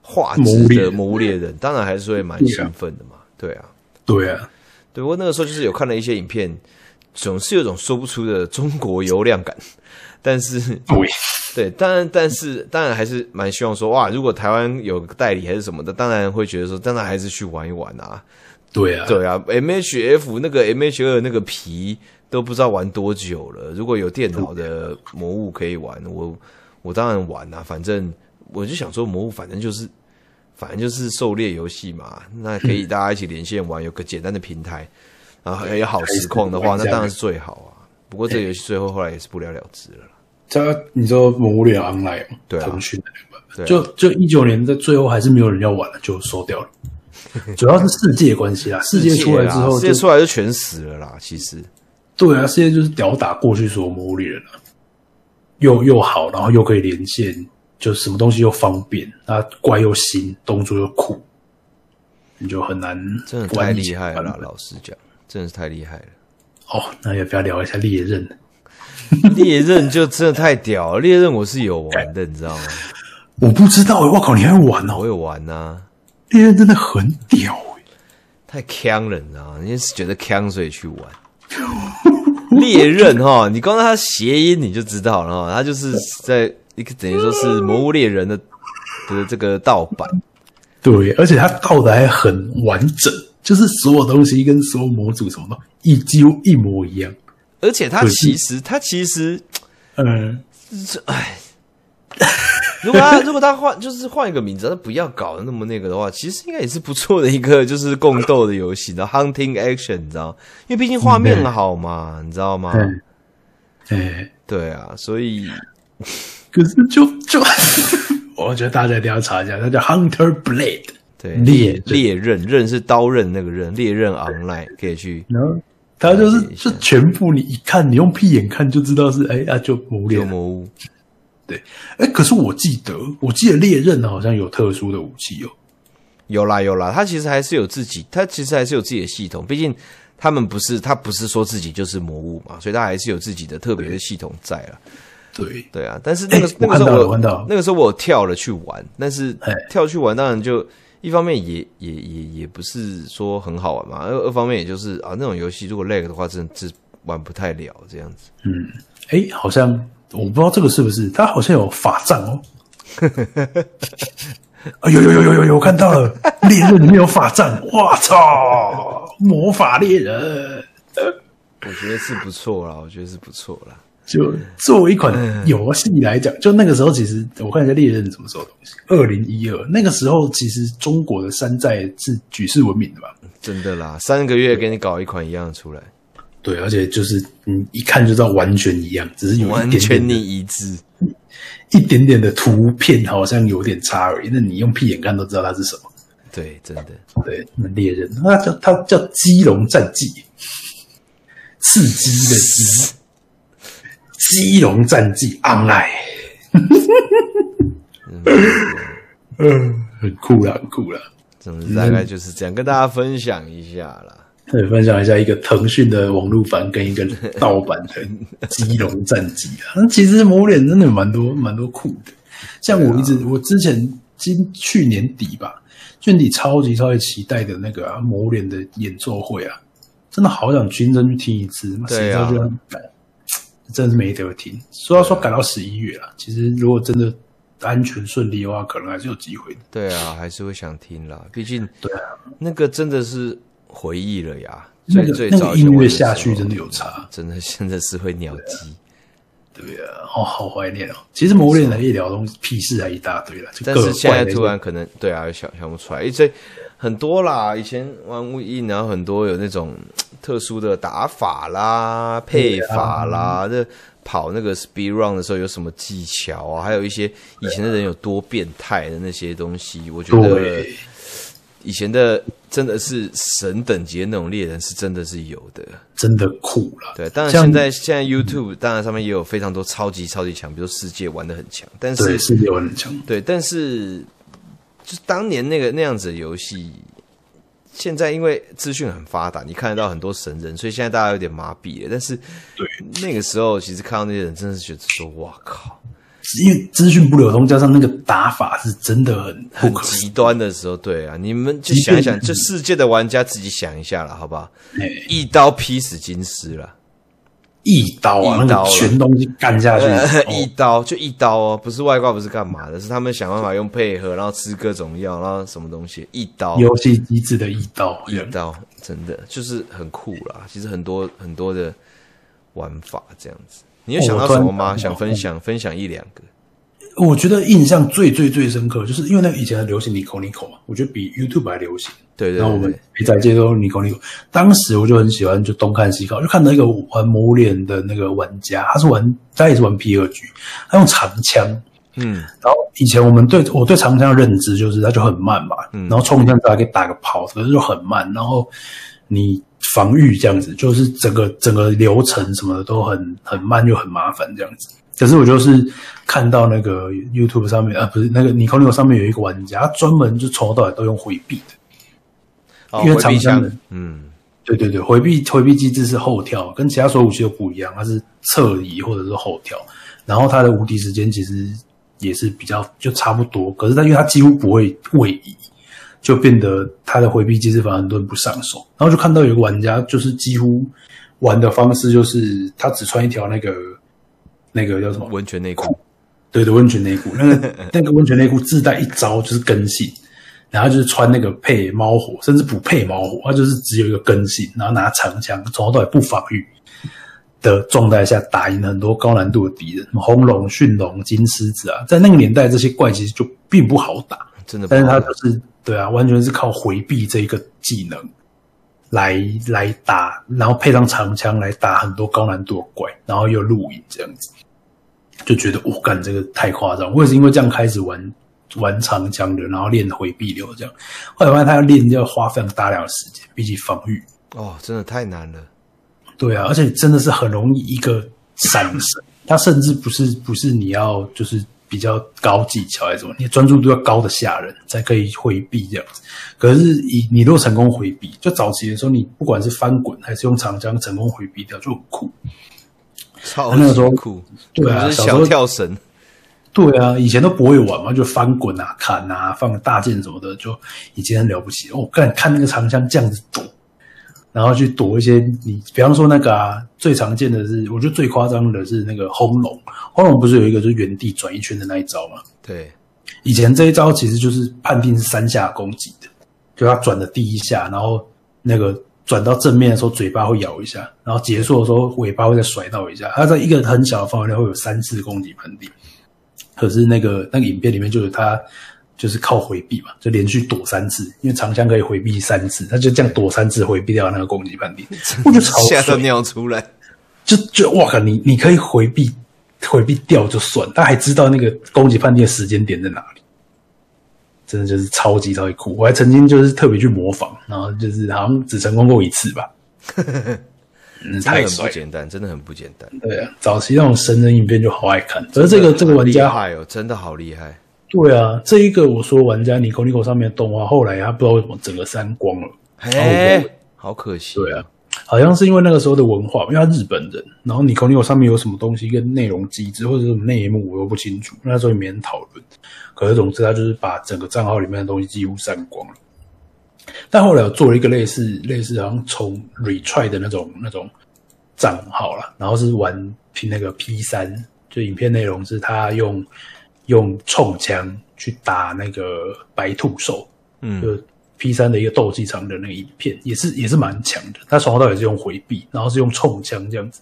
画魔质物猎的《人魔物猎人》，当然还是会蛮对啊兴奋的嘛，对啊。对啊，对，我那个时候就是有看了一些影片，总是有种说不出的中国油量感。但是，对，对，当然，但是，当然还是蛮希望说，哇，如果台湾有个代理还是什么的，当然会觉得说，当然还是去玩一玩啊。对啊，对啊，MHF 那个 MH 二那个皮都不知道玩多久了。如果有电脑的魔物可以玩，我我当然玩啊。反正我就想说，魔物反正就是反正就是狩猎游戏嘛，那可以大家一起连线玩，有个简单的平台，然后还有好实况的话，那当然是最好啊。不过这个游戏最后后来也是不了了之了啦。他你知道《蒙古猎人 Online》吗？对啊腾讯的那个版对啊本，就就一九年在最后还是没有人要玩了，就 收掉了。主要是世界关系啦，世界出来之后世就界出来就全死了啦。其实，对啊，世界就是屌打过去所有魔物猎人啊，又又好，然后又可以连线，就什么东西又方便，啊，怪又新，动作又酷，你就很难真的太玩以厉前害了啦版，本老实讲，真的是太厉害了。 哦，那要不要聊一下猎刃？猎刃就真的太屌了，猎刃我是有玩的，你知道吗？我不知道欸，我靠，你还玩哦？我有玩呐、猎刃真的很屌欸太坑了，你知道吗？你是觉得坑所以去玩。 猎刃哈，你光它谐音你就知道了哈，它就是在一个等于说是魔物猎人的的这个盗版，对，而且它套的还很完整，就是所有东西跟所有模组什么的，一几乎一模一样。而且它其实它其实嗯，哎 如果他如果他换就是换一个名字，他不要搞得那么那个的话，其实应该也是不错的一个就是共斗的游戏，然后 hunting action，你知道吗？因为毕竟画面好嘛，你知道吗？嗯哎、对啊，所以可是就就， 我觉得大家一定要查一下，它叫 Hunter Blade，对猎刃猎刃刃是刀刃那个刃，猎刃 online 可以去然后它就是了解一下就全部你一看，你用屁眼看就知道是哎啊就魔猎救。魔屋，对，哎，可是我记得我记得猎刃好像有特殊的武器哦。有啦有啦，他其实还是有自己，他其实还是有自己的系统，毕竟他们不是他不是说自己就是魔物嘛，所以他还是有自己的特别的系统在啦。对，对啊，但是那个、哎那个时候我看到了我我看到了那个时候我跳了去玩，但是哎跳去玩当然就一方面也也也也不是说很好玩嘛，二二方面也就是啊那种游戏如果 lag 的话，真的是玩不太了这样子。哎，好像我不知道这个是不是，它好像有法杖 哦。啊，有有有有有有，我看到了，猎刃里面有法杖，我操，魔法猎人。我觉得是不错啦，我 觉得是不错啦。就作为一款嗯游戏来讲，就那个时候其实我看一下猎刃是什么时候的东西，二零一二那个时候其实中国的山寨是举世闻名的吧？真的啦，三个月给你搞一款一样的出来，对，而且就是你一看就知道完全一样，只是有完一点全点你的一致。一点点的图片好像有点差而已，那你用屁眼看都知道它是什么。对，真的对，那猎人它叫它叫基隆战记，刺激的激，基隆战记 online。嗯，很酷啦，很酷啦。真的大概就是这样，跟大家分享一下啦。对，分享一下一个腾讯的网络版跟一个盗版的基隆战机啊。那其实魔脸真的有蛮多蛮多酷的，像我一啊直、我之前今去年底吧，去年底超级超级期待的那个啊魔脸的演奏会啊，真的好想亲身去听一次，妈谁对知啊道就要改，真的是没得听。说要说改到十一月啊，其实如果真的安全顺利的话，可能还是有机会的。对啊，还是会想听啦，毕竟对啊，那个真的是回忆了呀。那最个最那早个以前音玩乐的时候下去真的有差。 真的真的是会鸟鸡。对对啊，哦，好怀念哦。其实《魔物猎人》一聊东西屁事还一大堆了，就但各是种现在怪的突然可能对啊，想想不出来，这很多啦。以前玩无印，然后很多有那种特殊的打法啦、配啊法啦，这、跑那个 speed run 的时候有什么技巧啊，还有一些以前的人有多变态的那些东西，我觉得对以前的真的是神等级的那种猎人是真的是有的。真的酷了。对，当然像现在现在 YouTube 当然上面也有非常多超级超级强，比如说世界玩的很强，但对，是世界玩很强。对，但是就当年那个那样子的游戏，现在因为资讯很发达，你看得到很多神人，所以现在大家有点麻痹了。但是对那个时候，其实看到那些人，真的是觉得说，哇靠，因为资讯不流通，加上那个打法是真的很不 很可思极端的时候，对啊，你们就想一想，这世界的玩家自己想一下了，好吧？议，一刀劈死金丝了。哎一一刀啊，刀那啊个全东西干 下去，呃，哦一刀就一刀哦，不是外挂，不是干嘛的，是他们想办法用配合，然后吃各种药，然后什么东西，一刀游戏机制的一刀，这样一刀，真的就是很酷啦。其实很多很多的玩法这样子，你有想到哦我突什然么吗？想想到分享分享一两个？我觉得印象最最最深刻，就是因为那个以前很流行 Nico Nico 嘛，我觉得比 YouTube 还流行。对对然后我对们对，肥仔界都是 Nico Nico，当时我就很喜欢，就东看西看，我就看到一个玩魔物猎人的那个玩家，他是玩，他也是玩 P 二 G，他用长枪。嗯，然后以前我们对我对长枪的认知就是它就很慢嘛，嗯然后冲一下大家可以打个跑，可是就很慢，然后你防御这样子，就是整个整个流程什么的都很很慢又很麻烦这样子。可是我就是看到那个 YouTube 上面，呃，不是那个 Nico Nico 上面有一个玩家，他专门就从头到尾都用回避的，哦，因为回长避枪枪的，嗯，对对对，回避回避机制是后跳，跟其他所有武器都不一样，它是侧移或者是后跳。然后它的无敌时间其实也是比较就差不多，可是它因为它几乎不会位移，就变得它的回避机制反而很多人不上手。然后就看到有个玩家就是几乎玩的方式就是他只穿一条那个那个叫什么温泉内裤，对的温泉内裤，那个 那个温泉内裤自带一招就是根性，然后就是穿那个配猫火，甚至不配猫火，他就是只有一个根性，然后拿长枪从头到尾不防御的状态下打赢很多高难度的敌人，什么红龙、驯龙、金狮子啊，在那个年代这些怪其实就并不好打，真的不但好是玩，他就是对啊，完全是靠回避这一个技能来来打，然后配上长枪来打很多高难度的怪，然后又录影这样子，就觉得我干、这个太夸张。我也是因为这样开始玩玩长枪的，然后练回避流这样，后来发现他要练要花非常大量的时间，比起防御，哦，真的太难了，对啊，而且真的是很容易一个闪神，它甚至不是不是你要就是比较高技巧还是什么，你专注度要高的吓人才可以回避这样子。可是以你若成功回避，就早期的时候，你不管是翻滚还是用长江成功回避掉，就很酷。超他那个时级候酷，对啊就是小时小候跳绳，对啊，以前都不会玩嘛，就翻滚啊、砍啊、放大剑什么的，就已经很了不起。我、哦、干看那个长枪这样子躲，然后去躲一些你，比方说那个啊，最常见的是，我觉得最夸张的是那个轰龙，轰龙不是有一个就是原地转一圈的那一招吗？对，以前这一招其实就是判定是三下攻击的，就他转的第一下，然后那个转到正面的时候嘴巴会咬一下，然后结束的时候尾巴会再甩到一下。他在一个很小的范围内会有三次攻击判定，可是那个那个影片里面就有他就是靠回避嘛，就连续躲三次，因为长枪可以回避三次，他就这样躲三次回避掉那个攻击判定，我就超 吓到爽。尿出来，就就哇靠，你你可以回避回避掉就算，他还知道那个攻击判定的时间点在哪里，真的就是超级超级酷。我还曾经就是特别去模仿，然后就是好像只成功过一 次吧，嗯，真的太很帅不了。简单，真的很不简单，对啊，早期那种神人影片就好爱看，而这个这个玩厉家，害哦，真的好厉害，对啊，这一个我说玩家 Nico Nico 上面的动画，后来他不知道为什么整个删光了。嘿，好可惜，哎对啊，好像是因为那个时候的文化，因为他日本人，然后你 i 你有上面有什么东西跟内容机制或者是什么内幕，我又不清楚，那时候也没人讨论。可是总之，他就是把整个账号里面的东西几乎删光了。但后来我做了一个类似类似好像从 retry 的那种那种账号啦，然后是玩拼那个 P 三，就影片内容是他用用冲枪去打那个白兔兽，嗯，就 P 三的一个斗技场的那个影片，也是也是蛮强的。他从头到尾是用回避，然后是用冲枪这样子，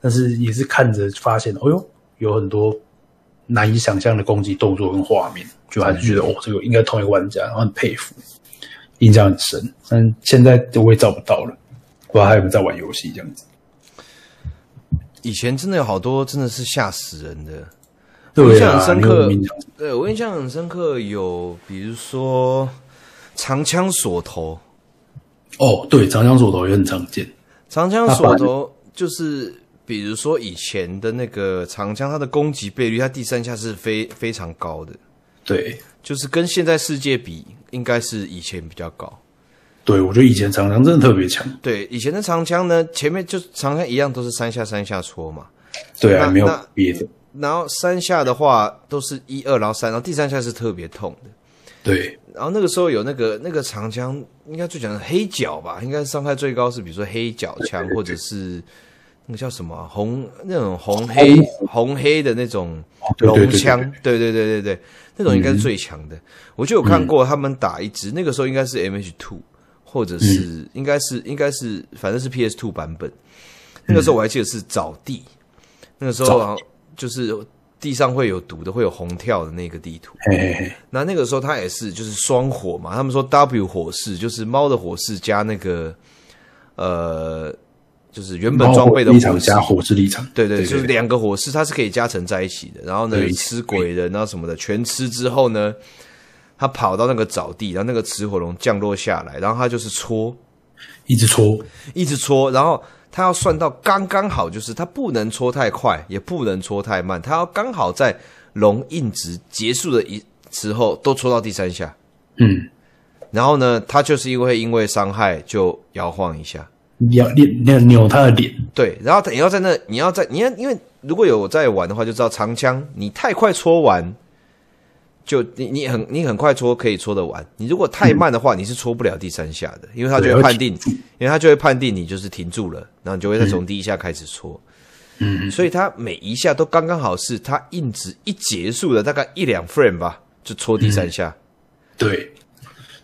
但是也是看着发现，哦呦，有很多难以想象的攻击动作跟画面，就还是觉得哦，这个应该同一个玩家，然后很佩服，印象很深。但现在我也找不到了，不知道还有没有在玩游戏这样子。以前真的有好多真的是吓死人的，我印对象啊，很深你有刻没有印象。对我印象很深刻有，比如说长枪锁头，哦，对，长枪锁头也很常见。长枪啊锁头就是比如说以前的那个长枪，它的攻击倍率，它第三下是非非常高的，对，就是跟现在世界比，应该是以前比较高。对我觉得以前长枪真的特别强。对，以前的长枪呢，前面就长枪一样都是三下三下戳嘛，对那啊，没有那别的。然后三下的话都是一二，然后三，然后第三下是特别痛的。对，然后那个时候有那个那个长枪，应该最讲的黑角吧，应该伤害最高是比如说黑角枪或者是那个叫什么啊红那种红黑红黑的那种哦对对嗯龙对对枪，对对对对对，那种应该是最强的。我就有看过他们打一支，那个时候应该是 M H Two，或者嗯是应该是应该是反正是 P S Two 版本。那个时候我还记得是沼地，那个时候沼地好像就是地上会有毒的，会有红跳的那个地图。嘿嘿嘿，那那个时候它也是就是双火嘛，他们说 W 火势就是猫的火势加那个呃，就是原本装备的立火场势加，火之立场。对对，对就是两个火势它是可以加成在一起的。然后呢对，吃鬼人啊什么的，全吃之后呢，他跑到那个沼地，然后那个雌火龙降落下来，然后他就是戳，一直戳。一直戳，然后他要算到刚刚好，就是他不能戳太快，也不能戳太慢，他要刚好在龙硬直结束的一时候都戳到第三下。嗯，然后呢，他就是因为因为伤害就摇晃一下，要扭扭扭他的脸。对，然后他你要在那，你要在你要因为如果有在玩的话，就知道长枪你太快戳完，就你你很你很快戳可以戳得完，你如果太慢的话，你是戳不了第三下的，因为他就会对判定，因为他就会判定你就是停住了，然后你就会再从第一下开始戳。嗯，所以他每一下都刚刚好是他硬直一结束了大概一两 frame 吧，就戳第三下，对，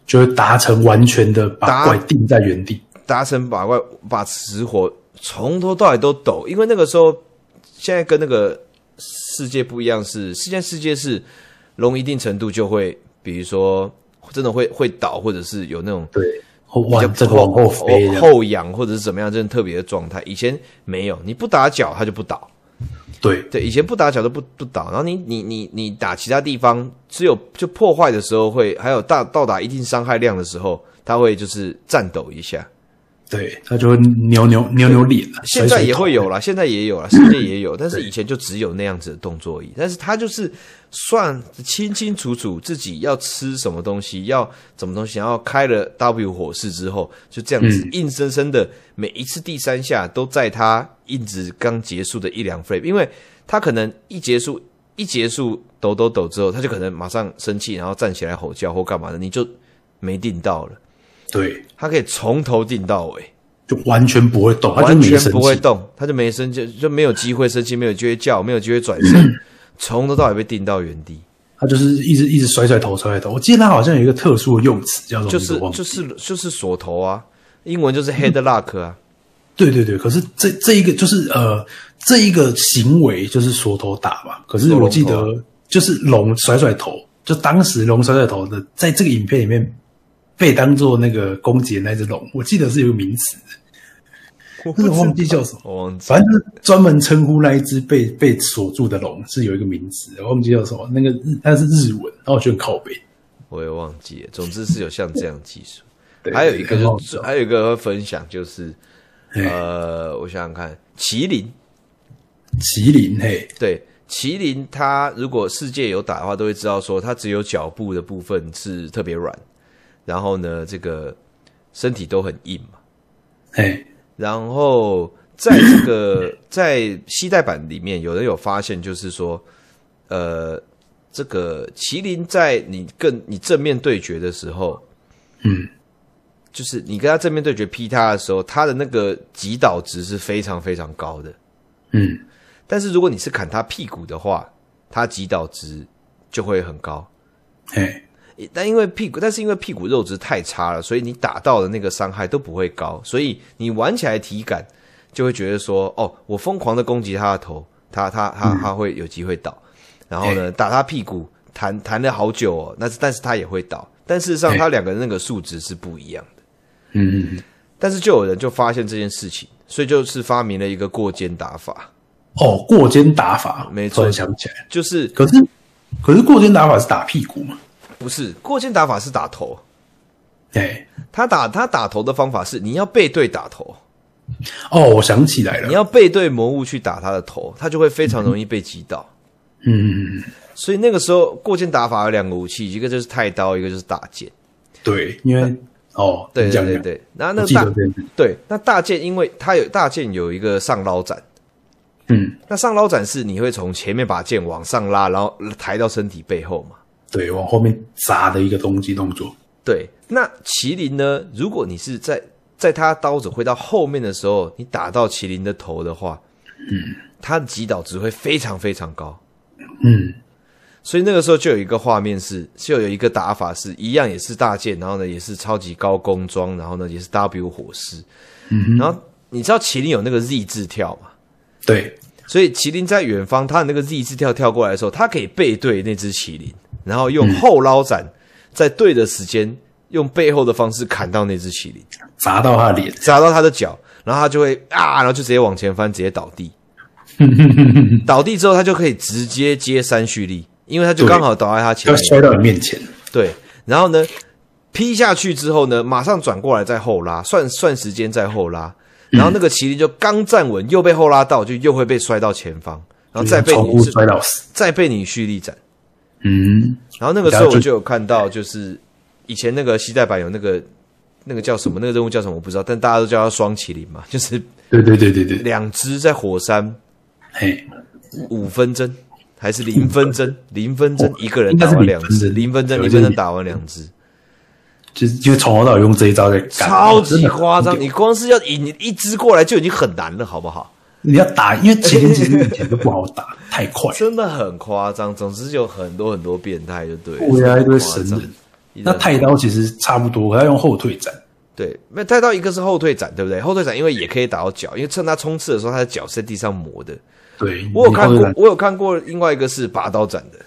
就会达成完全的达把怪定在原地。达成把外把死火从头到尾都抖，因为那个时候现在跟那个世界不一样是，现在世界是龙一定程度就会，比如说真的会会倒，或者是有那种对，后比较往这个往后飞这样，后仰或者是怎么样这种特别的状态。以前没有，你不打脚它就不倒，对对，以前不打脚都不不倒，然后你你你你打其他地方，只有就破坏的时候会，还有大到达一定伤害量的时候，它会就是颤抖一下。对，他就会扭扭扭扭脸啊了。现在也会有，有啦，现在也有啦，世界也有，但是以前就只有那样子的动作而已。但是他就是算清清楚楚自己要吃什么东西，要什么东西，然后开了 W 火势之后，就这样子硬生生的每一次第三下都在他硬直刚结束的一两 frame，因为他可能一结束一结束抖抖抖之后，他就可能马上生气，然后站起来吼叫或干嘛的，你就没定到了。对，他可以从头定到尾。就完全不会动，他就完没全生不会气。动，他就没生气，就没有机会生气，没有机会叫， 没有机会转身，从头到尾被定到原地，他就是一直一直甩甩头，甩甩头。我记得他好像有一个特殊的用词叫什么，就是我忘记就了是就是锁头啊，英文就是 headlock 啊，对对对，可是这这一个就是呃，这一个行为就是锁头打嘛。可是我记锁龙啊得就是龙甩甩头，就当时龙甩甩头的，在这个影片里面被当做那个攻击的那只龙，我记得是有个名词，但是我 忘记叫什么。我 忘记反正就是专门称呼那一只被被锁住的龙是有一个名词，我忘记叫什么。那个日那是日文，然后我觉得很靠背。我也忘记了，总之是有像这样的技术，对还有一个很好就是笑还有一个分享就是嘿呃，我想想看，麒麟麒麟嘿，对。麒麟，它如果世界有打的话，都会知道说它只有脚部的部分是特别软，然后呢，这个身体都很硬嘛。嘿，然后在这个在西代版里面，有人有发现，就是说，呃，这个麒麟在你更你正面对决的时候，嗯，就是你跟他正面对决劈他的时候，他的那个击倒值是非常非常高的。嗯，但是如果你是砍他屁股的话，他击倒值就会很高。嘿，但因为屁股，但是因为屁股肉质太差了，所以你打到的那个伤害都不会高，所以你玩起来体感就会觉得说，哦，我疯狂的攻击他的头，他他他他会有机会倒。然后呢，打他屁股，弹弹了好久哦，那是但是他也会倒。但事实上，哎他两个人那个数值是不一样的。嗯嗯，嗯但是就有人就发现这件事情，所以就是发明了一个过肩打法，哦，过肩打法，没错突然想起来，就是可是可是过肩打法是打屁股嘛？不是过肩打法是打头，哎，他打他打头的方法是你要背对打头，哦，我想起来你了，要背对魔物去打他的头，他就会非常容易被击倒。嗯，嗯嗯，所以那个时候过肩打法有两个武器，一个就是太刀，一个就是大剑。对，因为哦，对你讲对对讲，对，然后那我个大记得这件事，对那大剑，因为它有大剑有一个上捞斩，嗯，那上捞斩是你会从前面把剑往上拉，然后抬到身体背后嘛。对，往后面砸的一个攻击动作，对，那麒麟呢？如果你是在在他刀子挥到后面的时候，你打到麒麟的头的话，嗯，他的击倒值会非常非常高。嗯，所以那个时候就有一个画面是，就有一个打法是一样也是大剑，然后呢也是超级高攻装，然后呢也是 W 火势，嗯、然后你知道麒麟有那个 Z 字跳嘛？对，所以麒麟在远方，它的那个 Z 字跳跳过来的时候，它可以背对那只麒麟，然后用后捞斩，在对的时间用背后的方式砍到那只麒麟，砸到他的脸，砸到它的脚，然后它就会啊，然后就直接往前翻，直接倒 地。倒地之后，它就可以直接接三蓄力，因为它就对刚好倒在它前要面。摔到你面前，对，然后呢，劈下去之后呢，马上转过来再后拉，算算时间再后拉，然后那个麒麟就刚站稳，又被后拉到，就又会被摔到前方，然后再被嗯超你过摔到死，再被你蓄力斩。嗯，然后那个时候然我后就就有看到，就是以前那个西代版有那个那个叫什么，那个任务叫什么我不知道，但大家都叫它双麒麟嘛， 就是对对对对对，两只在火山嘿，五分针还是零分针，零分针一个人应该打是完零两分只，针零分针有零一分点针打完两只。就是就从头到尾用这一招在干，哦超真级的夸张！你光是要引一只过来就已经很难了，好不好？你要打，因为麒麟其实以前都不好打，太 快了，真的很夸张。总之有很多很多变态，就对了。我呀一堆真的神很夸张人，那太刀其实差不多，要用后退斩，对，那太刀一个是后退斩，对不对？后退斩因为也可以打到脚，因为趁他冲刺的时候，他的脚是在地上磨的。对，我有嗯你看后退过斩，我有看过，另外一个是拔刀斩的，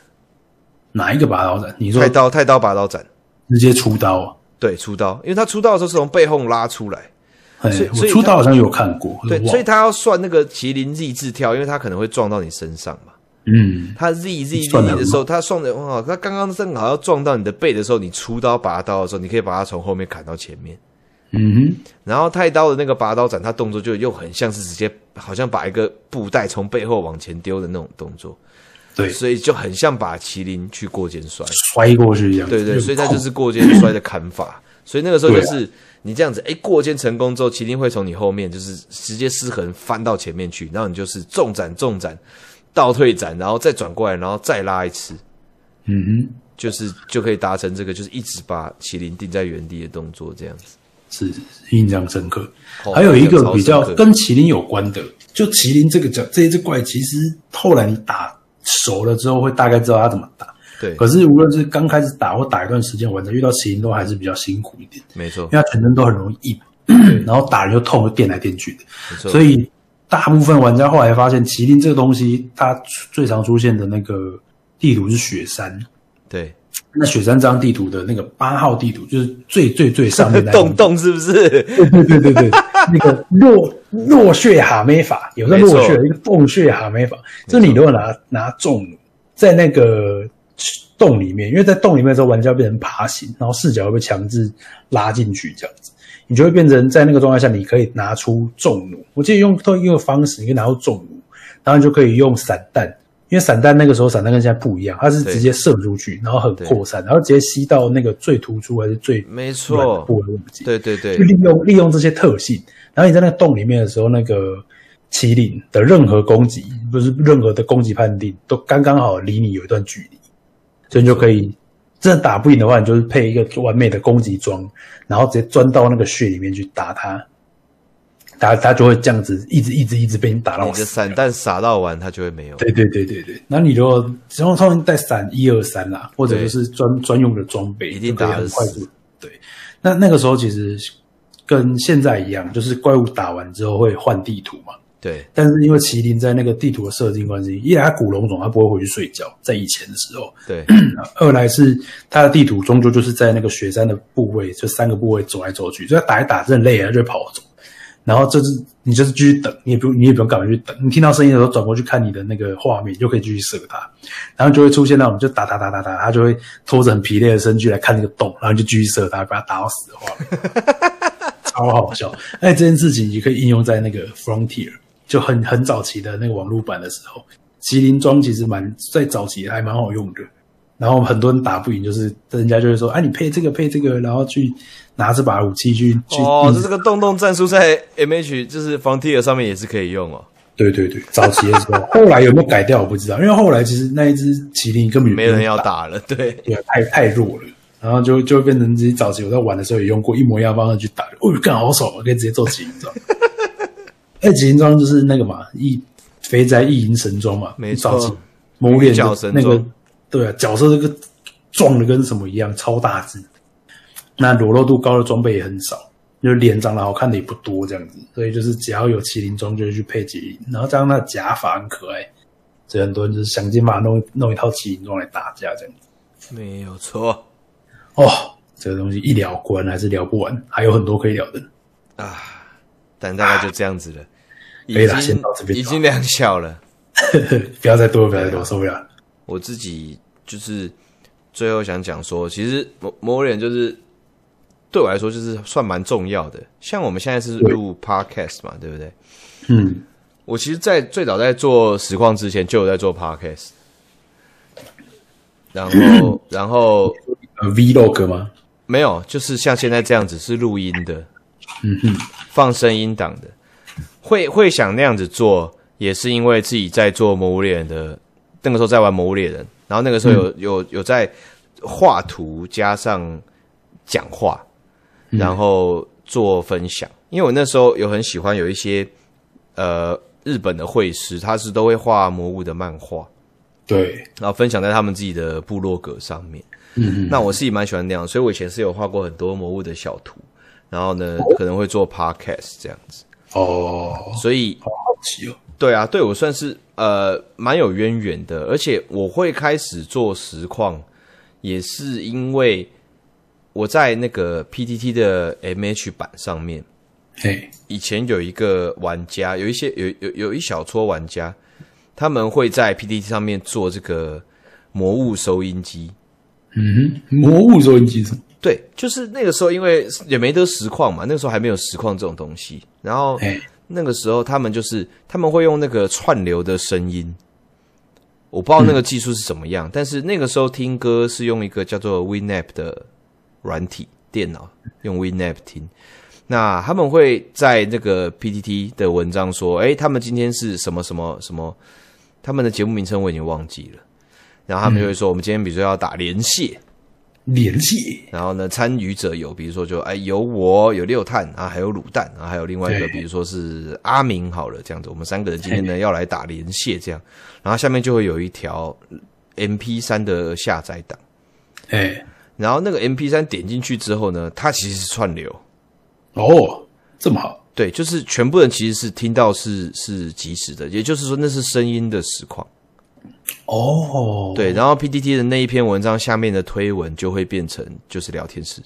哪一个拔刀斩？你说太刀太刀拔刀斩，直接出刀啊？对，出刀，因为他出刀的时候是从背后拉出来，哎所以，我所以出他刀好像有看过，对，哇所以他要算那个麒麟 Z 字跳，因为他可能会撞到你身上嘛。嗯，他 Z Z 算 Z 得很的时候，他撞的很好，他刚刚正好要撞到你的背的时候，你出刀拔刀的时候，你可以把他从后面砍到前面。嗯然后太刀的那个拔刀斩，他动作就又很像是直接好像把一个布袋从背后往前丢的那种动作，哼，对，所以就很像把麒麟去过肩摔。摔过去这样子，对对，就所以他就是过肩摔的砍法。所以那个时候就是你这样子，哎，过肩成功之后，麒麟会从你后面就是直接失衡翻到前面去，然后你就是重斩重斩，倒退斩，然后再转过来，然后再拉一次。嗯哼，就是就可以达成这个，就是一直把麒麟定在原地的动作，这样子。是印象深刻哦。还有一个比印象超较深刻跟麒麟有关的，就麒麟这个角这一只怪，其实后来你打熟了之后，会大概知道它怎么打。对，可是无论是刚开始打或打一段时间完成，遇到麒麟都还是比较辛苦一点，没错因，为它全身都很容易硬，然后打人又痛，又电来电去的。没错。所以大部分玩家后来发现，麒麟这个东西，它最常出现的那个地图是雪山。对，那雪山这张地图的那个八号地图，就是最最最上面那一张 动动是不是？对对对对，对，那个落落穴哈梅法，有个落穴没错，一个洞穴哈梅法，这你如果拿拿重弩在那个洞里面，因为在洞里面的时候，玩家变成爬行，然后视角会被强制拉进去，这样子，你就会变成在那个状态下，你可以拿出重弩。我记得用同一个方式，你可以拿出重弩，然后你就可以用散弹。因为散弹那个时候散弹跟现在不一样，它是对直接射出去，然后很对扩散，然后直接吸到那个最突出还是最没错软的部位，我不记得对对对去，利用利用这些特性，然后你在那个洞里面的时候，那个麒麟的任何攻击，不是任何的攻击判定，都刚刚好离你有一段距离，所以你就可以真的打不赢的话，你就是配一个完美的攻击装，然后直接钻到那个穴里面去打它，打它就会这样子一直一直一直被你打到你的死。散弹撒到完，它就会没有。对对对对对，那你如果只用通常带伞一二三啦，或者对就是专专用的装备，一定就可以打得很快死速。对，那那个时候其实跟现在一样，就是怪物打完之后会换地图嘛，对，但是因为麒麟在那个地图的设定关系，一来它古龙种它不会回去睡觉，在以前的时候；对，二来是它的地图终究就是在那个雪山的部位，就三个部位走来走去，就它打一打真的累了它啊就跑走。然后这是你就是继续等，你也不用你也不用赶快去等，你听到声音的时候转过去看你的那个画面，你就可以继续射它，然后就会出现那种就打打打打打，它就会拖着很疲累的身躯来看那个洞，然后就继续射它，把它打到死的画面，超好笑。哎，这件事情也可以应用在那个 Frontier，就很很早期的那个网络版的时候，麒麟装其实蛮在早期还蛮好用的。然后很多人打不赢，就是人家就会说：“哎、啊，你配这个配这个，然后去拿这把武器去去。”嗯哦，这个洞洞战术在 M H 就是 Frontier 上面也是可以用哦，对对对，早期的时候，后来有没有改掉我不知道，因为后来其实那一只麒麟根本没人要，打了，对， 对，啊太太弱了，然后就就变成自己早期我在玩的时候也用过一模一样的方式去打，哦，干好爽，我可以直接做麒麟装。哎，麒麟装就是那个嘛，一肥宅一银神装嘛，没错早期谋脸银角的神那个装，对啊，角色这个壮的跟什么一样，超大只，那裸露度高的装备也很少，就是脸长得好看的也不多这样子，所以就是只要有麒麟装就会去配麒麟，然后加上他的假发很可爱，所以很多人就是想尽办法弄弄一套麒麟装来打架这样子。没有错哦，这个东西一聊果然还是聊不完，还有很多可以聊的。啊，但大概就这样子了，可已以啦经先到这边已经两小了，不要再多了，不要再多了，受不了了。我自己就是最后想讲说，其实某某人就是对我来说就是算蛮重要的，像我们现在是录 Podcast 嘛，对不对？嗯，我其实，在最早在做实况之前，就有在做 podcast，然后然后呃，Vlog 吗？没有，就是像现在这样子是录音的，嗯哼，放声音档的，会会想那样子做，也是因为自己在做《魔物猎人》的，那个时候在玩《魔物猎人》，然后那个时候嗯有、有有在画图加上讲话，嗯然后做分享，因为我那时候有很喜欢有一些呃日本的绘师，他是都会画魔物的漫画，对，然后分享在他们自己的部落格上面。嗯那我自己蛮喜欢那样，所以我以前是有画过很多魔物的小图，然后呢可能会做 podcast 这样子，哼，哦，所以好好奇哦，对啊，对我算是呃蛮有渊源的，而且我会开始做实况，也是因为我在那个 PTT 的 MH 版上面，嘿，以前有一个玩家，有一些有有有一小撮玩家，他们会在 PTT 上面做这个魔物收音机，嗯哼，魔物收音机是什么？对，就是那个时候，因为也没得实况嘛，那个时候还没有实况这种东西。然后哎那个时候他们就是他们会用那个串流的声音，我不知道那个技术是怎么样，但是那个时候听歌是用一个叫做 Winamp 的软体，电脑用 Winamp 听。那他们会在那个 PTT 的文章说，诶，他们今天是什么什么什么，他们的节目名称我已经忘记了。然后他们就会说，我们今天比如说要打连线，联系，然后呢，参与者有，比如说就哎有我有六探啊，还有卤蛋啊，还有另外一个，对比如说是阿明好了，这样子，我们三个人今天呢要来打连线这样，然后下面就会有一条 M P 三的下载档，哎，然后那个呃 M P 三点进去之后呢，它其实是串流，哦，这么好，对，就是全部人其实是听到是是及时的，也就是说那是声音的实况，哦，对，然后 P D T 的那一篇文章下面的推文就会变成就是聊天室，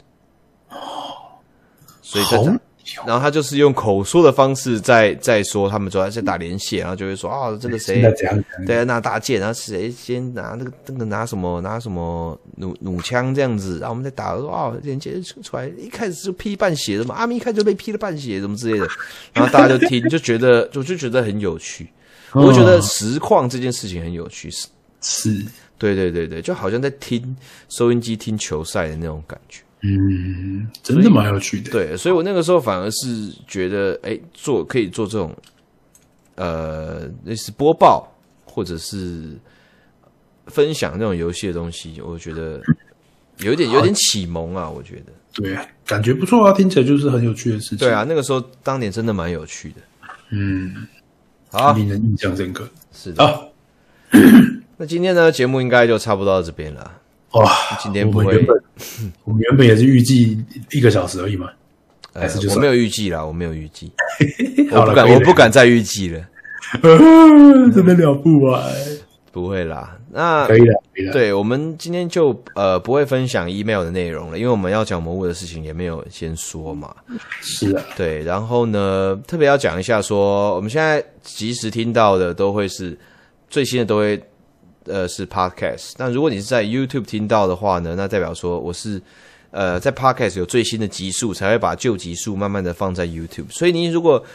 所以这好屌，然后他就是用口说的方式在在说，他们主要在打连线，然后就会说啊，这个谁现在怎样怎样对啊拿大剑，然后谁先拿那个那个拿什么拿什么弩弩枪这样子，然后我们在打说啊，连接出来一开始就劈半血的嘛，阿明一开始就被劈了半血什么之类的，然后大家就听就觉得我就觉得很有趣，我就觉得哦实况这件事情很有趣，是是，对对对对，就好像在听收音机听球赛的那种感觉。嗯，真的蛮有趣的，对，所以我那个时候反而是觉得，哎、做可以做这种，呃，类似播报或者是分享那种游戏的东西，我觉得有一点有点启蒙啊，我觉得。对啊，感觉不错啊，听起来就是很有趣的事情，对，啊，那个时候当年真的蛮有趣的。嗯，好，令人印象深刻是的。啊，那今天呢，节目应该就差不多到这边了。哇，今天不我会们原 本我们原本也是预计一个小时而已嘛，呃还是就，我算 没有预计啦，我没有预计，好我不了敢，可以我了不敢再预计了。真的了不完，不会啦。那可以了，可以了。对我们今天就呃不会分享 email 的内容了，因为我们要讲魔物的事情也没有先说嘛。是啊，对，然后呢，特别要讲一下说，我们现在及时听到的都会是最新的，都会呃是 podcast。那如果你是在 YouTube 听到的话呢，那代表说我是呃在 podcast 有最新的集数，才会把旧集数慢慢的放在 YouTube。所以你如果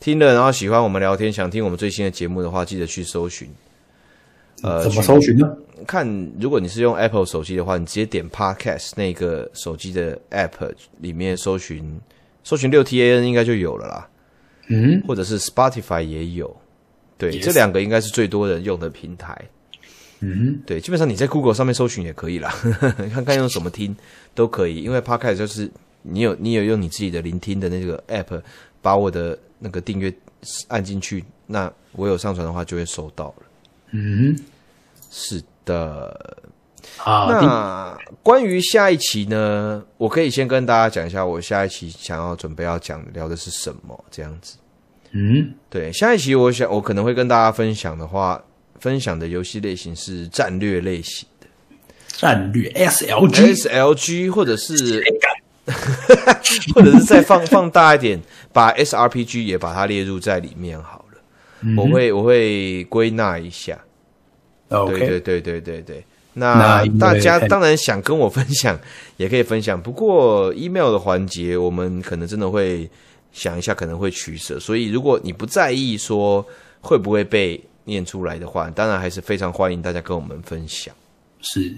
听了，然后喜欢我们聊天，想听我们最新的节目的话，记得去搜寻。呃，怎么搜寻呢？看，如果你是用 Apple 手机的话，你直接点 Podcast 那个手机的 App 里面搜寻，搜寻六 TAN 应该就有了啦，嗯，或者是 Spotify 也有。对 Yes 这两个应该是最多人用的平台。嗯，对，基本上你在 Google 上面搜寻也可以啦， 看看用什么听都可以，因为 Podcast 就是你有你有用你自己的聆听的那个 App 把我的那个订阅按进去，那我有上传的话就会收到了。嗯，啊是的，好的，那关于下一期呢，我可以先跟大家讲一下，我下一期想要准备要讲聊的是什么，这样子。嗯，对，下一期我想我可能会跟大家分享的话，分享的游戏类型是战略类型战略哎 SLG， ，SLG 或者是 或者是再放放大一点，把 SRPG 也把它列入在里面好了。嗯我会我会归纳一下。对 OK，对对对对对。那那因为大家看当然想跟我分享，也可以分享。不过 email 的环节，我们可能真的会想一下，可能会取舍。所以，如果你不在意说会不会被念出来的话，当然还是非常欢迎大家跟我们分享。是。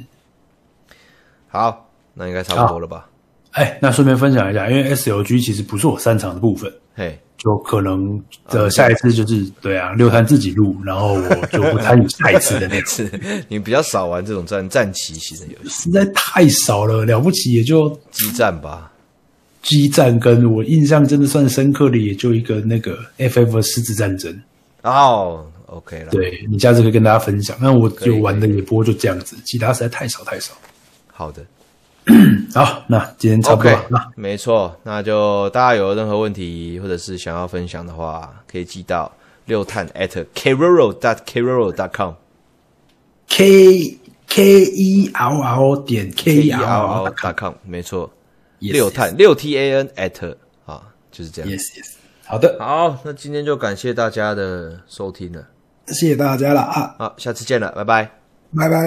好，那应该差不多了吧？哎，那顺便分享一下，因为 SLG 其实不是我擅长的部分，嘿，就可能呃啊下一次就是对啊，六三自己录，然后我就不参与下一次的那种。是 你比较少玩这种战战棋型的 游戏，实在太少了，了不起也就激战吧？激战跟我印象真的算深刻的，也就一个那个 FF 的狮子战争。哦、o k 了，对你下次可以跟大家分享。那我以就玩的也不过就这样子，其他实在太少太少。好的。好，那今天差不多啊 OK，了。那没错，那就大家有任何问题或者是想要分享的话，可以寄到六探 at keroro dot keroro dot com K K E R R 点 K E R R dot com，没错， Yes, 六探六 t a n at 啊，就是这样。 yes yes。好的，好，那今天就感谢大家的收听了，谢谢大家了啊，好，下次见了，拜拜。拜拜。